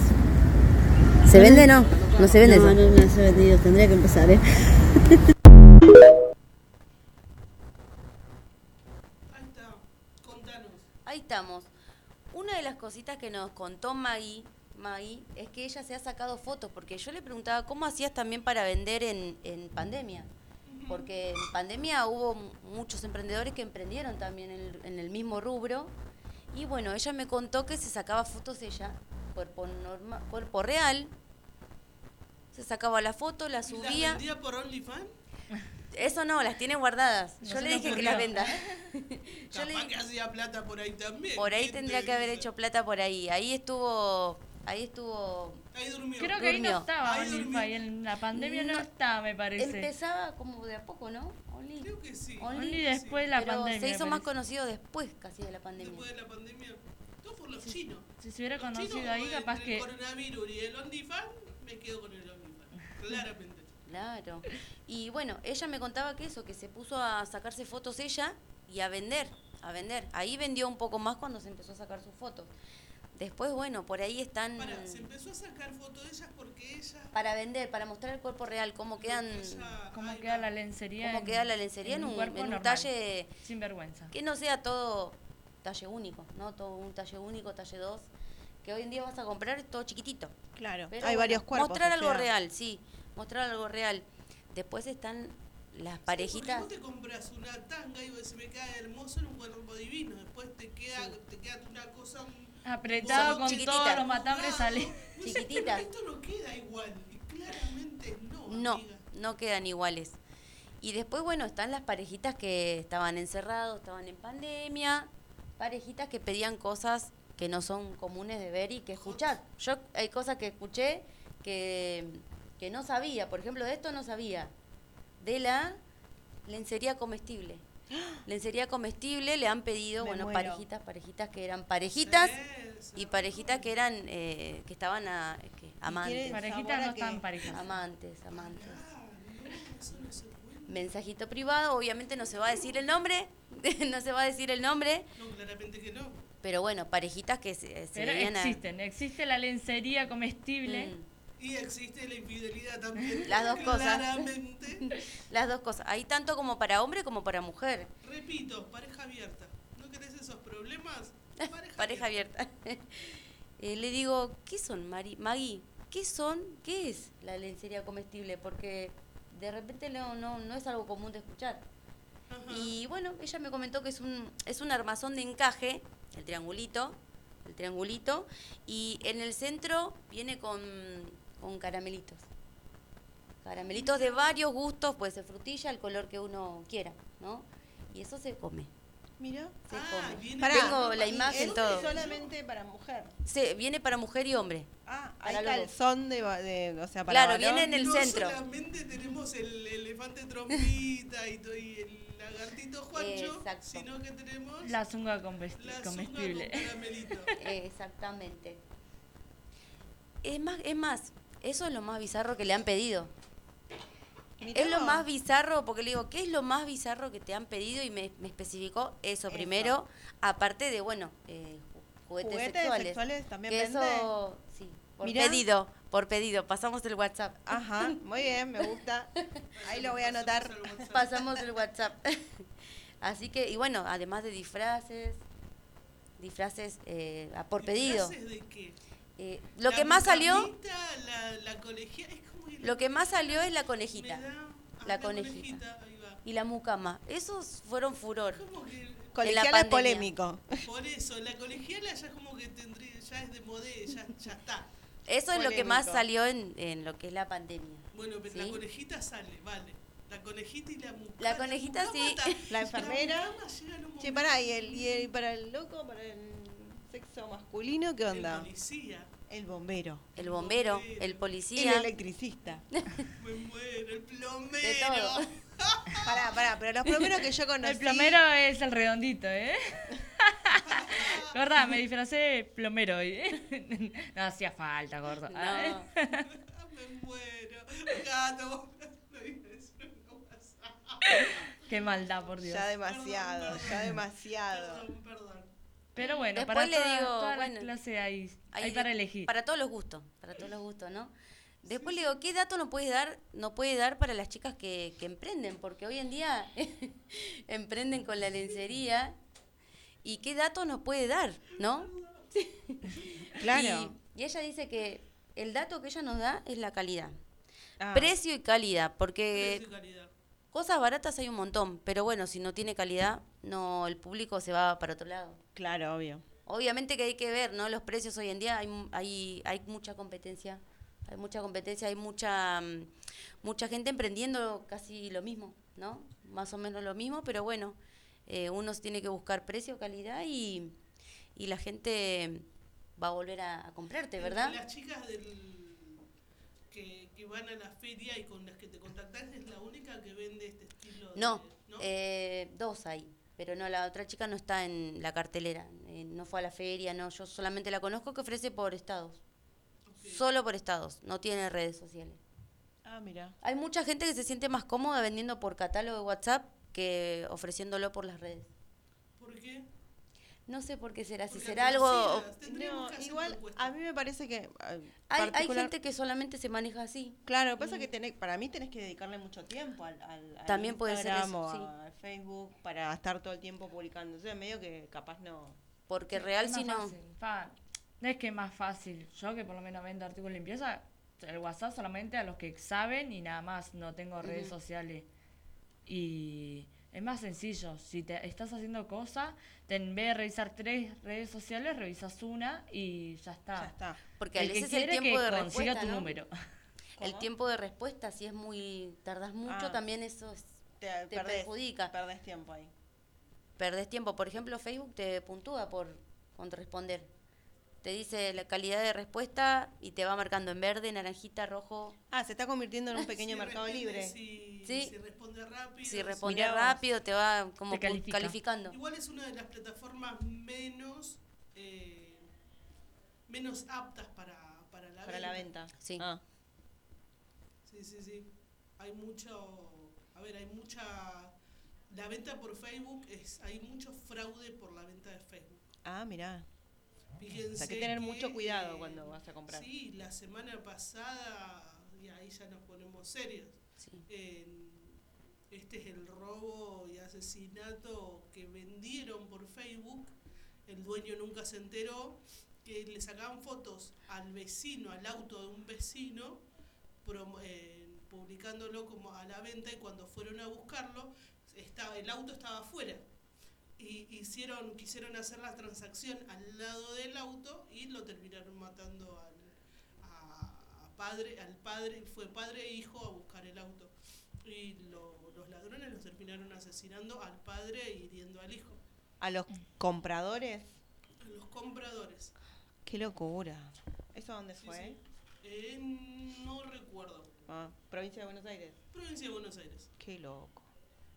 [SPEAKER 21] ¿Se vende o no? No se vende
[SPEAKER 14] No,
[SPEAKER 21] eso.
[SPEAKER 14] no me las he vendido, tendría que empezar, ¿eh?
[SPEAKER 4] Ahí estamos. Una de las cositas que nos contó Maggie, Maggie, es que ella se ha sacado fotos, porque yo le preguntaba cómo hacías también para vender en, en pandemia. Porque en pandemia hubo m- muchos emprendedores que emprendieron también en el, en el mismo rubro. Y bueno, ella me contó que se sacaba fotos ella, cuerpo, norma- cuerpo real. Se sacaba la foto, la
[SPEAKER 3] ¿Y
[SPEAKER 4] subía.
[SPEAKER 3] ¿Las vendía por OnlyFans?
[SPEAKER 4] Eso no, las tiene guardadas.
[SPEAKER 3] No
[SPEAKER 4] yo
[SPEAKER 3] se
[SPEAKER 4] le
[SPEAKER 3] nos
[SPEAKER 4] dije que
[SPEAKER 3] ocurrió.
[SPEAKER 4] las venda.
[SPEAKER 3] Capaz que hacía plata por ahí también.
[SPEAKER 4] Por ahí
[SPEAKER 3] ¿Quién
[SPEAKER 4] tendría
[SPEAKER 3] te
[SPEAKER 4] que haber
[SPEAKER 3] dice?
[SPEAKER 4] hecho plata por ahí. Ahí estuvo. Ahí estuvo.
[SPEAKER 3] Ahí durmió.
[SPEAKER 5] Creo que ahí no
[SPEAKER 4] Durmió.
[SPEAKER 5] estaba OnlyFans, en la pandemia no,
[SPEAKER 4] No.
[SPEAKER 5] estaba, me parece.
[SPEAKER 4] Empezaba como de a poco, ¿no? Only. Creo
[SPEAKER 3] que sí.
[SPEAKER 5] Only después de la pandemia,
[SPEAKER 4] Se
[SPEAKER 5] me
[SPEAKER 4] hizo más
[SPEAKER 5] parece.
[SPEAKER 4] conocido después casi de la pandemia. Después
[SPEAKER 3] de la pandemia. Todo por los chinos.
[SPEAKER 5] Si se hubiera
[SPEAKER 3] Los
[SPEAKER 5] conocido
[SPEAKER 3] chinos,
[SPEAKER 5] ahí,
[SPEAKER 3] entre
[SPEAKER 5] capaz que.
[SPEAKER 3] El coronavirus y el OnlyFans, me quedo con el OnlyFans. Claramente.
[SPEAKER 4] Claro. Y bueno, ella me contaba que eso, que se puso a sacarse fotos ella y a vender, a vender. Ahí vendió un poco más cuando se empezó a sacar sus fotos. Después, bueno, por ahí están
[SPEAKER 3] Pará, se empezó a sacar fotos de ellas porque ella.
[SPEAKER 4] para vender, para mostrar el cuerpo real, cómo quedan,
[SPEAKER 5] ¿Cómo queda la lencería?
[SPEAKER 4] cómo
[SPEAKER 5] en-
[SPEAKER 4] queda la lencería en un,
[SPEAKER 5] cuerpo
[SPEAKER 4] en un
[SPEAKER 5] normal?
[SPEAKER 4] talle
[SPEAKER 5] Sin vergüenza.
[SPEAKER 4] que no sea todo talle único, ¿no? Todo un talle único, talle 2, que hoy en día vas a comprar todo chiquitito.
[SPEAKER 1] Claro,
[SPEAKER 4] Pero
[SPEAKER 1] hay
[SPEAKER 4] bueno,
[SPEAKER 1] varios cuerpos.
[SPEAKER 4] Mostrar
[SPEAKER 1] o
[SPEAKER 4] algo
[SPEAKER 1] sea.
[SPEAKER 4] real, sí, mostrar algo real. Después están las parejitas.
[SPEAKER 3] Vos te compras una tanga y se me queda hermoso en un cuerpo divino. Después te queda, te queda una cosa. un-
[SPEAKER 5] Apretado
[SPEAKER 3] un-
[SPEAKER 5] con
[SPEAKER 3] chiquitita.
[SPEAKER 5] todos los matambres
[SPEAKER 3] Ah,
[SPEAKER 5] sale.
[SPEAKER 3] vos decís,
[SPEAKER 4] Chiquitita.
[SPEAKER 3] Esto no queda igual. Y claramente no.
[SPEAKER 4] No,
[SPEAKER 3] amiga.
[SPEAKER 4] no quedan iguales. Y después, bueno, están las parejitas que estaban encerrados, estaban en pandemia, parejitas que pedían cosas que no son comunes de ver y que escuchar. Yo hay cosas que escuché que, que no sabía, por ejemplo, de esto no sabía, de la lencería comestible. Lencería comestible le han pedido,
[SPEAKER 17] Me
[SPEAKER 4] bueno,
[SPEAKER 17] muero.
[SPEAKER 4] parejitas, parejitas que eran parejitas y parejitas que eran, eh, que estaban a, que- amantes.
[SPEAKER 5] tiene Parejitas sabor a no que- están parejas.
[SPEAKER 4] Amantes, amantes. Mensajito privado, obviamente no se va a decir el nombre, no se va a decir el nombre,
[SPEAKER 3] No, claramente que no.
[SPEAKER 4] pero bueno, parejitas que se, se
[SPEAKER 5] Pero
[SPEAKER 4] veían a- Mm.
[SPEAKER 5] existen, existe la lencería comestible.
[SPEAKER 3] Y existe la infidelidad también.
[SPEAKER 4] Las dos cosas.
[SPEAKER 3] Claramente.
[SPEAKER 4] las dos cosas. Hay tanto como para hombre como para mujer.
[SPEAKER 3] Repito, pareja abierta. ¿No querés esos problemas?
[SPEAKER 4] Pareja abierta. Eh, le digo, ¿qué son, Mari? Maggie? ¿Qué son? ¿Qué es la lencería comestible? Porque de repente no, no, no es algo común de escuchar. Y bueno, ella me comentó que es un, es un armazón de encaje, el triangulito, el triangulito, y en el centro viene con, con caramelitos. Caramelitos de varios gustos, puede ser frutilla, el color que uno quiera, ¿no? Y eso se come.
[SPEAKER 17] Mira.
[SPEAKER 4] Se come.
[SPEAKER 17] viene-
[SPEAKER 4] Tengo
[SPEAKER 17] Pará,
[SPEAKER 4] la
[SPEAKER 17] y
[SPEAKER 4] imagen,
[SPEAKER 17] es
[SPEAKER 4] todo.
[SPEAKER 17] solamente para mujer.
[SPEAKER 4] Se, viene para mujer y hombre.
[SPEAKER 17] Ah,
[SPEAKER 4] Para
[SPEAKER 17] hay
[SPEAKER 4] los dos.
[SPEAKER 17] calzón de, va- de- o sea, para
[SPEAKER 4] Claro,
[SPEAKER 17] varón.
[SPEAKER 4] viene en el
[SPEAKER 3] no
[SPEAKER 4] centro.
[SPEAKER 3] solamente tenemos el elefante trompita y, to- y el lagartito Juancho, sino que tenemos
[SPEAKER 5] La zunga comest-
[SPEAKER 3] la zunga
[SPEAKER 5] comestible.
[SPEAKER 3] con caramelito.
[SPEAKER 4] Exactamente. Es más, es más, eso es lo más bizarro que le han pedido.
[SPEAKER 17] Mirá
[SPEAKER 4] Es lo
[SPEAKER 17] vos.
[SPEAKER 4] más bizarro, porque le digo, ¿qué es lo más bizarro que te han pedido? Y me, me especificó eso,
[SPEAKER 17] Eso.
[SPEAKER 4] primero, aparte de, bueno, eh, ju- juguetes,
[SPEAKER 17] ¿Juguetes
[SPEAKER 4] sexuales.
[SPEAKER 17] sexuales también
[SPEAKER 4] Que
[SPEAKER 17] vende?
[SPEAKER 4] eso, sí, por
[SPEAKER 17] Mirá.
[SPEAKER 4] pedido, por pedido. Pasamos el WhatsApp.
[SPEAKER 17] Ajá, muy bien, me gusta. Ahí lo voy a anotar.
[SPEAKER 4] Pasamos el WhatsApp. Así que, y bueno, además de disfraces, disfraces eh, a- por pedido.
[SPEAKER 3] ¿Disfraces de qué?
[SPEAKER 4] Eh, lo
[SPEAKER 3] La
[SPEAKER 4] que más salió,
[SPEAKER 3] picamita, La, la colegia- es como el-
[SPEAKER 4] lo que más salió es la conejita.
[SPEAKER 3] Me da- ah,
[SPEAKER 4] La conejita.
[SPEAKER 3] ahí va.
[SPEAKER 4] Y la mucama. Esos fueron furor.
[SPEAKER 17] Colegiala
[SPEAKER 4] En la
[SPEAKER 17] es
[SPEAKER 4] pandemia.
[SPEAKER 17] polémico.
[SPEAKER 3] Por eso, la colegiala ya es como que tendría, ya es de modé, ya, ya está.
[SPEAKER 4] Eso es lo que más
[SPEAKER 3] Polémico.
[SPEAKER 4] salió en, en lo que es la pandemia.
[SPEAKER 3] Bueno, pero
[SPEAKER 4] ¿Sí?
[SPEAKER 3] la conejita sale, vale. La conejita y la mucama.
[SPEAKER 4] La conejita sí.
[SPEAKER 17] La enfermera.
[SPEAKER 3] mucama llega en un
[SPEAKER 17] Che, pará, ¿y, el, y el- para el loco, para el sexo masculino, qué onda? El
[SPEAKER 3] policía.
[SPEAKER 17] El bombero.
[SPEAKER 4] El bombero, el policía.
[SPEAKER 17] El electricista.
[SPEAKER 3] Me muero, el plomero.
[SPEAKER 17] De todo. pará, pará, pero los primeros que yo conocí.
[SPEAKER 5] El plomero es el redondito, ¿eh? Gorda, me disfracé de plomero hoy. ¿eh? No hacía falta, gordo.
[SPEAKER 3] No. Me muero. Gato. No digas eso, no pasa.
[SPEAKER 5] Qué maldad, por Dios.
[SPEAKER 17] Ya demasiado, ya demasiado.
[SPEAKER 3] Perdón, perdón.
[SPEAKER 5] Pero bueno,
[SPEAKER 4] Después
[SPEAKER 5] para
[SPEAKER 4] le
[SPEAKER 5] todas-
[SPEAKER 4] digo,
[SPEAKER 5] todas las
[SPEAKER 4] bueno,
[SPEAKER 5] clases hay,
[SPEAKER 4] hay
[SPEAKER 5] hay,
[SPEAKER 4] de-
[SPEAKER 5] para elegir.
[SPEAKER 4] Para todos los gustos, para todos los gustos, ¿no? Después le digo, ¿qué dato no puedes dar, no puede dar para las chicas que, que emprenden? Porque hoy en día emprenden con la lencería. ¿Y qué dato nos puede dar, no?
[SPEAKER 17] Claro.
[SPEAKER 4] Y, y ella dice que el dato que ella nos da es la calidad.
[SPEAKER 17] Ah.
[SPEAKER 4] Precio y calidad, porque
[SPEAKER 3] Precio y calidad.
[SPEAKER 4] cosas baratas hay un montón, pero bueno, si no tiene calidad, no el público se va para otro lado.
[SPEAKER 17] Claro, obvio.
[SPEAKER 4] Obviamente que hay que ver, ¿no? Los precios hoy en día hay, mu- hay, hay mucha competencia. Hay mucha competencia, hay mucha, mm, mucha gente emprendiendo casi lo mismo, ¿no? Más o menos lo mismo, pero bueno, eh, uno tiene que buscar precio, calidad y, y la gente va a volver a, a comprarte,
[SPEAKER 3] Entre
[SPEAKER 4] ¿verdad?
[SPEAKER 3] Las chicas del, que, que van a la feria y con las que te contactás es la única que vende este estilo. de-
[SPEAKER 4] No, eh, dos hay, pero no, la otra chica no está en la cartelera, eh, no fue a la feria, no, yo solamente la conozco que ofrece por estados, solo por estados, no tiene redes sociales.
[SPEAKER 17] Ah, mira.
[SPEAKER 4] Hay mucha gente que se siente más cómoda vendiendo por catálogo de WhatsApp que ofreciéndolo por las redes.
[SPEAKER 3] ¿Por qué?
[SPEAKER 4] No sé por qué será, si
[SPEAKER 17] Porque
[SPEAKER 4] será algo...
[SPEAKER 17] conocidas, No, igual a mí me parece que eh,
[SPEAKER 4] Hay, hay
[SPEAKER 17] particular-
[SPEAKER 4] gente que solamente se maneja así.
[SPEAKER 17] Claro, lo que pasa es que tenés- para mí tenés que dedicarle mucho tiempo al, al- al
[SPEAKER 4] También puede ser
[SPEAKER 17] Instagram
[SPEAKER 4] eso,
[SPEAKER 17] o
[SPEAKER 4] sí.
[SPEAKER 17] al Facebook para estar todo el tiempo publicando. O sea, medio que capaz no.
[SPEAKER 4] Porque real
[SPEAKER 5] Es
[SPEAKER 4] si
[SPEAKER 5] más
[SPEAKER 4] no...
[SPEAKER 5] fácil, pa, no es que es más fácil. Yo que por lo menos vendo artículos de limpieza, el WhatsApp solamente a los que saben y nada más. No tengo redes
[SPEAKER 4] Ujú.
[SPEAKER 5] sociales. y es más sencillo. Si te estás haciendo cosas, te, en vez de revisar tres redes sociales, revisas una y ya está.
[SPEAKER 4] Ya está. Porque a veces el tiempo de respuesta,
[SPEAKER 5] tu
[SPEAKER 4] ¿no?
[SPEAKER 5] número.
[SPEAKER 4] El tiempo de respuesta, si es muy. tardas mucho,
[SPEAKER 1] Ah.
[SPEAKER 4] también eso es-
[SPEAKER 1] Te,
[SPEAKER 4] te
[SPEAKER 1] perdés,
[SPEAKER 4] perjudica.
[SPEAKER 1] Perdés tiempo ahí.
[SPEAKER 4] Perdés tiempo. Por ejemplo, Facebook te puntúa por contrarresponder. Te dice la calidad de respuesta y te va marcando en verde, naranjita, rojo.
[SPEAKER 1] Ah, se está convirtiendo en un pequeño
[SPEAKER 4] Sí,
[SPEAKER 1] mercado
[SPEAKER 4] responde,
[SPEAKER 1] libre.
[SPEAKER 3] Si,
[SPEAKER 4] Sí.
[SPEAKER 3] si responde rápido.
[SPEAKER 4] Si responde
[SPEAKER 1] Mirá vos.
[SPEAKER 4] rápido, te va
[SPEAKER 1] Te
[SPEAKER 4] como pu-
[SPEAKER 1] califica.
[SPEAKER 4] calificando.
[SPEAKER 3] Igual es una de las plataformas menos eh, menos aptas para, para la
[SPEAKER 1] Para la venta. Ah.
[SPEAKER 4] Sí.
[SPEAKER 3] Sí, sí, sí. Hay mucho, a ver, hay mucha la venta por Facebook es hay mucho fraude por la venta de Facebook.
[SPEAKER 1] Ah, mirá.
[SPEAKER 3] Fíjense
[SPEAKER 1] O sea, que tener mucho cuidado
[SPEAKER 3] eh,
[SPEAKER 1] cuando vas a comprar.
[SPEAKER 3] Sí, la semana pasada, y ahí ya nos ponemos serios. en- este es el robo y asesinato que vendieron por Facebook. El dueño nunca se enteró que le sacaban fotos al vecino, al auto de un vecino, promo- eh, publicándolo como a la venta y cuando fueron a buscarlo, estaba, el auto estaba afuera y hicieron, quisieron hacer la transacción al lado del auto y lo terminaron matando al, a- a padre, al padre, fue padre e hijo a buscar el auto. Y lo- los ladrones los terminaron asesinando al padre e hiriendo al hijo,
[SPEAKER 1] A los compradores.
[SPEAKER 3] a los compradores.
[SPEAKER 1] Qué locura. ¿Eso dónde
[SPEAKER 3] Sí,
[SPEAKER 1] fue?
[SPEAKER 3] sí. Eh, no recuerdo.
[SPEAKER 1] Ah, provincia de Buenos Aires.
[SPEAKER 3] Provincia de Buenos Aires.
[SPEAKER 1] Qué loco.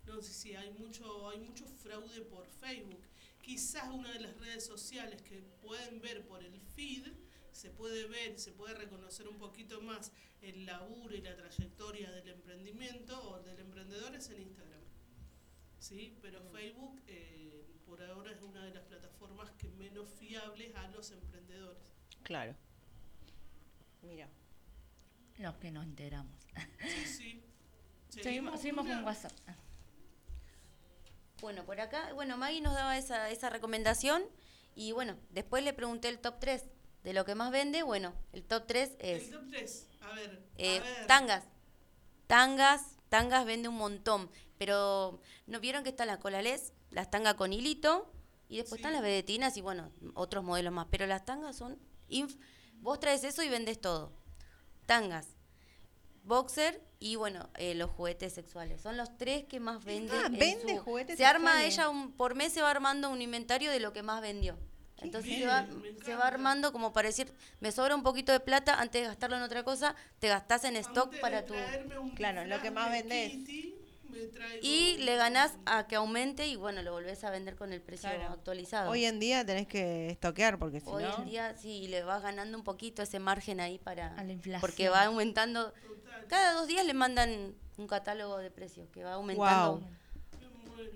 [SPEAKER 3] No sé si hay mucho, hay mucho fraude por Facebook. Quizás una de las redes sociales que pueden ver por el feed, se puede ver, se puede reconocer un poquito más el laburo y la trayectoria del emprendimiento o del emprendedor es en Instagram. ¿Sí? Pero Facebook eh, por ahora es una de las plataformas que menos fiables a los emprendedores.
[SPEAKER 1] Claro. Mira.
[SPEAKER 5] Los que nos enteramos.
[SPEAKER 3] Sí, sí.
[SPEAKER 5] Seguimos, seguimos con WhatsApp.
[SPEAKER 4] Bueno, por acá, bueno, Maggie nos daba esa, esa recomendación y bueno, después le pregunté el top 3 de lo que más vende. Bueno, el top 3 es
[SPEAKER 3] El top 3, a ver,
[SPEAKER 4] eh,
[SPEAKER 3] a ver.
[SPEAKER 4] tangas. Tangas, tangas vende un montón, pero ¿no vieron que están las colales? Las tangas con hilito y después están las vedetinas y bueno, otros modelos más, pero las tangas son... inf- Vos traes eso y vendes todo. Tangas, boxer y bueno, eh, los juguetes sexuales. Son los tres que más venden.
[SPEAKER 1] Ah,
[SPEAKER 4] en
[SPEAKER 1] vende
[SPEAKER 4] su-
[SPEAKER 1] juguetes
[SPEAKER 4] Se arma
[SPEAKER 1] sexuales.
[SPEAKER 4] ella, un, por mes se va armando un inventario de lo que más vendió. Entonces se
[SPEAKER 1] bien,
[SPEAKER 4] va,
[SPEAKER 1] me
[SPEAKER 4] se va armando como para decir, me sobra un poquito de plata, antes de gastarlo en otra cosa, te gastás en stock para tu...
[SPEAKER 1] Claro, lo que más vendés.
[SPEAKER 4] Y le ganás a que aumente y bueno, lo volvés a vender con el precio
[SPEAKER 1] Claro.
[SPEAKER 4] actualizado.
[SPEAKER 1] Hoy en día tenés que estoquear porque si
[SPEAKER 4] Hoy
[SPEAKER 1] no.
[SPEAKER 4] en día sí, le vas ganando un poquito ese margen ahí para...
[SPEAKER 5] inflación.
[SPEAKER 4] Porque va aumentando... Cada dos días le mandan un catálogo de precios que va aumentando.
[SPEAKER 1] Guau.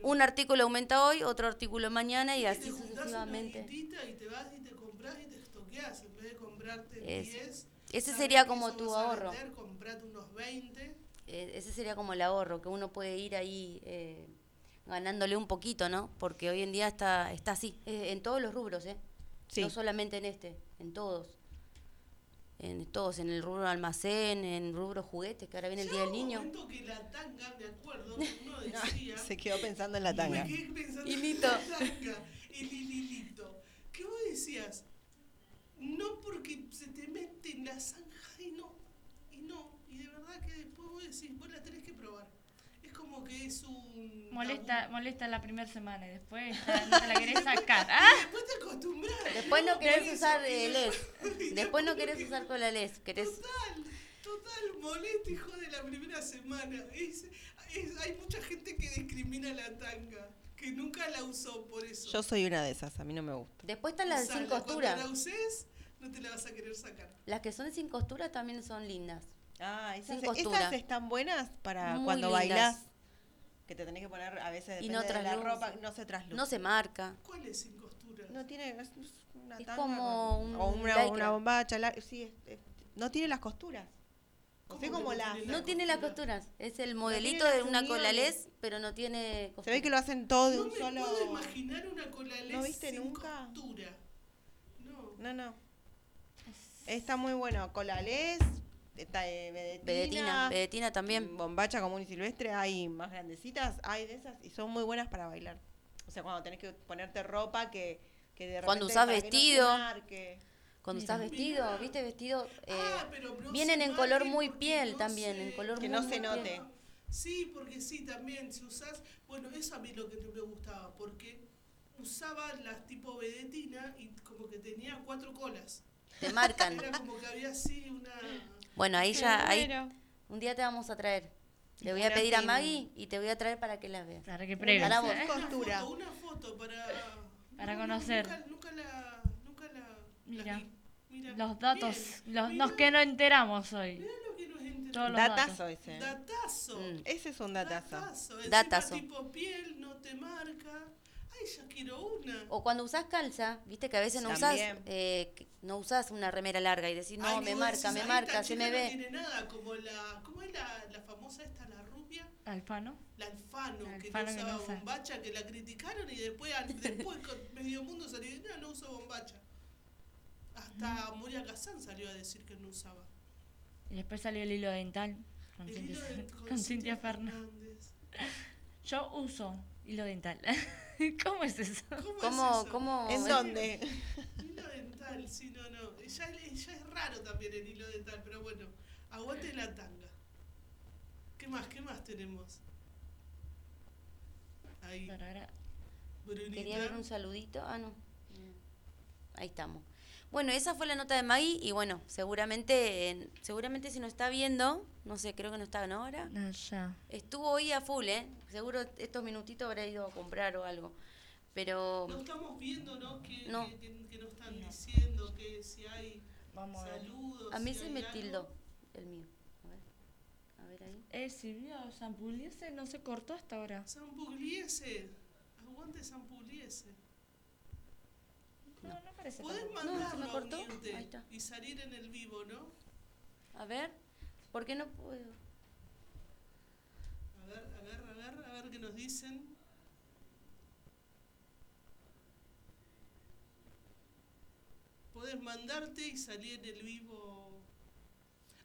[SPEAKER 4] Un artículo aumenta hoy, otro artículo mañana y así
[SPEAKER 3] Juntás una
[SPEAKER 4] sucesivamente.
[SPEAKER 3] guitita y te vas y te compras y te estoqueas en vez de comprarte
[SPEAKER 5] Eh,
[SPEAKER 4] Es-
[SPEAKER 3] 10.
[SPEAKER 4] ese
[SPEAKER 3] sabes
[SPEAKER 4] sería
[SPEAKER 3] que
[SPEAKER 4] como
[SPEAKER 3] eso
[SPEAKER 4] tu
[SPEAKER 3] vas a
[SPEAKER 4] ahorro.
[SPEAKER 3] vender, comprate unos 20.
[SPEAKER 4] Eh, ese sería como el ahorro, que uno puede ir ahí eh, ganándole un poquito, ¿no? Porque hoy en día está, está así, eh, en todos los rubros, ¿eh?
[SPEAKER 1] Sí.
[SPEAKER 4] No solamente en este, en todos. En todos, en el rubro almacén, en rubro juguetes, que ahora viene el Día del Niño.
[SPEAKER 3] Siento que la tanga, me acuerdo, que uno decía.
[SPEAKER 1] Se quedó pensando en la tanga.
[SPEAKER 3] Me quedé pensando
[SPEAKER 1] Hilito.
[SPEAKER 3] en la tanga, el hilito. ¿Qué vos decías? No porque se te mete en la zanja y no, y no. Y de verdad que después vos decís, vos la tenés que probar. Es como que es un.
[SPEAKER 5] Molesta, molesta la primera semana y después ya no te la querés sacar. Ah,
[SPEAKER 3] Después te acostumbras.
[SPEAKER 4] Después no querés
[SPEAKER 3] Eso,
[SPEAKER 4] usar
[SPEAKER 3] y
[SPEAKER 4] eh,
[SPEAKER 3] después-
[SPEAKER 4] LED. Después no querés usar con la LED. Querés...
[SPEAKER 3] Total, total, molesto, hijo de la primera semana. Es- es- hay mucha gente que discrimina la tanga, que nunca la usó por eso.
[SPEAKER 1] Yo soy una de esas, a mí no me gusta.
[SPEAKER 4] Después están las de sin
[SPEAKER 3] Usala,
[SPEAKER 4] costura.
[SPEAKER 3] Cuando la uses, no te la vas a querer sacar.
[SPEAKER 4] Las que son sin costura también son lindas.
[SPEAKER 1] Ah, esas,
[SPEAKER 4] Sin costura.
[SPEAKER 1] esas están buenas para
[SPEAKER 4] Muy
[SPEAKER 1] cuando
[SPEAKER 4] lindas.
[SPEAKER 1] bailás. Que te tenés que poner a veces
[SPEAKER 4] Y
[SPEAKER 1] depende
[SPEAKER 4] no
[SPEAKER 1] de la
[SPEAKER 4] trasluz.
[SPEAKER 1] ropa, no se trasluce.
[SPEAKER 4] No se marca.
[SPEAKER 3] ¿Cuál es sin costura?
[SPEAKER 1] No tiene, es es una
[SPEAKER 4] Es
[SPEAKER 1] tanga
[SPEAKER 4] como
[SPEAKER 1] con-
[SPEAKER 4] un
[SPEAKER 1] o una,
[SPEAKER 4] lycra.
[SPEAKER 1] una bombacha, la- sí, es- es- no tiene las costuras. No sé cómo la hacen.
[SPEAKER 4] No tiene las costuras. Es el modelito
[SPEAKER 1] tiene
[SPEAKER 4] de
[SPEAKER 1] las
[SPEAKER 4] una
[SPEAKER 1] uniones.
[SPEAKER 4] colalés, pero no tiene costura.
[SPEAKER 1] Se ve que lo hacen todo de
[SPEAKER 4] No
[SPEAKER 1] un
[SPEAKER 4] me
[SPEAKER 1] solo.
[SPEAKER 4] puedo
[SPEAKER 3] Imaginar una cola
[SPEAKER 1] ¿No
[SPEAKER 3] lesa
[SPEAKER 1] viste
[SPEAKER 3] sin
[SPEAKER 1] nunca?
[SPEAKER 3] costura. No.
[SPEAKER 1] No, no. Está muy bueno. Colalés, Está eh, vedetina, mm,
[SPEAKER 4] Vedetina, vedetina también.
[SPEAKER 1] Bombacha común y silvestre, hay más grandecitas, hay de esas y son muy buenas para bailar. O sea, cuando tenés que ponerte ropa que, que de
[SPEAKER 4] Cuando
[SPEAKER 1] repente
[SPEAKER 4] usás
[SPEAKER 1] para que no se
[SPEAKER 4] vestido.
[SPEAKER 1] marque.
[SPEAKER 4] Cuando estás
[SPEAKER 1] Mira.
[SPEAKER 4] vestido, viste, vestido. eh, vienen en color muy piel también, en color
[SPEAKER 1] Que
[SPEAKER 4] muy,
[SPEAKER 1] no se
[SPEAKER 4] muy piel.
[SPEAKER 1] note.
[SPEAKER 3] Sí, porque sí, también, si usás, bueno, eso a mí lo que no me gustaba, porque usaba las tipo vedetina y como que tenía cuatro colas.
[SPEAKER 4] Te marcan.
[SPEAKER 3] Era como que había así una...
[SPEAKER 4] Bueno, ahí
[SPEAKER 3] Me
[SPEAKER 4] ya, ahí,
[SPEAKER 3] muero.
[SPEAKER 4] un día te vamos a traer. Le voy a
[SPEAKER 3] Una
[SPEAKER 4] pedir a
[SPEAKER 3] pin.
[SPEAKER 4] Maggie y te voy a traer para que las veas.
[SPEAKER 5] Para que
[SPEAKER 4] pruebes. Para vos.
[SPEAKER 3] Una foto, una foto para...
[SPEAKER 5] Para
[SPEAKER 3] no,
[SPEAKER 5] conocer.
[SPEAKER 3] Nunca, nunca la... Nunca la...
[SPEAKER 5] Mira,
[SPEAKER 3] Mira,
[SPEAKER 5] los datos,
[SPEAKER 3] bien,
[SPEAKER 5] los,
[SPEAKER 3] mira
[SPEAKER 5] los que no enteramos hoy.
[SPEAKER 3] lo que nos enteramos.
[SPEAKER 5] Todos los
[SPEAKER 1] Datazo
[SPEAKER 5] datos.
[SPEAKER 1] ese.
[SPEAKER 3] Datazo.
[SPEAKER 4] Mm.
[SPEAKER 1] Ese es un datazo.
[SPEAKER 3] Datazo. Encima
[SPEAKER 4] Datazo.
[SPEAKER 3] tipo piel, no te marca. Ay, ya quiero una.
[SPEAKER 4] O cuando usás calza, viste que a veces no usás,
[SPEAKER 3] También.
[SPEAKER 4] eh, que- no usás una remera larga y decís, no,
[SPEAKER 3] Ay,
[SPEAKER 4] me
[SPEAKER 3] vos
[SPEAKER 4] marca,
[SPEAKER 3] decís,
[SPEAKER 4] me
[SPEAKER 3] "Ay,
[SPEAKER 4] marca,
[SPEAKER 3] esta
[SPEAKER 4] se
[SPEAKER 3] chica
[SPEAKER 4] me
[SPEAKER 3] no
[SPEAKER 4] ve.
[SPEAKER 3] tiene nada, como la, ¿cómo es la, la famosa esta, la rubia?
[SPEAKER 5] Alfano.
[SPEAKER 3] La Alfano, que
[SPEAKER 5] Alfano
[SPEAKER 3] no
[SPEAKER 5] que no
[SPEAKER 3] usaba
[SPEAKER 5] usa.
[SPEAKER 3] bombacha, que la criticaron y después, al- después con medio mundo salió y no, no uso bombacha. Hasta Moria Kazan salió a decir que no usaba.
[SPEAKER 5] Y después salió el hilo dental con,
[SPEAKER 3] El
[SPEAKER 5] Cintia,
[SPEAKER 3] hilo de- con
[SPEAKER 5] con
[SPEAKER 3] Cintia
[SPEAKER 5] Cintia Fernández. Yo uso hilo dental. ¿Cómo es eso?
[SPEAKER 3] ¿Cómo es eso?
[SPEAKER 1] ¿En dónde?
[SPEAKER 3] Hilo dental, sí, no, no. Ya, ya es raro también el hilo dental, pero bueno, aguante la tanga. ¿Qué más? ¿Qué más tenemos? Ahí. Brunita.
[SPEAKER 4] Quería ver un saludito. Ah, no.
[SPEAKER 3] Mm.
[SPEAKER 4] Ahí estamos. Bueno, esa fue la nota de Maggie y bueno, seguramente, eh, seguramente si nos está viendo, no sé, creo que no está, ¿no? Ahora.
[SPEAKER 5] No, ya.
[SPEAKER 4] Estuvo hoy a full, ¿eh? Seguro estos minutitos habrá ido a comprar o algo. Pero
[SPEAKER 3] No estamos viendo, ¿no? ¿Qué,
[SPEAKER 4] No.
[SPEAKER 3] qué- qué- qué nos están diciendo? Que si hay
[SPEAKER 5] a ver.
[SPEAKER 3] saludos.
[SPEAKER 4] a mí
[SPEAKER 3] si
[SPEAKER 4] se
[SPEAKER 3] hay
[SPEAKER 4] me
[SPEAKER 3] algo.
[SPEAKER 4] tildó el mío. A ver, a ver ahí.
[SPEAKER 5] Eh, Silvia, San Pugliese no se cortó hasta ahora.
[SPEAKER 3] San Pugliese. Aguante San Pugliese.
[SPEAKER 5] No, no parece.
[SPEAKER 3] Podés
[SPEAKER 5] tan-
[SPEAKER 4] se me
[SPEAKER 3] mandarlo a
[SPEAKER 4] cortó.
[SPEAKER 3] unirte
[SPEAKER 4] Ahí está.
[SPEAKER 3] y salir en el vivo, ¿no?
[SPEAKER 4] A ver, ¿por qué no puedo?
[SPEAKER 3] A ver, a ver, a ver, a ver qué nos dicen. Podés mandarte y salir en el vivo.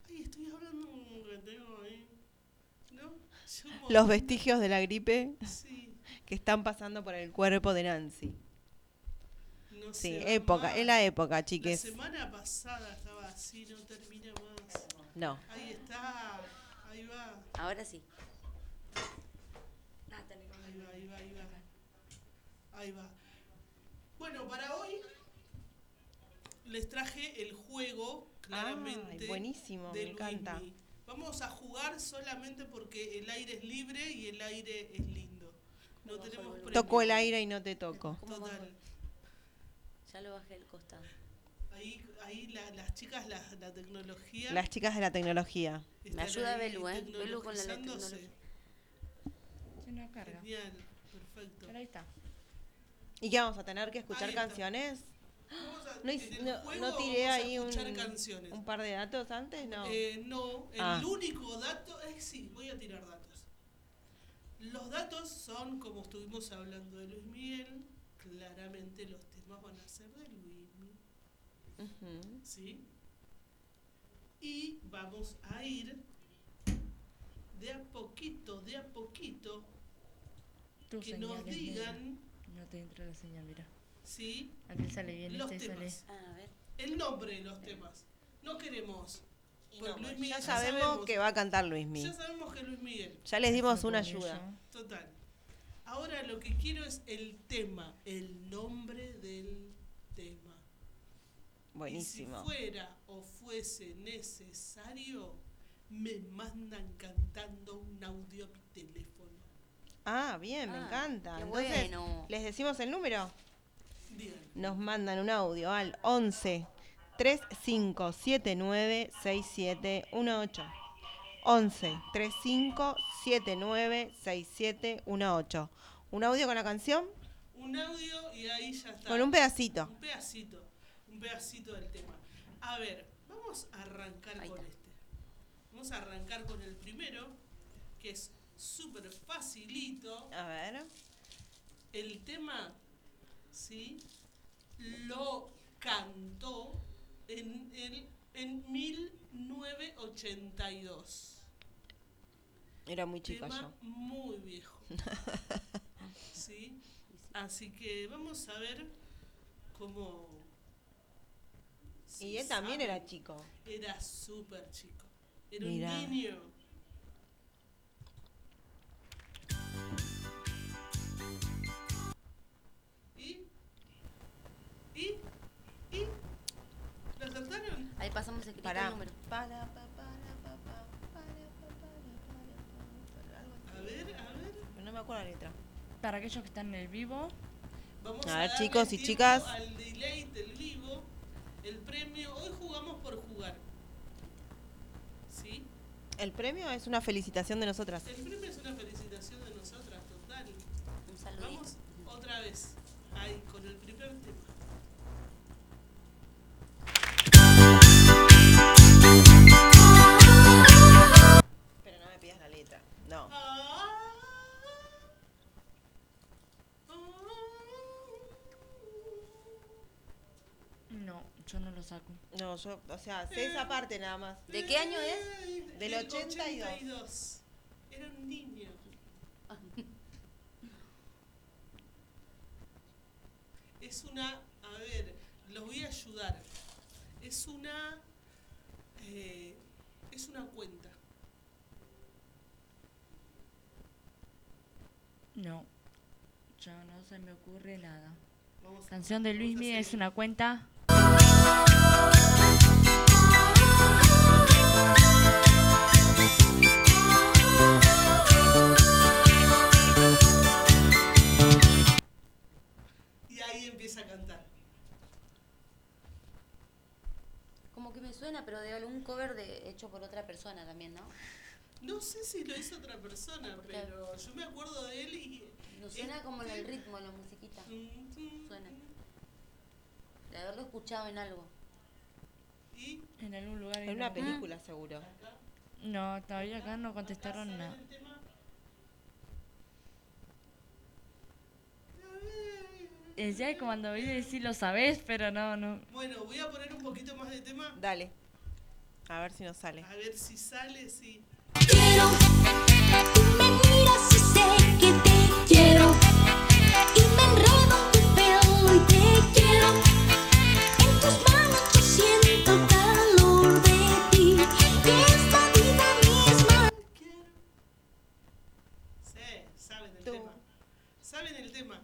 [SPEAKER 3] Ay, estoy hablando un tengo ahí. ¿No? Yo mo-
[SPEAKER 1] Los vestigios de la gripe
[SPEAKER 3] Sí.
[SPEAKER 1] que están pasando por el cuerpo de Nancy.
[SPEAKER 3] No
[SPEAKER 1] Sí,
[SPEAKER 3] se va
[SPEAKER 1] época,
[SPEAKER 3] más.
[SPEAKER 1] es la época,
[SPEAKER 3] ah, La
[SPEAKER 1] chiques.
[SPEAKER 3] semana pasada estaba así, no termina más.
[SPEAKER 1] No.
[SPEAKER 3] Ahí está, ahí va.
[SPEAKER 4] Ahora sí.
[SPEAKER 3] Ahí va, ahí va, ahí va. Ahí va. Bueno, para hoy les traje el juego, claramente.
[SPEAKER 1] Ay, buenísimo,
[SPEAKER 3] de
[SPEAKER 1] me encanta.
[SPEAKER 3] Luismi. Vamos a jugar solamente porque el aire es libre y el aire es lindo. No tenemos
[SPEAKER 1] Toco el
[SPEAKER 3] premio.
[SPEAKER 1] aire y no te toco.
[SPEAKER 3] Total.
[SPEAKER 4] Ya lo bajé del costado.
[SPEAKER 3] Ahí, ahí la- las chicas, la, la tecnología.
[SPEAKER 1] Las chicas de la tecnología.
[SPEAKER 4] Me ayuda
[SPEAKER 3] ahí
[SPEAKER 4] Belu, ¿eh? Belu con la
[SPEAKER 3] tecnologizándose.
[SPEAKER 4] tecnología.
[SPEAKER 5] Sí, no carga.
[SPEAKER 3] Genial, perfecto.
[SPEAKER 5] Pero ahí está.
[SPEAKER 1] ¿Y qué vamos a tener que escuchar
[SPEAKER 3] Ahí está.
[SPEAKER 1] canciones?
[SPEAKER 3] Vamos a-
[SPEAKER 1] No,
[SPEAKER 3] en
[SPEAKER 1] hice-
[SPEAKER 3] el
[SPEAKER 1] no-
[SPEAKER 3] juego
[SPEAKER 1] no tiré
[SPEAKER 3] vamos a
[SPEAKER 1] ahí un,
[SPEAKER 3] escuchar canciones.
[SPEAKER 1] un par de datos antes, no.
[SPEAKER 3] Eh, no, el
[SPEAKER 1] Ah.
[SPEAKER 3] único dato es sí, voy a tirar datos. Los datos son como estuvimos hablando de Luis Miguel, claramente los temas van a ser de Luis Miguel,
[SPEAKER 1] Ujú.
[SPEAKER 3] ¿sí? Y vamos a ir de a poquito, de a poquito,
[SPEAKER 5] Tu
[SPEAKER 3] que nos
[SPEAKER 5] señal es
[SPEAKER 3] digan,
[SPEAKER 5] No te entra la señal, mira.
[SPEAKER 3] ¿sí?
[SPEAKER 5] Aquí sale bien,
[SPEAKER 3] los
[SPEAKER 5] este sale.
[SPEAKER 3] temas. El nombre de los temas. No queremos. Porque Luis Miguel
[SPEAKER 1] Ya sabemos, que va a cantar Luismi.
[SPEAKER 3] Ya sabemos que Luis Miguel.
[SPEAKER 1] Ya les dimos una ayuda.
[SPEAKER 3] Total. Ahora lo que quiero es el tema, el nombre del tema. Y si
[SPEAKER 1] Buenísimo.
[SPEAKER 3] fuera o fuese necesario, me mandan cantando un audio por teléfono.
[SPEAKER 1] Ah, bien, me
[SPEAKER 3] Ah,
[SPEAKER 1] encanta.
[SPEAKER 3] qué
[SPEAKER 1] Entonces,
[SPEAKER 3] bueno.
[SPEAKER 1] ¿les decimos el número?
[SPEAKER 3] Digan.
[SPEAKER 1] Nos mandan un audio al 11 3579 6718. 11 3579 6718. Un audio con la canción
[SPEAKER 3] Un audio y ahí ya está.
[SPEAKER 1] con un pedacito.
[SPEAKER 3] Un pedacito. Un pedacito del tema. A ver, vamos a arrancar con este. Vamos a arrancar con el primero, que es súper facilito.
[SPEAKER 1] A ver.
[SPEAKER 3] El tema, ¿sí? Lo cantó en el en 1982.
[SPEAKER 1] Era muy chica
[SPEAKER 3] Tema
[SPEAKER 1] yo.
[SPEAKER 3] muy viejo. ¿Sí? Así que vamos a ver cómo
[SPEAKER 1] Y él también era chico.
[SPEAKER 3] era súper chico. Era
[SPEAKER 1] Mirá.
[SPEAKER 3] un niño. ¿Y? ¿Y? ¿Y? ¿La cantaron?
[SPEAKER 4] Ahí pasamos el
[SPEAKER 1] Pará.
[SPEAKER 4] cristal número.
[SPEAKER 1] Para, pa, para, pa, pa,
[SPEAKER 3] A ver, a ver.
[SPEAKER 1] Pero no me acuerdo la letra.
[SPEAKER 5] Para aquellos que están en el vivo,
[SPEAKER 3] Vamos
[SPEAKER 1] A ver,
[SPEAKER 3] darle
[SPEAKER 1] chicos y
[SPEAKER 3] tiempo
[SPEAKER 1] chicas.
[SPEAKER 3] Al delay del vivo, el premio. Hoy jugamos por jugar. ¿Sí?
[SPEAKER 1] El premio es una felicitación de nosotras.
[SPEAKER 3] El premio es una felicitación de nosotras, total. Vamos otra vez. Ahí, con el primer tema.
[SPEAKER 1] Pero no me pidas la letra. No.
[SPEAKER 3] Ah.
[SPEAKER 5] no, yo no lo saco.
[SPEAKER 1] No, yo, o sea, sé esa parte nada más.
[SPEAKER 4] ¿De qué año es?
[SPEAKER 1] Del 82.
[SPEAKER 3] Era un niño. Es una, a ver, los voy a ayudar. Es una, eh, es una cuenta.
[SPEAKER 5] No, ya no se me ocurre nada.
[SPEAKER 3] Vamos a-
[SPEAKER 5] Canción de Luis Miguel es una cuenta.
[SPEAKER 3] Y ahí empieza a cantar.
[SPEAKER 4] Como que me suena, pero de algún cover de, hecho por otra persona también, ¿no?
[SPEAKER 3] No sé si lo hizo otra persona, pero yo me acuerdo de él y...
[SPEAKER 4] Nos suena como en el ritmo, en la musiquita. Suena. De haberlo escuchado en algo.
[SPEAKER 3] ¿Y?
[SPEAKER 5] En algún lugar.
[SPEAKER 1] En una película, seguro.
[SPEAKER 5] No, todavía acá no contestaron nada. Decía que Eh, cuando oí decir lo sabés, pero no, no.
[SPEAKER 3] Bueno, voy a poner un poquito más de tema.
[SPEAKER 1] Dale. A ver si nos sale.
[SPEAKER 3] A ver si sale, si...
[SPEAKER 9] Quiero, tú me miras y sé que te quiero. Y me enredo en tu pelo y te quiero. En tus manos yo siento el calor de ti. Y esta vida misma.
[SPEAKER 3] Sí, saben el tema. Saben el tema.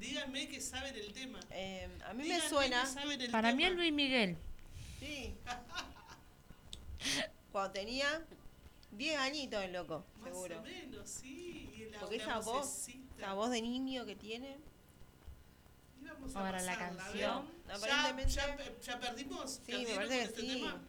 [SPEAKER 3] Díganme que saben el tema.
[SPEAKER 1] Em, a mí me suena-
[SPEAKER 5] Para mí es Luis Miguel.
[SPEAKER 1] Sí. Cuando tenía 10 añitos el loco,
[SPEAKER 3] Más
[SPEAKER 1] seguro.
[SPEAKER 3] o menos, sí. Y la,
[SPEAKER 1] Porque
[SPEAKER 3] la
[SPEAKER 1] esa voz,
[SPEAKER 3] vocecita.
[SPEAKER 1] esa voz de niño que tiene.
[SPEAKER 3] Íbamos a
[SPEAKER 1] Ahora la
[SPEAKER 3] pasarla, a ver.
[SPEAKER 1] canción.
[SPEAKER 3] Ya-
[SPEAKER 1] Aparentemente-
[SPEAKER 3] Ya, pe- ya perdimos.
[SPEAKER 1] Sí, me
[SPEAKER 3] ¿Perdieron
[SPEAKER 1] parece
[SPEAKER 3] con
[SPEAKER 1] que
[SPEAKER 3] este
[SPEAKER 1] sí.
[SPEAKER 3] tema?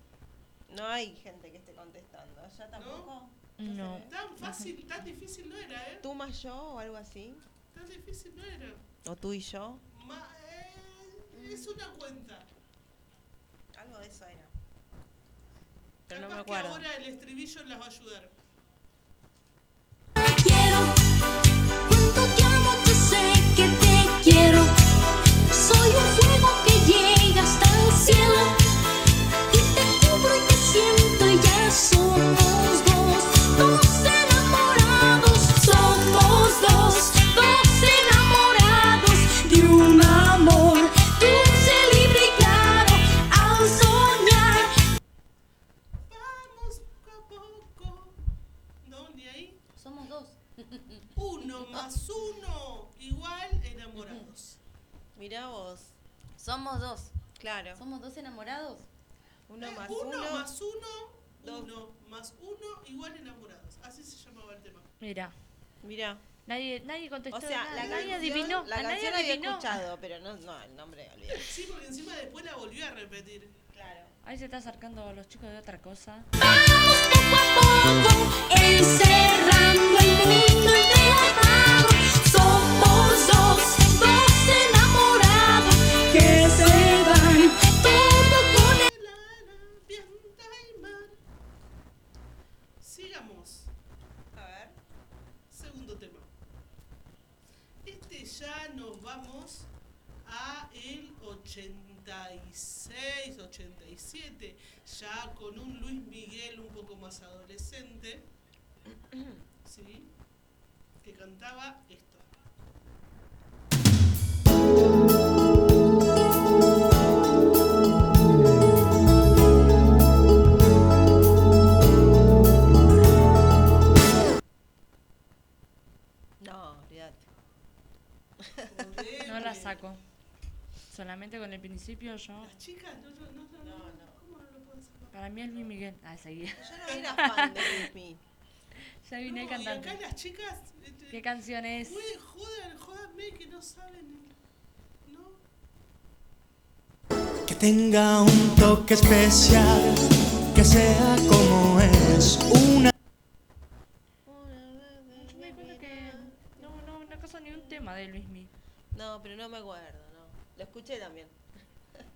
[SPEAKER 1] No hay gente que esté contestando. ¿Ya tampoco?
[SPEAKER 5] No.
[SPEAKER 3] Tan fácil, tan difícil no era, ¿eh?
[SPEAKER 1] ¿Tú más yo o algo así?
[SPEAKER 3] Tan difícil no era.
[SPEAKER 1] ¿O tú y yo?
[SPEAKER 3] Ma- eh, es una cuenta.
[SPEAKER 1] Algo de eso era. Pero no me
[SPEAKER 3] Capaz que
[SPEAKER 1] acuerdo.
[SPEAKER 3] ahora el estribillo las va a ayudar.
[SPEAKER 9] Cuánto te amo, yo sé que te quiero. Soy un fuego que llega hasta el cielo. Y te cubro y te siento y ya somos dos. Dos enamorados, somos dos. Dos enamorados de un amor. Dulce, libre y claro, al soñar.
[SPEAKER 3] Vamos poco a poco. No, ni ahí.
[SPEAKER 4] Somos dos.
[SPEAKER 3] Uno más uno igual enamorados.
[SPEAKER 1] Mirá vos.
[SPEAKER 4] Somos dos.
[SPEAKER 1] Claro.
[SPEAKER 4] Somos dos enamorados.
[SPEAKER 1] Uno
[SPEAKER 3] Eh,
[SPEAKER 1] más
[SPEAKER 3] uno,
[SPEAKER 1] uno.
[SPEAKER 3] más uno, uno más uno igual enamorados. Así se llamaba el tema.
[SPEAKER 5] Mira.
[SPEAKER 1] Mira.
[SPEAKER 5] Nadie, nadie contestó.
[SPEAKER 1] O sea,
[SPEAKER 5] nada,
[SPEAKER 1] la
[SPEAKER 5] nadie
[SPEAKER 1] canción,
[SPEAKER 5] adivinó.
[SPEAKER 1] la
[SPEAKER 5] a nadie
[SPEAKER 1] canción había
[SPEAKER 5] adivinó.
[SPEAKER 1] escuchado, pero no, no el nombre olvidé.
[SPEAKER 3] Sí, porque encima después la volvió a repetir.
[SPEAKER 1] Claro.
[SPEAKER 5] Ahí se está acercando los chicos de otra cosa.
[SPEAKER 9] Encerrando el mundo entrelazado, somos dos, dos enamorados que se van todo con el
[SPEAKER 3] Sigamos.
[SPEAKER 1] A ver.
[SPEAKER 3] Segundo tema. Este ya nos vamos a el 83. 86, 87, ya con un Luis Miguel un poco más adolescente, ¿sí? que cantaba esto.
[SPEAKER 17] No, olvídate.
[SPEAKER 5] No la saco. Solamente con el principio yo.
[SPEAKER 3] Las chicas, no, no, no, no, ¿cómo no lo pueden sacar?
[SPEAKER 5] Para mí es Luis Miguel. Ah, seguía.
[SPEAKER 3] Yo no era fan de Luis
[SPEAKER 5] Miguel. Ya vine
[SPEAKER 3] No, y
[SPEAKER 5] cantando.
[SPEAKER 3] acá las chicas... este,
[SPEAKER 5] ¿Qué canción es?
[SPEAKER 3] Uy, jodan, jodanme que no saben. No,
[SPEAKER 16] que tenga un toque especial, que sea como es una.
[SPEAKER 5] Yo me di cuenta que no, no, no caso ni un tema de Luis Miguel.
[SPEAKER 17] No, pero no me acuerdo, no. Lo escuché también.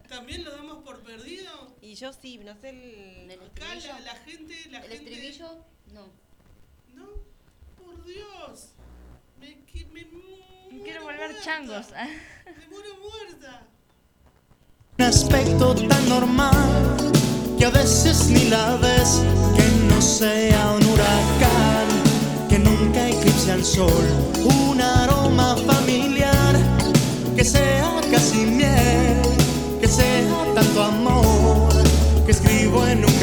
[SPEAKER 3] ¿También lo damos por perdido?
[SPEAKER 17] Y yo sí, no sé el.
[SPEAKER 3] acá la, la gente... La
[SPEAKER 17] ¿El
[SPEAKER 3] gente,
[SPEAKER 17] estribillo?
[SPEAKER 4] No.
[SPEAKER 3] No, por Dios. Me, que- me mu-
[SPEAKER 5] Quiero
[SPEAKER 3] muero
[SPEAKER 5] volver
[SPEAKER 3] muerta.
[SPEAKER 5] changos.
[SPEAKER 3] Me muero muerta.
[SPEAKER 16] Un aspecto tan normal que a veces ni la ves, que no sea un huracán, que nunca eclipse al sol. Un aroma familiar que sea casi miel, que sea tanto amor que escribo en un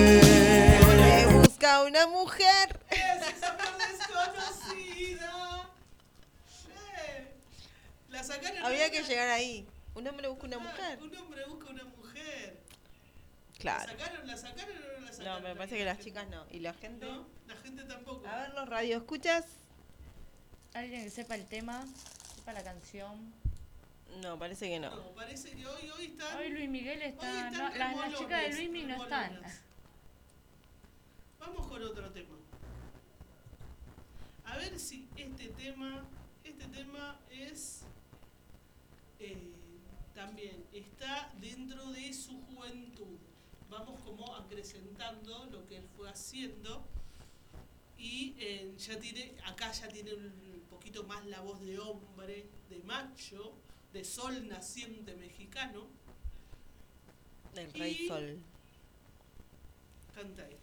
[SPEAKER 16] cartel.
[SPEAKER 17] Busca una mujer.
[SPEAKER 3] Es amor desconocida. Eh, La sacaron.
[SPEAKER 17] Había
[SPEAKER 3] una-
[SPEAKER 17] que llegar ahí. Un hombre busca una
[SPEAKER 3] Ah,
[SPEAKER 17] mujer.
[SPEAKER 3] Un hombre busca una mujer.
[SPEAKER 17] Claro.
[SPEAKER 3] ¿La sacaron, la sacaron o no la
[SPEAKER 17] No,
[SPEAKER 3] sacaron?
[SPEAKER 17] me parece que las chicas no. ¿Y la gente?
[SPEAKER 3] No, la gente tampoco.
[SPEAKER 17] A ver, los radio escuchas.
[SPEAKER 5] Alguien que sepa el tema, sepa la canción.
[SPEAKER 17] No, parece que no.
[SPEAKER 3] No, parece que hoy, hoy están.
[SPEAKER 5] Hoy Luis Miguel está.
[SPEAKER 3] Hoy
[SPEAKER 5] no, las, las
[SPEAKER 3] remolones,
[SPEAKER 5] chicas de Luis Miguel no están.
[SPEAKER 3] remolones. Vamos con otro tema. A ver si este tema, este tema es eh, también está dentro de su juventud. Vamos como acrecentando lo que él fue haciendo y eh, ya tiene, acá ya tiene un poquito más la voz de hombre, de macho, de sol naciente mexicano.
[SPEAKER 17] El rey
[SPEAKER 3] Y-
[SPEAKER 17] sol.
[SPEAKER 3] Canta esto.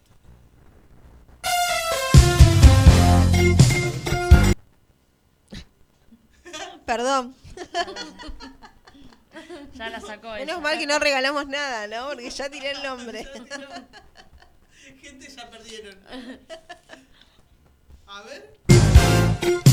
[SPEAKER 17] Perdón.
[SPEAKER 5] Ya la sacó ella.
[SPEAKER 17] Menos mal que no regalamos nada, ¿no? Porque ya tiré el nombre.
[SPEAKER 3] Gente ya perdieron. A ver.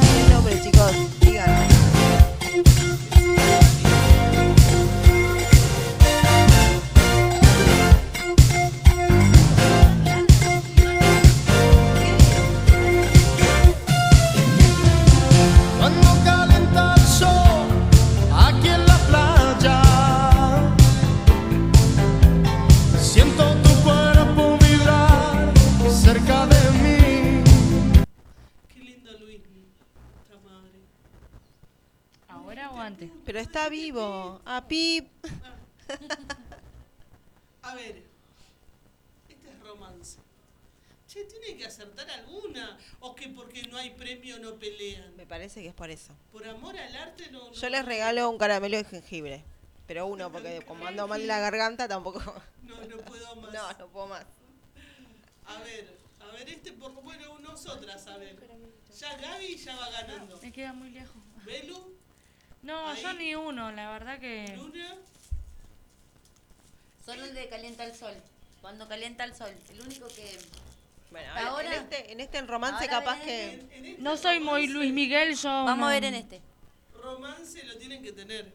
[SPEAKER 17] El nombre, chicos. Díganlo.
[SPEAKER 16] Cuando calenta el sol aquí en la playa, siento tu cuerpo vibrar cerca de mí.
[SPEAKER 3] Qué lindo Luis. Puta madre.
[SPEAKER 5] Ahora o antes.
[SPEAKER 17] Pero está vivo. A Pip.
[SPEAKER 3] A ver. Este es romance. Che, tiene que acertar alguna. O que porque no hay premio no pelean.
[SPEAKER 17] Me parece que es por eso.
[SPEAKER 3] Por amor al arte no. no-
[SPEAKER 17] Yo les regalo un caramelo de jengibre. Pero uno, porque como ando mal de la garganta, tampoco.
[SPEAKER 3] No, no puedo más.
[SPEAKER 17] No, no puedo más.
[SPEAKER 3] A ver, a ver, este por bueno, nosotras, a ver. Ya Gaby ya va ganando.
[SPEAKER 5] Me queda muy lejos.
[SPEAKER 3] Belu,
[SPEAKER 5] No,
[SPEAKER 3] Ahí.
[SPEAKER 5] yo ni uno, la verdad que.
[SPEAKER 3] Luna,
[SPEAKER 4] Solo el de calienta el sol. Cuando calienta el sol. El único que.
[SPEAKER 17] Bueno,
[SPEAKER 4] Hasta
[SPEAKER 17] ahora,
[SPEAKER 4] ahora-
[SPEAKER 17] en este, en este romance
[SPEAKER 4] ahora
[SPEAKER 17] capaz
[SPEAKER 4] ven
[SPEAKER 17] que.
[SPEAKER 3] este
[SPEAKER 5] No soy muy Luis Miguel, yo.
[SPEAKER 4] Vamos
[SPEAKER 5] no-
[SPEAKER 4] a ver en este.
[SPEAKER 3] romance lo tienen que tener.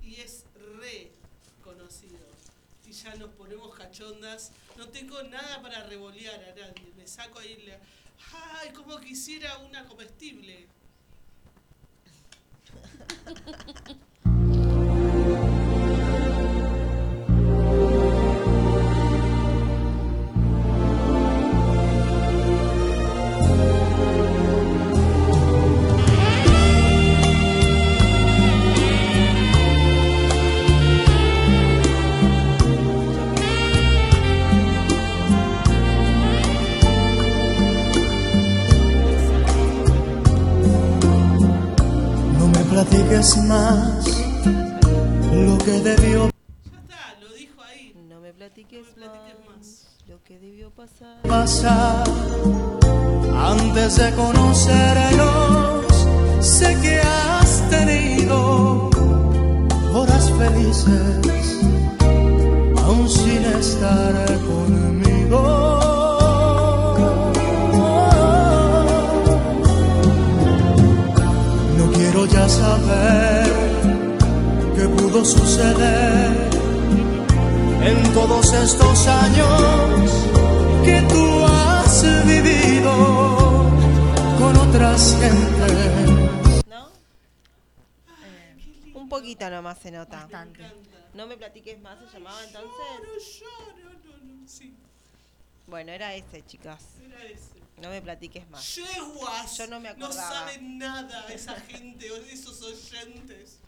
[SPEAKER 3] Y es re conocido. Y ya nos ponemos cachondas. No tengo nada para revolear a nadie. Me saco ahí la... ¡Ay, como quisiera una comestible!
[SPEAKER 16] digas más lo que debió
[SPEAKER 1] No me platiques más lo que debió pasar.
[SPEAKER 16] pasar antes de conocernos. Sé que has tenido horas felices, aún sin estar conmigo. No quiero ya saber qué pudo suceder en todos estos años que tú has vivido con otras gentes.
[SPEAKER 1] Un poquito nomás se nota. No me platiques más, se llamaba entonces. Bueno, era ese, chicas.
[SPEAKER 3] Era ese.
[SPEAKER 1] No me platiques más.
[SPEAKER 3] Yeguas.
[SPEAKER 1] Yo no me
[SPEAKER 3] No
[SPEAKER 1] acordaba.
[SPEAKER 3] saben nada esa gente o esos oyentes.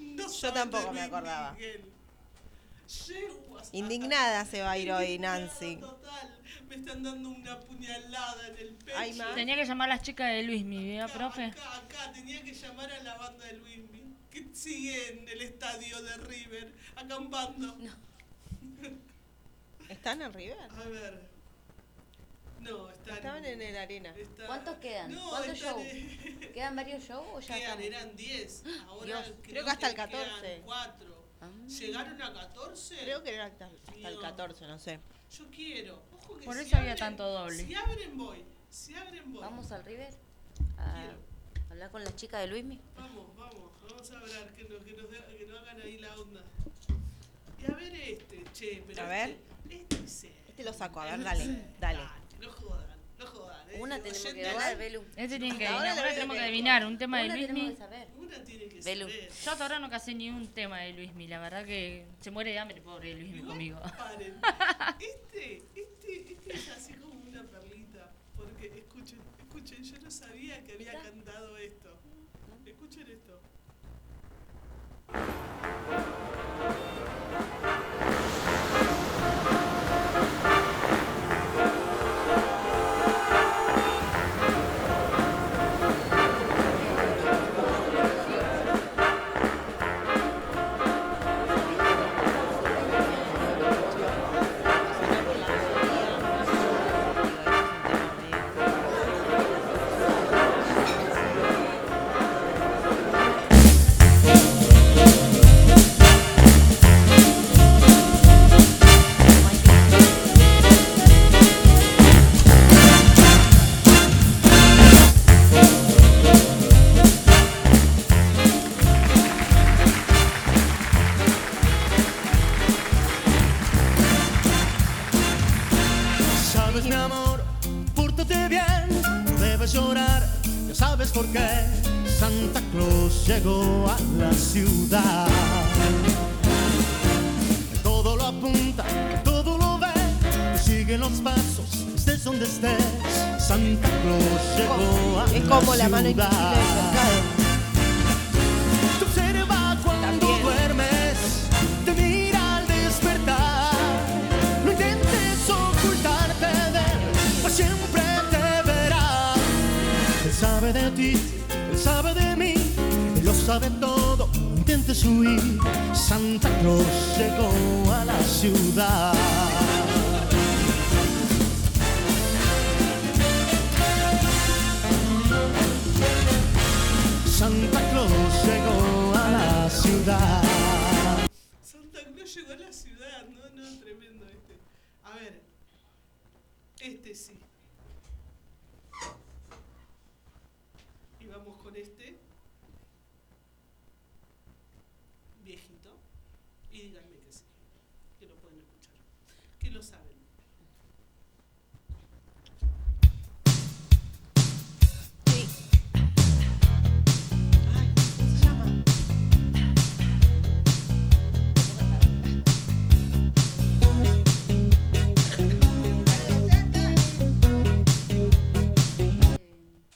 [SPEAKER 3] No
[SPEAKER 1] Yo tampoco me acordaba.
[SPEAKER 3] Yeguas.
[SPEAKER 1] Indignada se va a ir hoy, Nancy.
[SPEAKER 3] Total, me están dando una puñalada en el pecho.
[SPEAKER 5] Tenía que llamar a las chicas de Luis, mi vida, Ah, profe.
[SPEAKER 3] Acá tenía que llamar a la banda de Luis que sigue en el estadio de River acampando.
[SPEAKER 1] ¿Están en River?
[SPEAKER 3] A ver. No, están.
[SPEAKER 1] Estaban en el arena.
[SPEAKER 4] ¿Cuántos quedan?
[SPEAKER 3] No,
[SPEAKER 4] ¿Cuántos
[SPEAKER 3] están
[SPEAKER 4] shows? ¿Quedan varios shows o ya
[SPEAKER 3] Quedan,
[SPEAKER 4] estamos?
[SPEAKER 3] eran 10. Ahora
[SPEAKER 4] Dios,
[SPEAKER 1] creo que hasta el 14.
[SPEAKER 3] 4. ¿Llegaron a 14?
[SPEAKER 1] Creo que era hasta, hasta el 14, no sé.
[SPEAKER 3] Yo quiero. Ojo que
[SPEAKER 1] Por
[SPEAKER 3] si
[SPEAKER 1] eso había
[SPEAKER 3] abren-
[SPEAKER 1] tanto doble.
[SPEAKER 3] Si abren, voy. Si abren, voy.
[SPEAKER 4] ¿Vamos al River? ¿A hablar con las chicas de Luismi?
[SPEAKER 3] Vamos, vamos, vamos a hablar, que nos, que nos, de- que nos hagan ahí la onda. Y a ver este, che, pero
[SPEAKER 1] A ver.
[SPEAKER 3] este, este es el-
[SPEAKER 1] Este lo saco, a ver, dale, dale.
[SPEAKER 3] no jodan, no jodan. eh.
[SPEAKER 4] Una tenemos que
[SPEAKER 3] Oyentes,
[SPEAKER 4] ganar, Belu.
[SPEAKER 5] Este tiene que
[SPEAKER 4] Ahora
[SPEAKER 5] adivinar, ahora
[SPEAKER 4] la Belu
[SPEAKER 5] tenemos que
[SPEAKER 4] que-
[SPEAKER 5] adivinar un tema de
[SPEAKER 4] Una tenemos
[SPEAKER 5] Luismi.
[SPEAKER 4] que saber.
[SPEAKER 3] Una tiene que
[SPEAKER 4] Belu.
[SPEAKER 3] saber.
[SPEAKER 5] Yo hasta ahora no casé ni un tema de Luismi, la verdad que se muere de hambre, pobre Luismi conmigo.
[SPEAKER 3] Paren. Este, este, este es así como una perlita. Porque escuchen, escuchen, yo no sabía que había cantado esto. Escuchen esto.
[SPEAKER 16] Sabes mi amor, pórtate bien, no debes llorar, ya sabes por qué. Santa Claus llegó a la ciudad. Que Todo lo apunta, que todo lo ve, que sigue los pasos, estés donde estés. Santa Claus llegó a
[SPEAKER 1] Es como la mano
[SPEAKER 16] ciudad.
[SPEAKER 1] invisible del mercado.
[SPEAKER 16] Te observa cuando duermes, te mira al despertar. No intentes ocultarte de él, pues siempre te verá. Él sabe de ti, él sabe de mí, él lo sabe todo. no Intentes huir, Santa Claus llegó a la ciudad. Santa Claus llegó a la ciudad.
[SPEAKER 3] Santa Claus llegó a la ciudad, no, no, tremendo este. A ver, este sí. Y vamos con este. Viejito. Y díganme que sí. Que lo pueden escuchar. Que lo saben.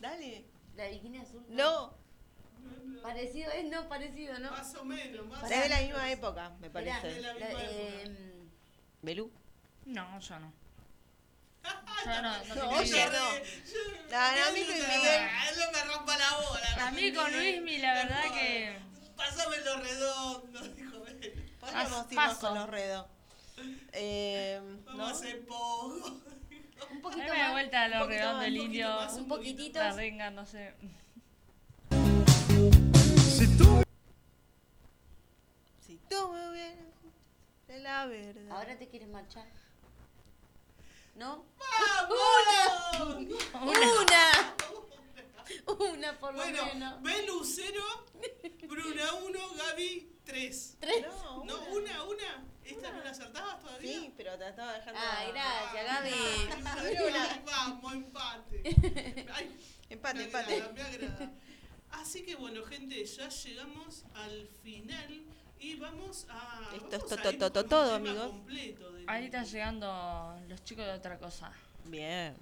[SPEAKER 1] Dale.
[SPEAKER 4] La bikini azul.
[SPEAKER 1] No.
[SPEAKER 4] Parecido es, no, parecido, ¿no?
[SPEAKER 3] Más o menos, más
[SPEAKER 1] Es de la misma época, me parece.
[SPEAKER 4] em,
[SPEAKER 1] ¿Belú?
[SPEAKER 5] No, yo no.
[SPEAKER 1] No,
[SPEAKER 5] te creo.
[SPEAKER 1] oye, no. No, no, a mí Luis Miguel.
[SPEAKER 3] No me rompa la bola.
[SPEAKER 5] A mí con Luismi, la verdad que.
[SPEAKER 3] Pásame lo redondo, dijo él.
[SPEAKER 1] Podríamos
[SPEAKER 5] Pas-
[SPEAKER 1] irnos
[SPEAKER 5] paso.
[SPEAKER 1] con los redos. Eh,
[SPEAKER 3] Vamos a hacer poco.
[SPEAKER 1] Un
[SPEAKER 5] Dame la vuelta a lo redondo el indio.
[SPEAKER 4] un poquitito.
[SPEAKER 5] La renga, no sé.
[SPEAKER 1] Si tú me hubieras. De la verdad.
[SPEAKER 4] Ahora te quieres marchar. ¿No?
[SPEAKER 3] ¡Vamos!
[SPEAKER 4] ¡Una! Una por lo
[SPEAKER 3] Bueno,
[SPEAKER 4] menos.
[SPEAKER 3] Belu 0, Bruna 1, Gaby 3.
[SPEAKER 4] ¿Tres?
[SPEAKER 3] No, no, una, una. ¿Esta no la acertabas todavía?
[SPEAKER 1] Sí, pero te estaba dejando.
[SPEAKER 4] Ay, gracias, Gaby.
[SPEAKER 3] Ay,
[SPEAKER 4] Bruna.
[SPEAKER 3] Vamos, empate. Ay,
[SPEAKER 1] Empate,
[SPEAKER 3] me
[SPEAKER 1] empate.
[SPEAKER 3] agrada, me agrada. Así que bueno, gente, ya llegamos al final y vamos a.
[SPEAKER 1] Esto
[SPEAKER 3] vamos
[SPEAKER 1] es
[SPEAKER 3] a
[SPEAKER 1] to-
[SPEAKER 3] ir
[SPEAKER 1] to- to-
[SPEAKER 3] con
[SPEAKER 1] todo,
[SPEAKER 3] el tema
[SPEAKER 1] amigos.
[SPEAKER 3] completo del-
[SPEAKER 5] Ahí están llegando los chicos de otra cosa.
[SPEAKER 1] Bien.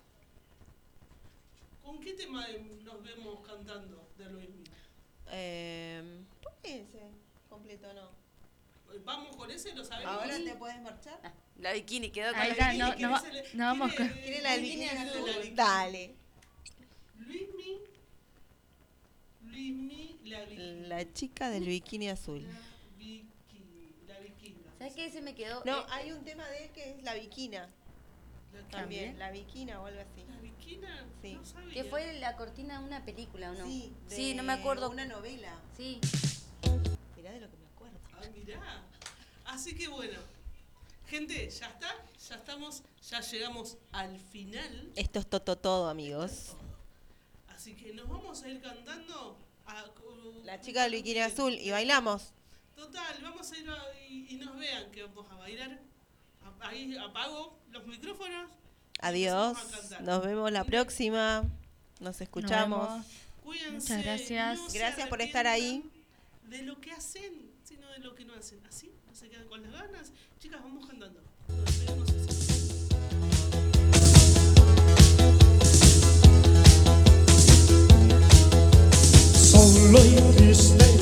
[SPEAKER 3] ¿Con qué tema de- nos vemos cantando de Luis
[SPEAKER 1] Eh, ¿Por qué ese completo no?
[SPEAKER 3] Vamos con ese, lo sabemos.
[SPEAKER 1] ¿Ahora te Ah. puedes marchar?
[SPEAKER 4] La bikini quedó con
[SPEAKER 5] Ahí
[SPEAKER 4] la
[SPEAKER 5] está,
[SPEAKER 4] bikini.
[SPEAKER 5] no, no, va- no vamos con.
[SPEAKER 1] ¿Quiere la del
[SPEAKER 3] Bikini
[SPEAKER 1] bikini
[SPEAKER 3] azul.
[SPEAKER 1] azul? Dale.
[SPEAKER 3] Luismi. Luismi, la bikini.
[SPEAKER 1] La chica del bikini azul.
[SPEAKER 3] bikini, La vikinga.
[SPEAKER 4] ¿Sabes qué? Se me quedó.
[SPEAKER 1] No,
[SPEAKER 4] eh,
[SPEAKER 1] hay un tema de él que es la bikina. También, la bikina o algo así.
[SPEAKER 3] ¿La bikina?
[SPEAKER 1] Sí.
[SPEAKER 3] No sabía.
[SPEAKER 4] que fue la cortina de una película, ¿o no?
[SPEAKER 1] Sí, de
[SPEAKER 4] Sí, no me acuerdo.
[SPEAKER 1] Una novela.
[SPEAKER 4] Sí.
[SPEAKER 1] Mirá de lo que me acuerdo.
[SPEAKER 3] Ah, mirá. Así que bueno. Gente, ya está. Ya estamos. Ya llegamos al final.
[SPEAKER 1] Esto es todo, todo, amigos.
[SPEAKER 3] Así que nos vamos a ir cantando. a-
[SPEAKER 1] La chica del bikini azul y bailamos.
[SPEAKER 3] Total, vamos a ir a- y, y nos vean que vamos a bailar. A- Ahí apago los micrófonos.
[SPEAKER 1] Adiós.
[SPEAKER 3] Empezamos a cantar.
[SPEAKER 1] Nos vemos la próxima. Nos escuchamos.
[SPEAKER 3] Cuídense.
[SPEAKER 5] Muchas gracias.
[SPEAKER 3] se
[SPEAKER 1] Gracias por estar ahí.
[SPEAKER 3] arrepientan De lo que hacen, sino de lo que no hacen. Así, no se quedan con las ganas. Chicas, vamos cantando. Nos vemos así.
[SPEAKER 16] Solo y triste